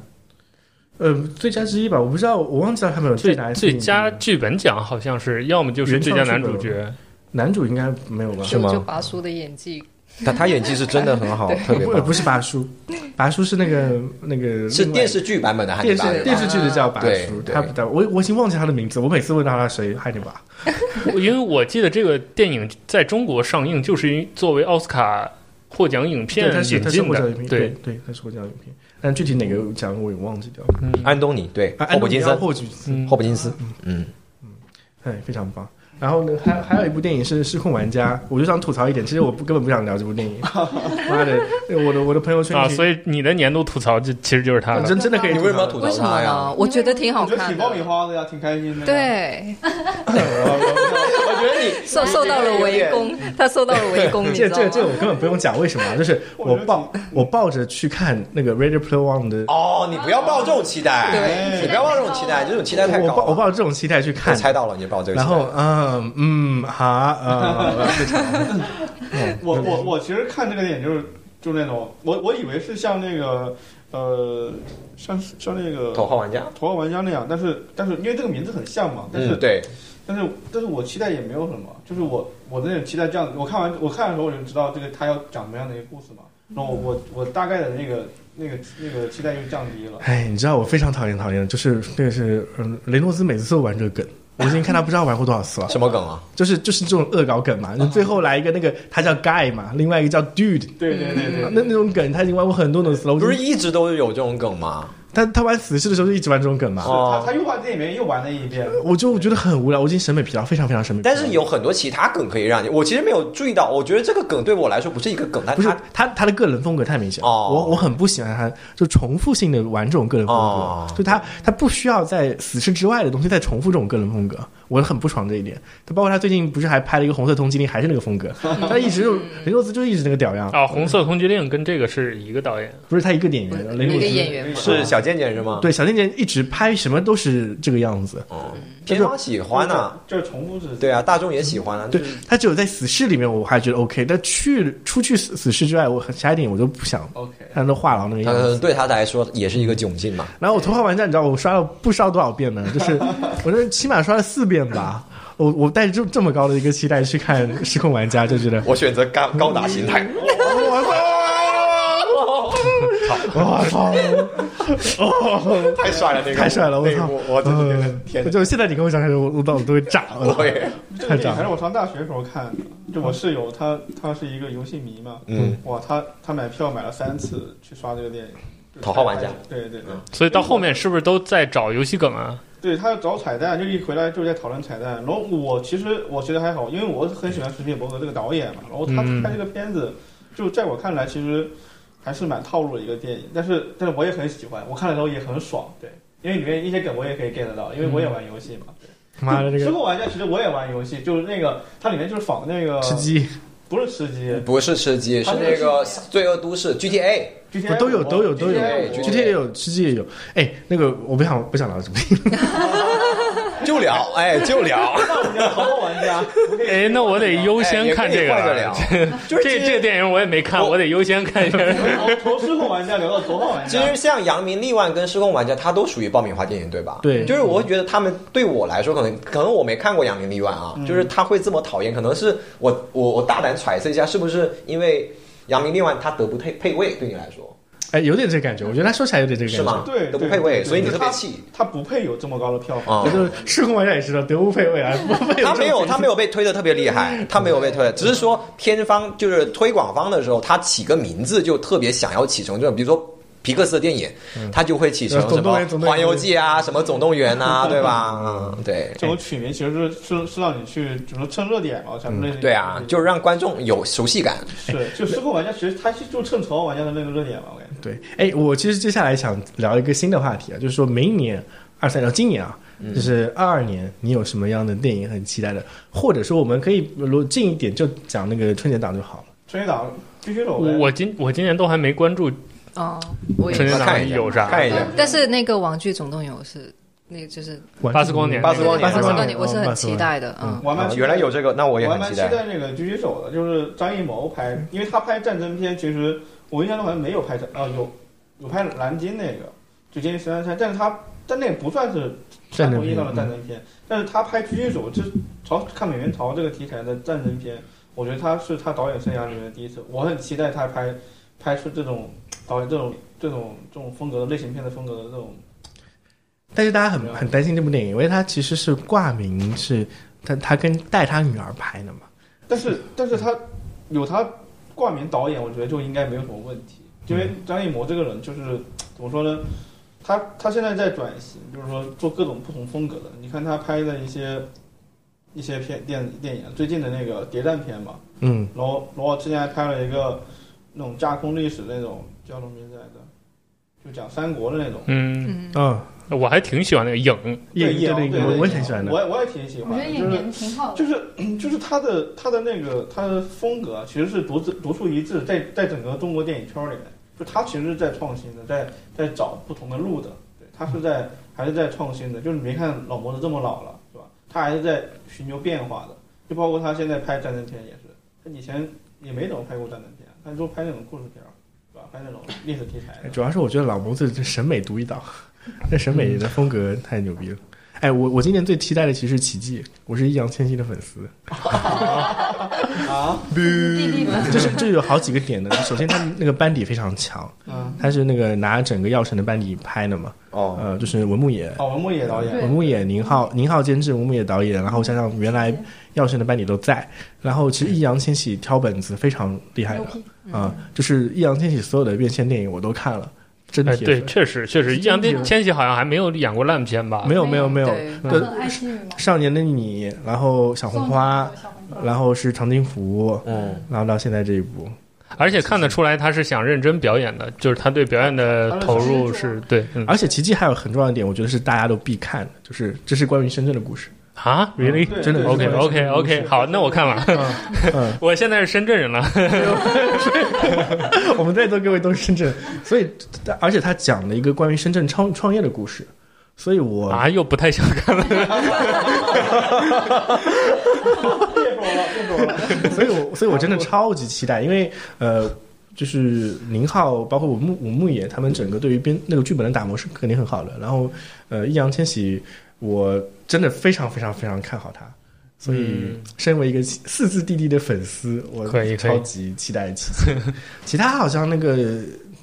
呃，最佳之一吧，我不知道，我忘记了他们有最最佳最佳电影剧本奖？好像是，要么就是最佳男主角，男主应该没有吧？是吗就拔叔的演技，但他演技是真的很 好，特别不 棒。不是拔叔，拔叔是那个那个是另外电视剧版本的汉尼电拔对视吧电视剧的叫拔对叔，对他不叫我我已经忘记他的名字，我每次问到他谁汉尼拔，因为我记得这个电影在中国上映，就是因作为奥斯卡获奖影片对，他是引他是进获奖影的。片，对对，对，他是获奖影片，但具体哪个奖我也忘记掉了。嗯，安东尼对啊，霍普金安东尼奥森，霍普金斯，嗯霍普金斯，嗯，哎，非常棒。然后呢，还还有一部电影是《失控玩家》，我就想吐槽一点，其实我不根本不想聊这部电影。妈的，我的我的朋友圈啊，里所以啊你的年度吐槽就其实就是他我了。嗯真真的可以你为什么要吐吐槽槽为什么他呀呢？？我觉得挺好我觉得看挺爆米的，花的呀，挺开心的。，对，我觉得你受受到了围攻，他受到了围攻，你这知道这这吗？我根本不用讲为什么啊，就是我我觉得抱我抱着去看那个《Ready Player One》的，哦，你不要抱这种期待，对，你不要抱这种期待，这种期待太我高抱了。我抱着这种期待去我看，猜到了，你抱这个然期待。后嗯嗯好 啊，非常我我我其实看这个电影就是就是那种，我我以为是像那个呃，像像那个头号玩家，头号玩家那样，但是但是因为这个名字很像嘛，但是、嗯，对，但是但是我期待也没有什么，就是我我那种期待这样，我看完我看的时候我就知道这个他要讲什么样的一个故事嘛，然后我我我大概的那个那个那个期待就降低了。哎，你知道我非常讨厌讨厌，就是那个是嗯，雷诺兹每次都玩这个梗，我已经看他不知道玩过多少次了。什么梗啊？就是就是这种恶搞梗嘛，最后来一个那个他叫 Guy 嘛，另外一个叫 Dude，对对对对，那那种梗他已经玩过很多种次了。我就不是一直都有这种梗吗？他他玩死侍的时候就一直玩这种梗嘛，哦他他又把电影里面又玩了一遍，我就我觉得很无聊，我已经审美疲劳，非常非常审美疲劳。但是有很多其他梗可以让你，我其实没有注意到，我觉得这个梗对我来说不是一个梗，但不是它他他的个人风格太明显了，哦我我很不喜欢他就重复性的玩这种个人风格，哦就他他不需要在死侍之外的东西再重复这种个人风格，我很不爽这一点。他包括他最近不是还拍了一个红色通缉令，还是那个风 格，他一直就嗯雷诺兹就一直那个屌哦样啊，《红色通缉令》跟这个是一个导演，不是他一个演不是员，雷诺兹一个演员嘛，是小贱贱是吗？，哦对小贱贱一直拍什么都是这个样子，偏方喜欢啊，就是重复自己。对啊，大众也喜欢啊，对嗯他只有在死侍里面我还觉得 OK，但去出去死死侍之外，我很其他电影我就不想 OK，看那话痨那个样子。嗯，哦对他来说也是一个窘境嘛。然后我《头号玩家》，你知道我刷了不刷多少遍呢？就是我这起码刷了四遍吧。我我带着这这么高的一个期待去看《失控玩家》，就觉得嗯我选择高高达心态，我操！操，我操！哦，太帅了那个，太帅了！我那一操幕！我真的觉得嗯天哪，就现在你跟我讲开始，我我脑子都会炸。我也这太个炸了电影还是我上大学时候看的，就我室友他他是一个游戏迷嘛，嗯，哇，他他买票买了三次去刷这个电影，就是头号玩家对对对，所以到后面是不是都在找游戏梗啊？对他要找彩蛋，就一回来就在讨论彩蛋。然后我其实我觉得还好，因为我很喜欢史蒂伯格这个导演嘛。然后他嗯拍这个片子，就在我看来其实还是蛮套路的一个电影，但是但是我也很喜欢，我看了之后也很爽，对，因为里面一些梗我也可以 get 得到，因为我也玩游戏嘛。对他嗯妈的，这吃个货玩家其实我也玩游戏，就是那个它里面就是仿那个吃鸡不是吃鸡不是吃鸡，是那个《罪恶都市》GTA，不，GTA 都有我都有都有 GTA 我，GTA 也有，吃鸡也有。哎，那个我不想不想聊什么，就聊，哎，就聊。那我们头号玩 家，我可以哎，那我得 优先看这个哎也可以了。换着聊，就是这这个电影我也没看，我我得优先看一下。 从从吃货玩家聊到头号玩其家，实像杨明、力万跟失控玩家，他都属于爆米花电影，对吧？对就是我会觉得他们对我来说，可能可能我没看过杨明、力万啊，就是他会这么讨厌，可能是我我我大胆揣测一下，是不是因为杨明、力万他德不配配位？对你来说哎，有点这个感觉。我觉得他说起来有点这个是感觉。吗？对德不对配位，对所以你对特别他气他不配有这么高的票房。啊。也就是失控玩家也知道，德不配位啊，不配 他没有，他没有被推的特别厉嗯害，他没有被推的，只是说片方就是推广方的时候，他起个名字就特别想要起成这种，比如说皮克斯的电影，他就会起成嗯什呃总动么员总《动员环游记》啊，什么《总动员》 啊，对吧？嗯，对。这种取名其实是是是让你去怎么说蹭热点嘛，咱们类似于对啊，就是让观众有熟悉感。是就失控玩家，其实他是就蹭头号玩家的那个热点嘛，我感觉。对，哎，我其实接下来想聊一个新的话题啊，就是说明年二三，呃今年啊，嗯就是二二年，你有什么样的电影很期待的？或者说，我们可以如果近一点，就讲那个春节档就好了。春节档必须走我呗。我今我今年都还没关注哦，我春也节是。看一档下有啥，看一下但是那个《玩具总动员》我是，那个就是玩巴斯光年巴斯光年巴斯光巴斯光年年，我是哦巴很斯期光年待的。嗯，我还蛮啊原来有这个，那我也我还很蛮期期待。待那个狙击手的，就是张艺谋拍，因为他拍战争片，其实我印象中好像没有拍战，啊，有有拍蓝鲸那个，就《歼十三三》，但是他但那个不算是战争传统意义上的片嗯战争片，但是他拍狙击手这朝抗美援朝这个题材的战争片，我觉得他是他导演生涯里面的第一次，我很期待他拍拍出这种导演这种这种这种风格的类型片的风格的这种，但是大家很很担心这部电影，因为它其实是挂名是他他跟带他女儿拍的嘛。但是但是他有他挂名导演，我觉得就应该没有什么问题，因嗯为张艺谋这个人就是怎么说呢？他他现在在转型，就是说做各种不同风格的。你看他拍的一些一些片电电影，最近的那个谍战片嘛，嗯，然后然后之前还拍了一个那种架空历史那种叫什么名字来着？就讲三国的那种。嗯，哦，我还挺喜欢那个影，也对这个对对我我也挺喜欢的。我也我也挺喜我欢觉得的，演员挺好的。就是就是 就是他的他的那个他的风格啊其实是独自独树一帜，在在整个中国电影圈里面，就他其实是在创新的，在在找不同的路的，对他是在还是在创新的，就是你没看老谋子这么老了，是吧？他还是在寻求变化的，就包括他现在拍战争片也是，他以前也没怎么拍过战争片，他就拍那种故事片儿，是吧？拍那种历史题材的。主要是我觉得老谋子这审美独一档，那审美的风格太牛逼了。哎，我我今年最期待的其实是《奇迹》，我是易烊千玺的粉丝。 啊，弟弟们，就是这有好几个点呢。首先，他们那个班底非常强，嗯，他是那个拿整个《药神》的班底拍的嘛，哦，呃，就是文牧野、哦，文牧野导演，对文牧野、宁浩、宁浩监制，文牧野导演，然后加上原来《药神》的班底都在，然后其实易烊千玺挑本子非常厉害的牛逼，啊、就是易烊千玺所有的院线电影我都看了，真的哎，对，确实确实，易烊千千玺好像还没有演过烂片吧？没有没有没有，对我对很爱惜羽毛。少年的你，然后小红花，送你一朵小红花，然后是长津湖，嗯，然后到现在这一部，而且看得出来他是想认真表演的，就是他对表演的投入他是是对，嗯而且奇迹还有很重要的点，我觉得是大家都必看的，就是这是关于深圳的故事。 啊，really 对真的对 OK 对 OK 是 OK，好，那我看了，嗯， 我现在是深圳人了，我们在座各位都是深圳，所以而且他讲了一个关于深圳创创业的故事，所以我、啊，又不太想看了， 别说了，别说了。所以我所以我真的超级期待，因为呃，就是宁浩包括武牧武牧野他们整个对于编那个剧本的打磨是肯定很好的，然后呃，易烊千玺我真的非常非常非常看好他。所以嗯，身为一个四字弟弟的粉丝，我可以可以超级期待奇迹。其他好像那个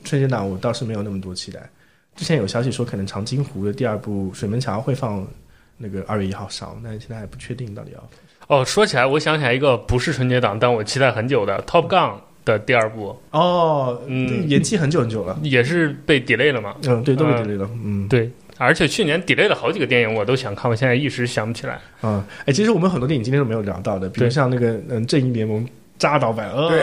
春节档我倒是没有那么多期待。之前有消息说可能长津湖的第二部《水门桥》会放那个二月一号上，但是现在还不确定到底要。哦，说起来，我想起来一个不是春节档，但我期待很久的《Top Gun》的第二部，哦，嗯延期很久很久了。也是被 delay 了嘛。嗯，对，都被嗯 delay 了。嗯，对，而且去年 delay 了好几个电影，我都想看，我现在一时想不起来。啊，哎，其实我们很多电影今天都没有聊到的，比如对像那个嗯《正义联盟》扎导版，呃，对，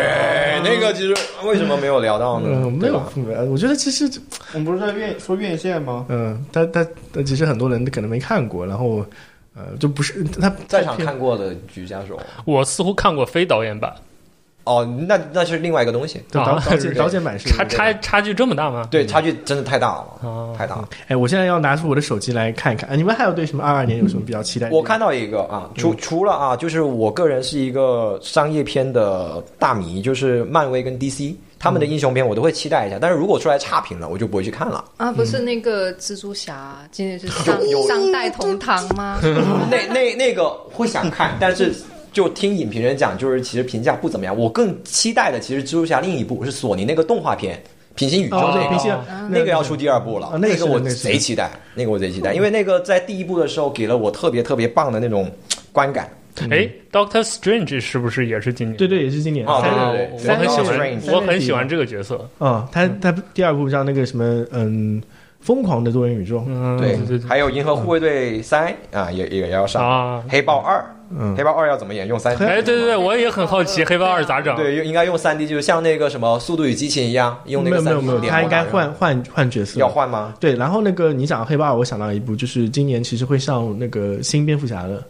那个其实为什么没有聊到呢？嗯，没对有吧，呃我觉得其实我们不是在院说院线吗？嗯，但但但其实很多人可能没看过，然后呃，就不是他在场看过的举家手。我似乎看过非导演版，哦，那那是另外一个东西。就导啊导剪是导剪版是差差差距这么大吗？嗯对，差距真的太大了，啊，太大了。哎，我现在要拿出我的手机来看一看。哎，你们还有对什么二二年有什么比较期待？我看到一个嗯啊，除除了啊，就是我个人是一个商业片的大迷，就是漫威跟 DC 他嗯们的英雄片我都会期待一下，但是如果出来差评了，我就不会去看 了。啊，不是那个蜘蛛侠，今年是上上代同堂吗？那那那个会想看，但是就听影评人讲，就是其实评价不怎么样。我更期待的其实蜘蛛侠另一部是索尼那个动画片《平行宇宙》哦，那对，个。平行啊那个要出第二部了，啊那个是我那个是贼期待，那个我贼期待，因为那个在第一部的时候给了我特别特别棒的那种观感。哎，Doctor Strange 是不是也是今年？对对，也是今年。哦三啊，月对对对我很喜三月欢底，我很喜欢这个角色。嗯，他他第二部叫那个什么，嗯，疯狂的多元宇宙，嗯，对，对对还有《银河护卫队三》啊，也也也要上，啊，黑豹二》嗯黑，豹二》要怎么演？用三 D？哎，对对对，我也很好奇对《黑豹二》咋整？对，用应该用三 D，就是像那个什么《速度与激情》一样，用那没个有没三有 D 没有，点他应该光换换换角色，要换吗？对，然后那个你讲黑豹，我想到一部，就是今年其实会上那个新蝙蝠侠的，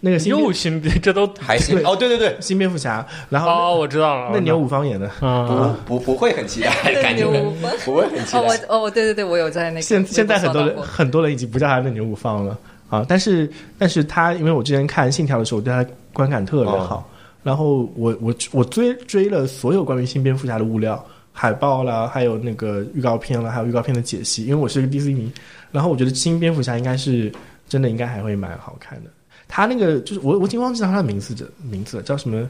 那个新又蝙新， 这都还行对哦，对对对，新蝙蝠侠，然后哦，我知道了。那牛五方演的，啊，不不会很期待，感觉牛吗不会很期 哦，待。我哦，对对对，我有在那个现现在很多微人博刷到过很多人已经不叫他那牛五方了啊，但是但是他因为我之前看《信条》的时候，我对他观感特别好，然后我我我追追了所有关于新蝙蝠侠的物料。海报啦，还有那个预告片啦，还有预告片的解析，因为我是一个 DC 迷，然后我觉得新蝙蝠侠应该是真的，应该还会蛮好看的。他那个就是我，我已经忘记他的名字，这名字了叫什么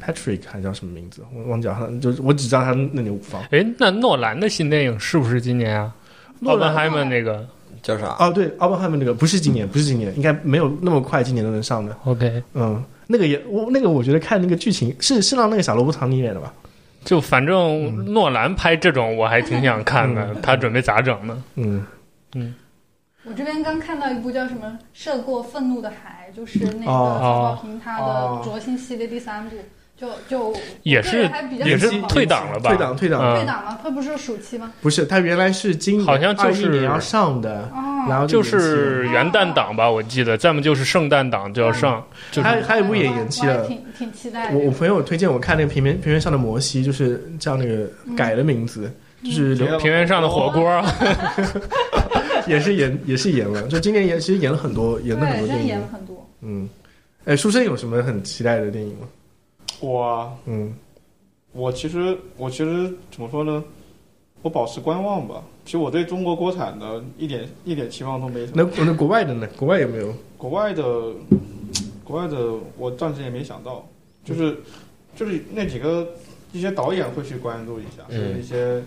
Patrick 还叫什么名字，我忘记了，就是我只知道他那牛五方。哎，那诺兰的新电影是不是今年啊？诺奥兰本海默那个叫啥？哦，对，奥本海默那个不是今年，不是今年，应该没有那么快，今年都能上的。 ，OK，嗯，那个也我那个我觉得看那个剧情是是让那个小萝卜唐尼演的吧？就反正诺兰拍这种我还挺想看的，他准备咋整呢？嗯，我这边刚看到一部叫什么《涉过愤怒的海》，就是那个哦曹保平他哦的卓心系列第三部，就就也是我个人还比较也是喜欢退档了吧？退档退档，嗯退档了，它不是暑期吗？不是他原来是今年好像就是21年要上的，然哦，后就延期了是元旦档吧，我记得，再么就是圣诞档就要上，就还是还有一部也延期我还了。挺挺期待的。我我朋友推荐我看那个平原平原上的摩西，就是叫那个改了名字，就是刘平原上的火锅，也是演也是演了，就今年演其实演了很多演了很对，多真电演了影。很多。嗯，哎，书生有什么很期待的电影吗？我嗯，我其实我其实怎么说呢？我保持观望吧。其实我对中国国产的一点一点期望都没什么。那那国外的呢？国外有没有？国外的，国外的我暂时也没想到，就是就是那几个一些导演会去关注一下，嗯就是一些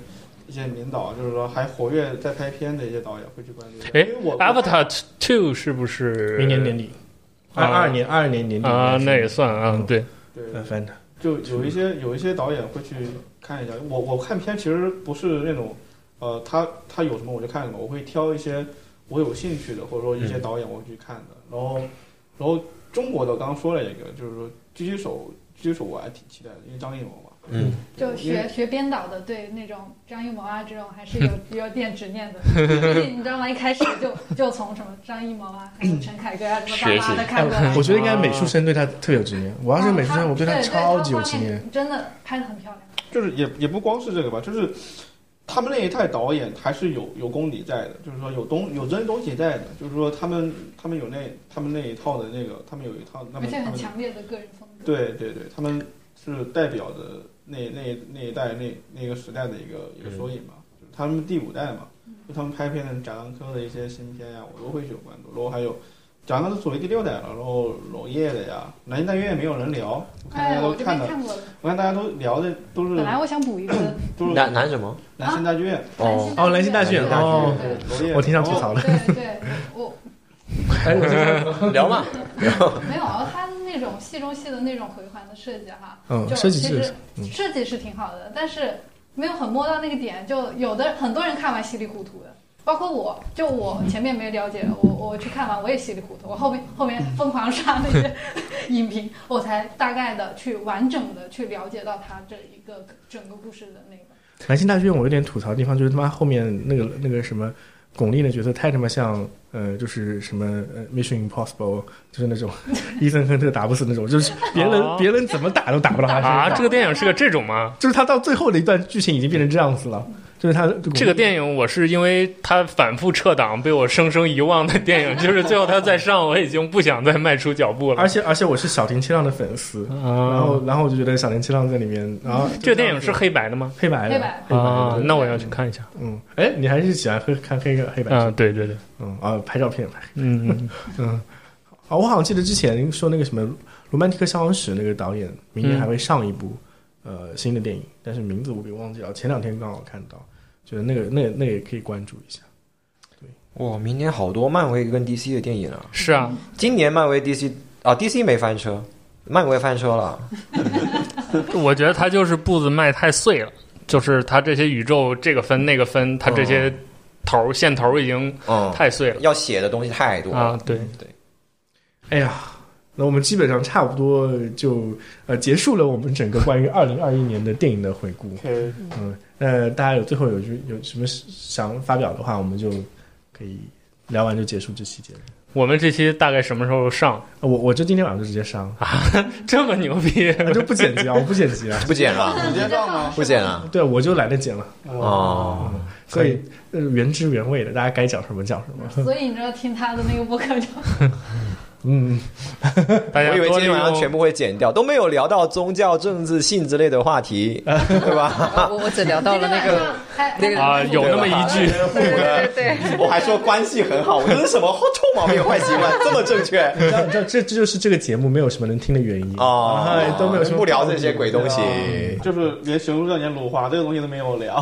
一些名导，就是说还活跃在拍片的一些导演会去关注一下。哎因为 我，Avatar Two 是不是明年年底，二啊二年二二年年底啊？那也算啊嗯，对，对呃反正就有一些有一些导演会去看一下。我我看片其实不是那种，呃，他他有什么我就看什么，我会挑一些我有兴趣的，或者说一些导演我会去看的。然后，然后中国的刚刚说了一个，就是说狙击手，狙击手我还挺期待的，因为张艺谋嘛。嗯，就因为学学编导的，对那种张艺谋啊这种还是有有点执念的，毕竟你知道吗？一开始就就从什么张艺谋啊，还有陈凯歌啊，什么巴拉的看过来。我觉得应该美术生对他特别有执念。我要是美术生，我对嗯他他超级有执念。，对真的拍的很漂亮。就是也也不光是这个吧，就是他们那一代导演还是有有功底在的，就是说有东有真东西在的，就是说他们他们有那他们那一套的那个，他们有一套，那而么且他很们强烈的个人风格。对对对，他们是代表着那那那一代那那个时代的一个一个缩影嘛，嗯就是嗯他们第五代嘛，就他们拍片的贾樟柯的一些新片呀、我都会去有关注，然后还有讲的是所谓第六代了，然后娄烨的呀，南京大院也没有人聊，我看大哎，家我都这看边的，看过了。我看大家都聊的都是本来我想补一个都是男男什么？南京大剧院，哦哦兰心大剧院哦哦，对娄烨的，我挺想吐然后槽的。对对，我哎，我就是 聊嘛，没有他那种戏中戏的那种回环的设计哈，嗯就设计其是实设计是挺好的，但是没有很摸到那个点，就有的很多人看完稀里糊涂的。包括我，就我前面没了解，我我去看完我也稀里糊涂，我后面后面疯狂刷那些影评，我才大概的去完整的去了解到他这一个整个故事的那个。南京大剧院，我有点吐槽的地方就是他妈后面那个那个什么巩俐的角色太他妈像呃，就是什么呃 Mission Impossible，就是 那种伊森亨特打不死那种，就是别人、哦别人怎么打都打不到他身上。啊，这个电影是个这种吗？就是他到最后的一段剧情已经变成这样子了，就是他这个电影我是因为它反复撤档被我生生遗忘的 电影，就是最后它再上，我已经不想再迈出脚步了而。且而且我是小林七浪的粉丝，然啊，后然后我就觉得小林七浪在里面，然后嗯这个电影是黑白的吗？黑白的，黑白的啊，那我要去看一下。嗯，哎，你还是喜欢黑看黑黑白是吧啊，对对对，嗯啊，拍照片拍。嗯，嗯嗯，啊，我好像记得之前说那个什么《罗曼蒂克消亡史》那个导演，明年还会上一部、嗯呃新的电影，但是名字我给忘记了。前两天刚好看到，觉得那个那那也可以关注一下。哇，明年好多漫威跟 DC 的电影啊！是啊，今年漫威 DC 啊，DC 没翻车，漫威翻车了。我觉得他就是步子迈太碎了，就是他这些宇宙这个分那个分，他这哦些头儿线头儿已经嗯，太碎了要写的东西太多啊了。。对，哎呀，那我们基本上差不多就呃结束了我们整个关于二零二一年的电影的回顾。 OK，嗯，那大家有最后有句有什么想发表的话，我们就可以聊完就结束这期节目。我们这期大概什么时候上？呃我我就今天晚上就直接上，这么牛逼？就不剪 辑啊，我不剪辑啊。 不剪了，直接上吗？不剪了。对，我就懒得剪了。呃哦，所以呃原汁原味的，大家该讲什么讲什么。所以你知道听他的那个播客 就嗯，大家我以为多今天利晚上全用部会剪掉，都没有聊到宗教、政治、性之类的话题，对吧？ 我我只聊到了那今天晚个，上还那个啊，有那么一句， 对啊对对对， 我还说关系很好，我这是什么臭毛病、坏习惯，这么正 确你知道，你知道，这这就是这个节目没有什么能听的原因哎哦，都没有什么不聊这些鬼东西。对就是连《熊出少年》鲁华这个东西都没有聊，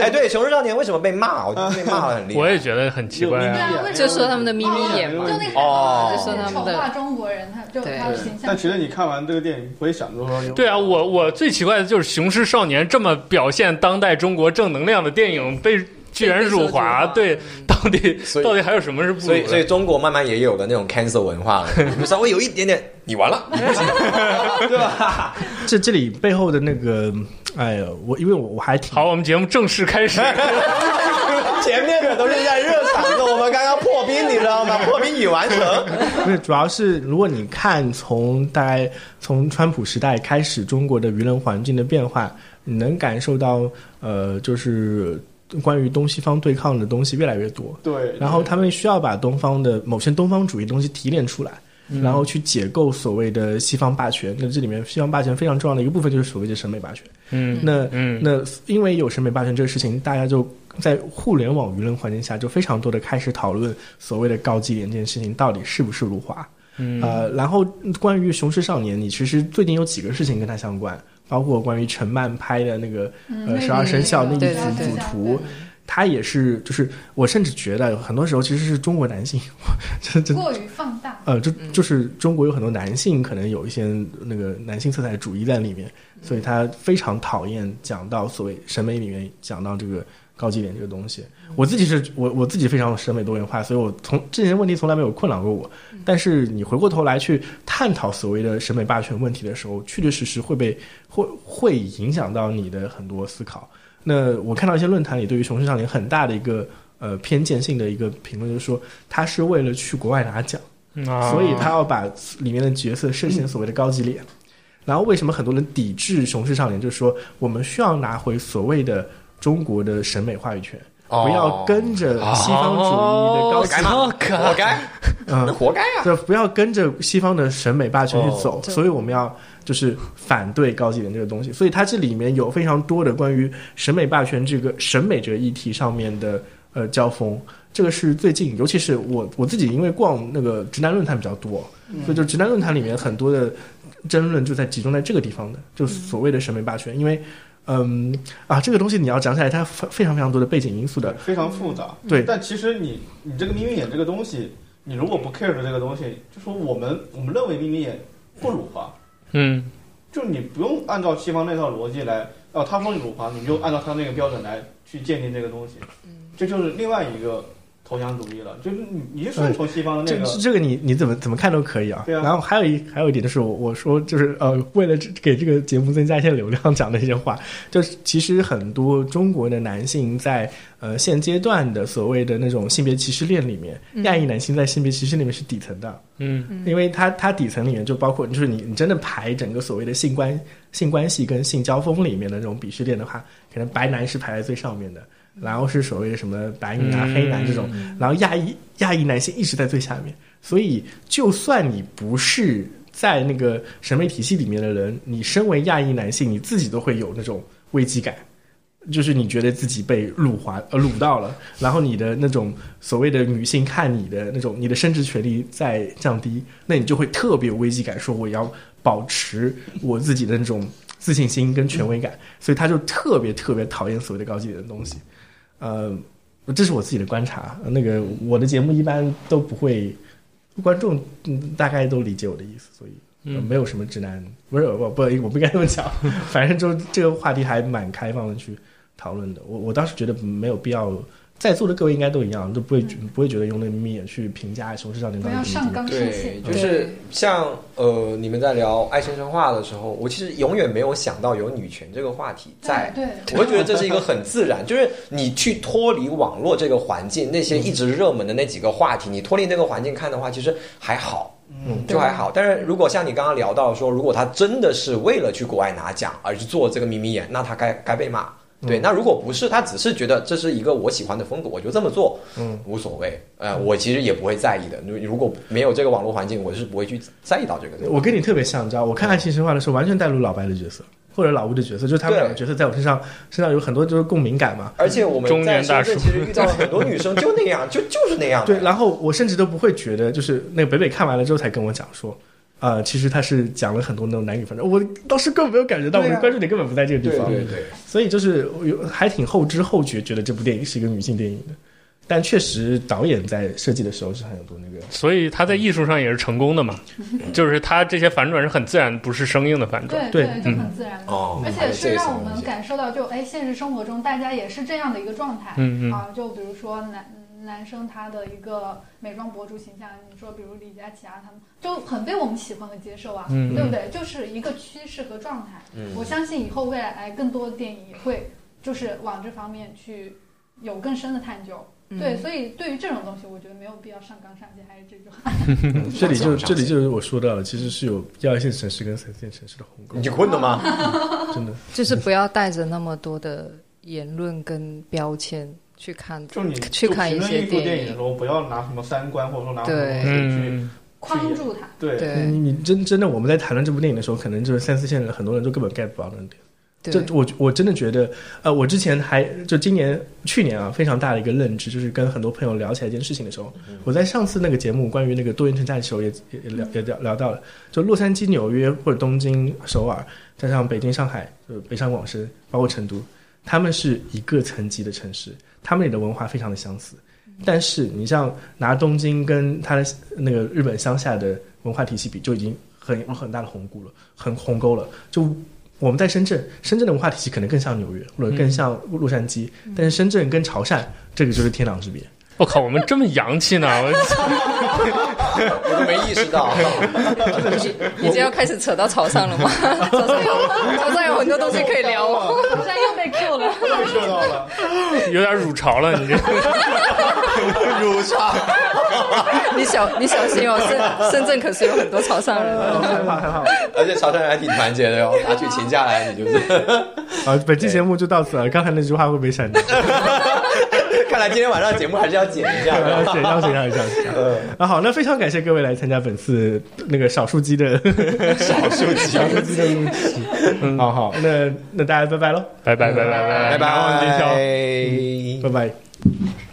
哎，对，《熊出少年》为什么被骂？我被骂的很厉害。我也觉得很奇怪对啊。啊，为什就么？说他们的眯眯眼嘛就。那个哦海就是他报丑们的化中国人，他就对他的形象但。其实你看完这个电影，不会想着说有对啊，我我最奇怪的就是《雄狮少年》这么表现当代中国正能量的电影被居然辱华，被对，到底所以到底还有什么是不所辱以，所的？以中国慢慢也有了那种 cancel 文 化了，你们稍微有一点点，你完了， 这这里背后的那个，哎呀，我因为我我还挺好，我们节目正式开始。前面的都是在热场的，我们刚刚破冰，你知道吗？破冰已完成。不是，主要是如果你看从大概从川普时代开始，中国的舆论环境的变化，你能感受到呃，就是关于东西方对抗的东西越来越多。对，然后他们需要把东方的某些东方主义东西提炼出来，然后去解构所谓的西方霸权。那这里面西方霸权非常重要的一个部分就是所谓的审美霸权。嗯那嗯，那因为有审美霸权这个事情，大家就在互联网舆论环境下，就非常多的开始讨论所谓的高级脸这件事情到底是不是辱华。嗯、呃，然后关于《雄狮少年》，你其实最近有几个事情跟他相关，包括关于陈漫拍的那个呃十二生肖那嗯那一嗯个幅对主图，他也是，就是我甚至觉得很多时候其实是中国男性， 这这过于放大，呃，就就是中国有很多男性可能有一些那个男性色彩主义在里面，所以他非常讨厌讲到所谓审美里面讲到这个高级脸这个东西。我自己是我我自己非常有审美多元化，所以我从这些问题从来没有困扰过我。但是你回过头来去探讨所谓的审美霸权问题的时候，确确实实会被会会影响到你的很多思考。那我看到一些论坛里对于《雄狮少年》很大的一个呃偏见性的一个评论，就是说他是为了去国外拿奖。啊所以他要把里面的角色设成所谓的高级脸。然后为什么很多人抵制《雄狮少年》？就是说我们需要拿回所谓的中国的审美话语权，哦不要跟着西方主义的高级，哦活该，嗯那，活该啊！就不要跟着西方的审美霸权去走，哦所以我们要就是反对高级脸这个东西。所以它这里面有非常多的关于审美霸权这个审美这个议题上面的呃交锋。这个是最近，尤其是我我自己，因为逛那个直男论坛比较多，所以就直男论坛里面很多的争论就在集中在这个地方的，就所谓的审美霸权。因为，嗯啊，这个东西你要讲起来，它非非常非常多的背景因素的。非常复杂。对但其实你你这个眯眯眼这个东西，你如果不 care 这个东西，就说我们我们认为眯眯眼不辱华，嗯，就你不用按照西方那套逻辑来，哦，他说你辱华，你就按照他那个标准来去鉴定这个东西，嗯这就是另外一个投降主义了，就是你你就顺从西方的这那个，这这个你你怎么怎么看都可以啊。对啊然后还有一还有一点就是我我说就是呃，为了这给这个节目增加一些流量 讲的一些话，就是其实很多中国的男性在呃现阶段的所谓的那种性别歧视链里面，亚裔男性在性别歧视里面是底层的。嗯因为它它底层里面就包括，就是你你真的排整个所谓的性关性关系跟性交锋里面的这种鄙视链的话，可能白男是排在最上面的，然后是所谓的什么白女啊、嗯黑男这种，然后亚裔亚裔男性一直在最下面，所以就算你不是在那个审美体系里面的人，你身为亚裔男性，你自己都会有那种危机感。就是你觉得自己被辱华呃辱到了，然后你的那种所谓的女性看你的那种你的生殖权利在降低，那你就会特别有危机感，说我要保持我自己的那种自信心跟权威感，所以他就特别特别讨厌所谓的高级点的东西。呃，这是我自己的观察。那个我的节目一般都不会，观众嗯大概都理解我的意思，所以、呃嗯没有什么直男，不是我不我不该这么讲， 反正就这个话题还蛮开放的去讨论的。我我当时觉得没有必要。在座的各位应该都一样，都不会、不会觉得用那眯眼去评价《熊市少年》不到底要怎么上地。纲上对，线。就是像呃，你们在聊爱情神话的时候，我其实永远没有想到有女权这个话题在。对 对我会觉得这是一个很自然，就是你去脱离网络这个环境，那些一直热门的那几个话题，你脱离那个环境看的话，其实还好，嗯，就还好。但是如果像你刚刚聊到说，如果他真的是为了去国外拿奖而去做这个眯眯眼，那他该该被骂。对，那如果不是，他只是觉得这是一个我喜欢的风格，我就这么做，嗯，无所谓。呃，我其实也不会在意的。如如果没有这个网络环境，我是不会去在意到这个的。我跟你特别像，你知道，我嗯看《爱情神话》的时候，完全带入老白的角色或者老吴的角色，就是他们对两个角色在我身上身上有很多就是共鸣感嘛。而且我中们在年大深圳叔其实遇到了很多女生，就那样，就就是那样 的。对，然后我甚至都不会觉得，就是那个北北看完了之后才跟我讲说，呃，其实他是讲了很多那种男女纷争，我当时根本没有感觉到，我对啊的关注点根本不在这个地对方，对对。所以就是我有还挺后知后觉，觉得这部电影是一个女性电影的。但确实，导演在设计的时候是很有多那个，所以他在艺术上也是成功的嘛，就是他这些反转是很自然，不是生硬的反转。对对就很自然的。哦而还且有是这让层我东们西感受到就，哎，现实生活中大家也是这样的一个状态。嗯嗯啊，就比如说男男生他的一个美妆博主形象，你说比如李佳琦啊，他们就很被我们喜欢和接受啊，嗯对不对？就是一个趋势和状态。嗯我相信以后未来哎更多的电影也会就是往这方面去有更深的探究。嗯对，嗯所以对于这种东西，我觉得没有必要上纲上线，还是这句话。这里就上这里就是我说到的，其实是有二线城市跟三线城市的鸿沟你，困了吗？真的。就是不要带着那么多的言论跟标签去看，就是你去看一就评些论艺术电电影的影时。候，不要拿什么三观或者说拿什么对东西去嗯，框住它，对对你你真真的我们在谈论这部电影的时候，可能就是三四线人很多人都根本 get 不到那个点。对这我我真的觉得，呃，我之前还就今年去年啊，非常大的一个认知，就是跟很多朋友聊起来一件事情的时候，我在上次那个节目关于那个多元城寨的时候也也也聊也聊聊到了，就洛杉矶、纽约或者东京、首尔，加上北京、上海，呃，北上广深，包括成都，他们是一个层级的城市，他们里的文化非常的相似。但是你像拿东京跟它的那个日本乡下的文化体系比，就已经很有很大的鸿沟了，很鸿沟了。就我们在深圳，深圳的文化体系可能更像纽约，或者更像洛杉矶，但是深圳跟潮汕这个就是天壤之别。我靠，我们这么洋气呢！我 我都没意识到。已经要开始扯到潮汕了吗？ 潮汕有潮汕有很多东西可以聊 哦。好像又被 Q 了。被射到了，有点辱潮了，你这。乳茶，你小你小心哦，深深圳可是有很多潮汕人的。害怕害怕。 而且潮汕人还挺团结的哟。拿去请假来，你就是。 啊，本期节目就到此了。刚才那句话会被删掉，看来今天晚上节目还是要剪一下要的。剪掉，剪掉，剪掉。啊，好，那非常感谢各位来参加本次那个少数机的少数几少数机的录制。嗯好好， 那那大家拜拜喽，拜拜拜拜拜拜，难忘今宵。拜拜。拜。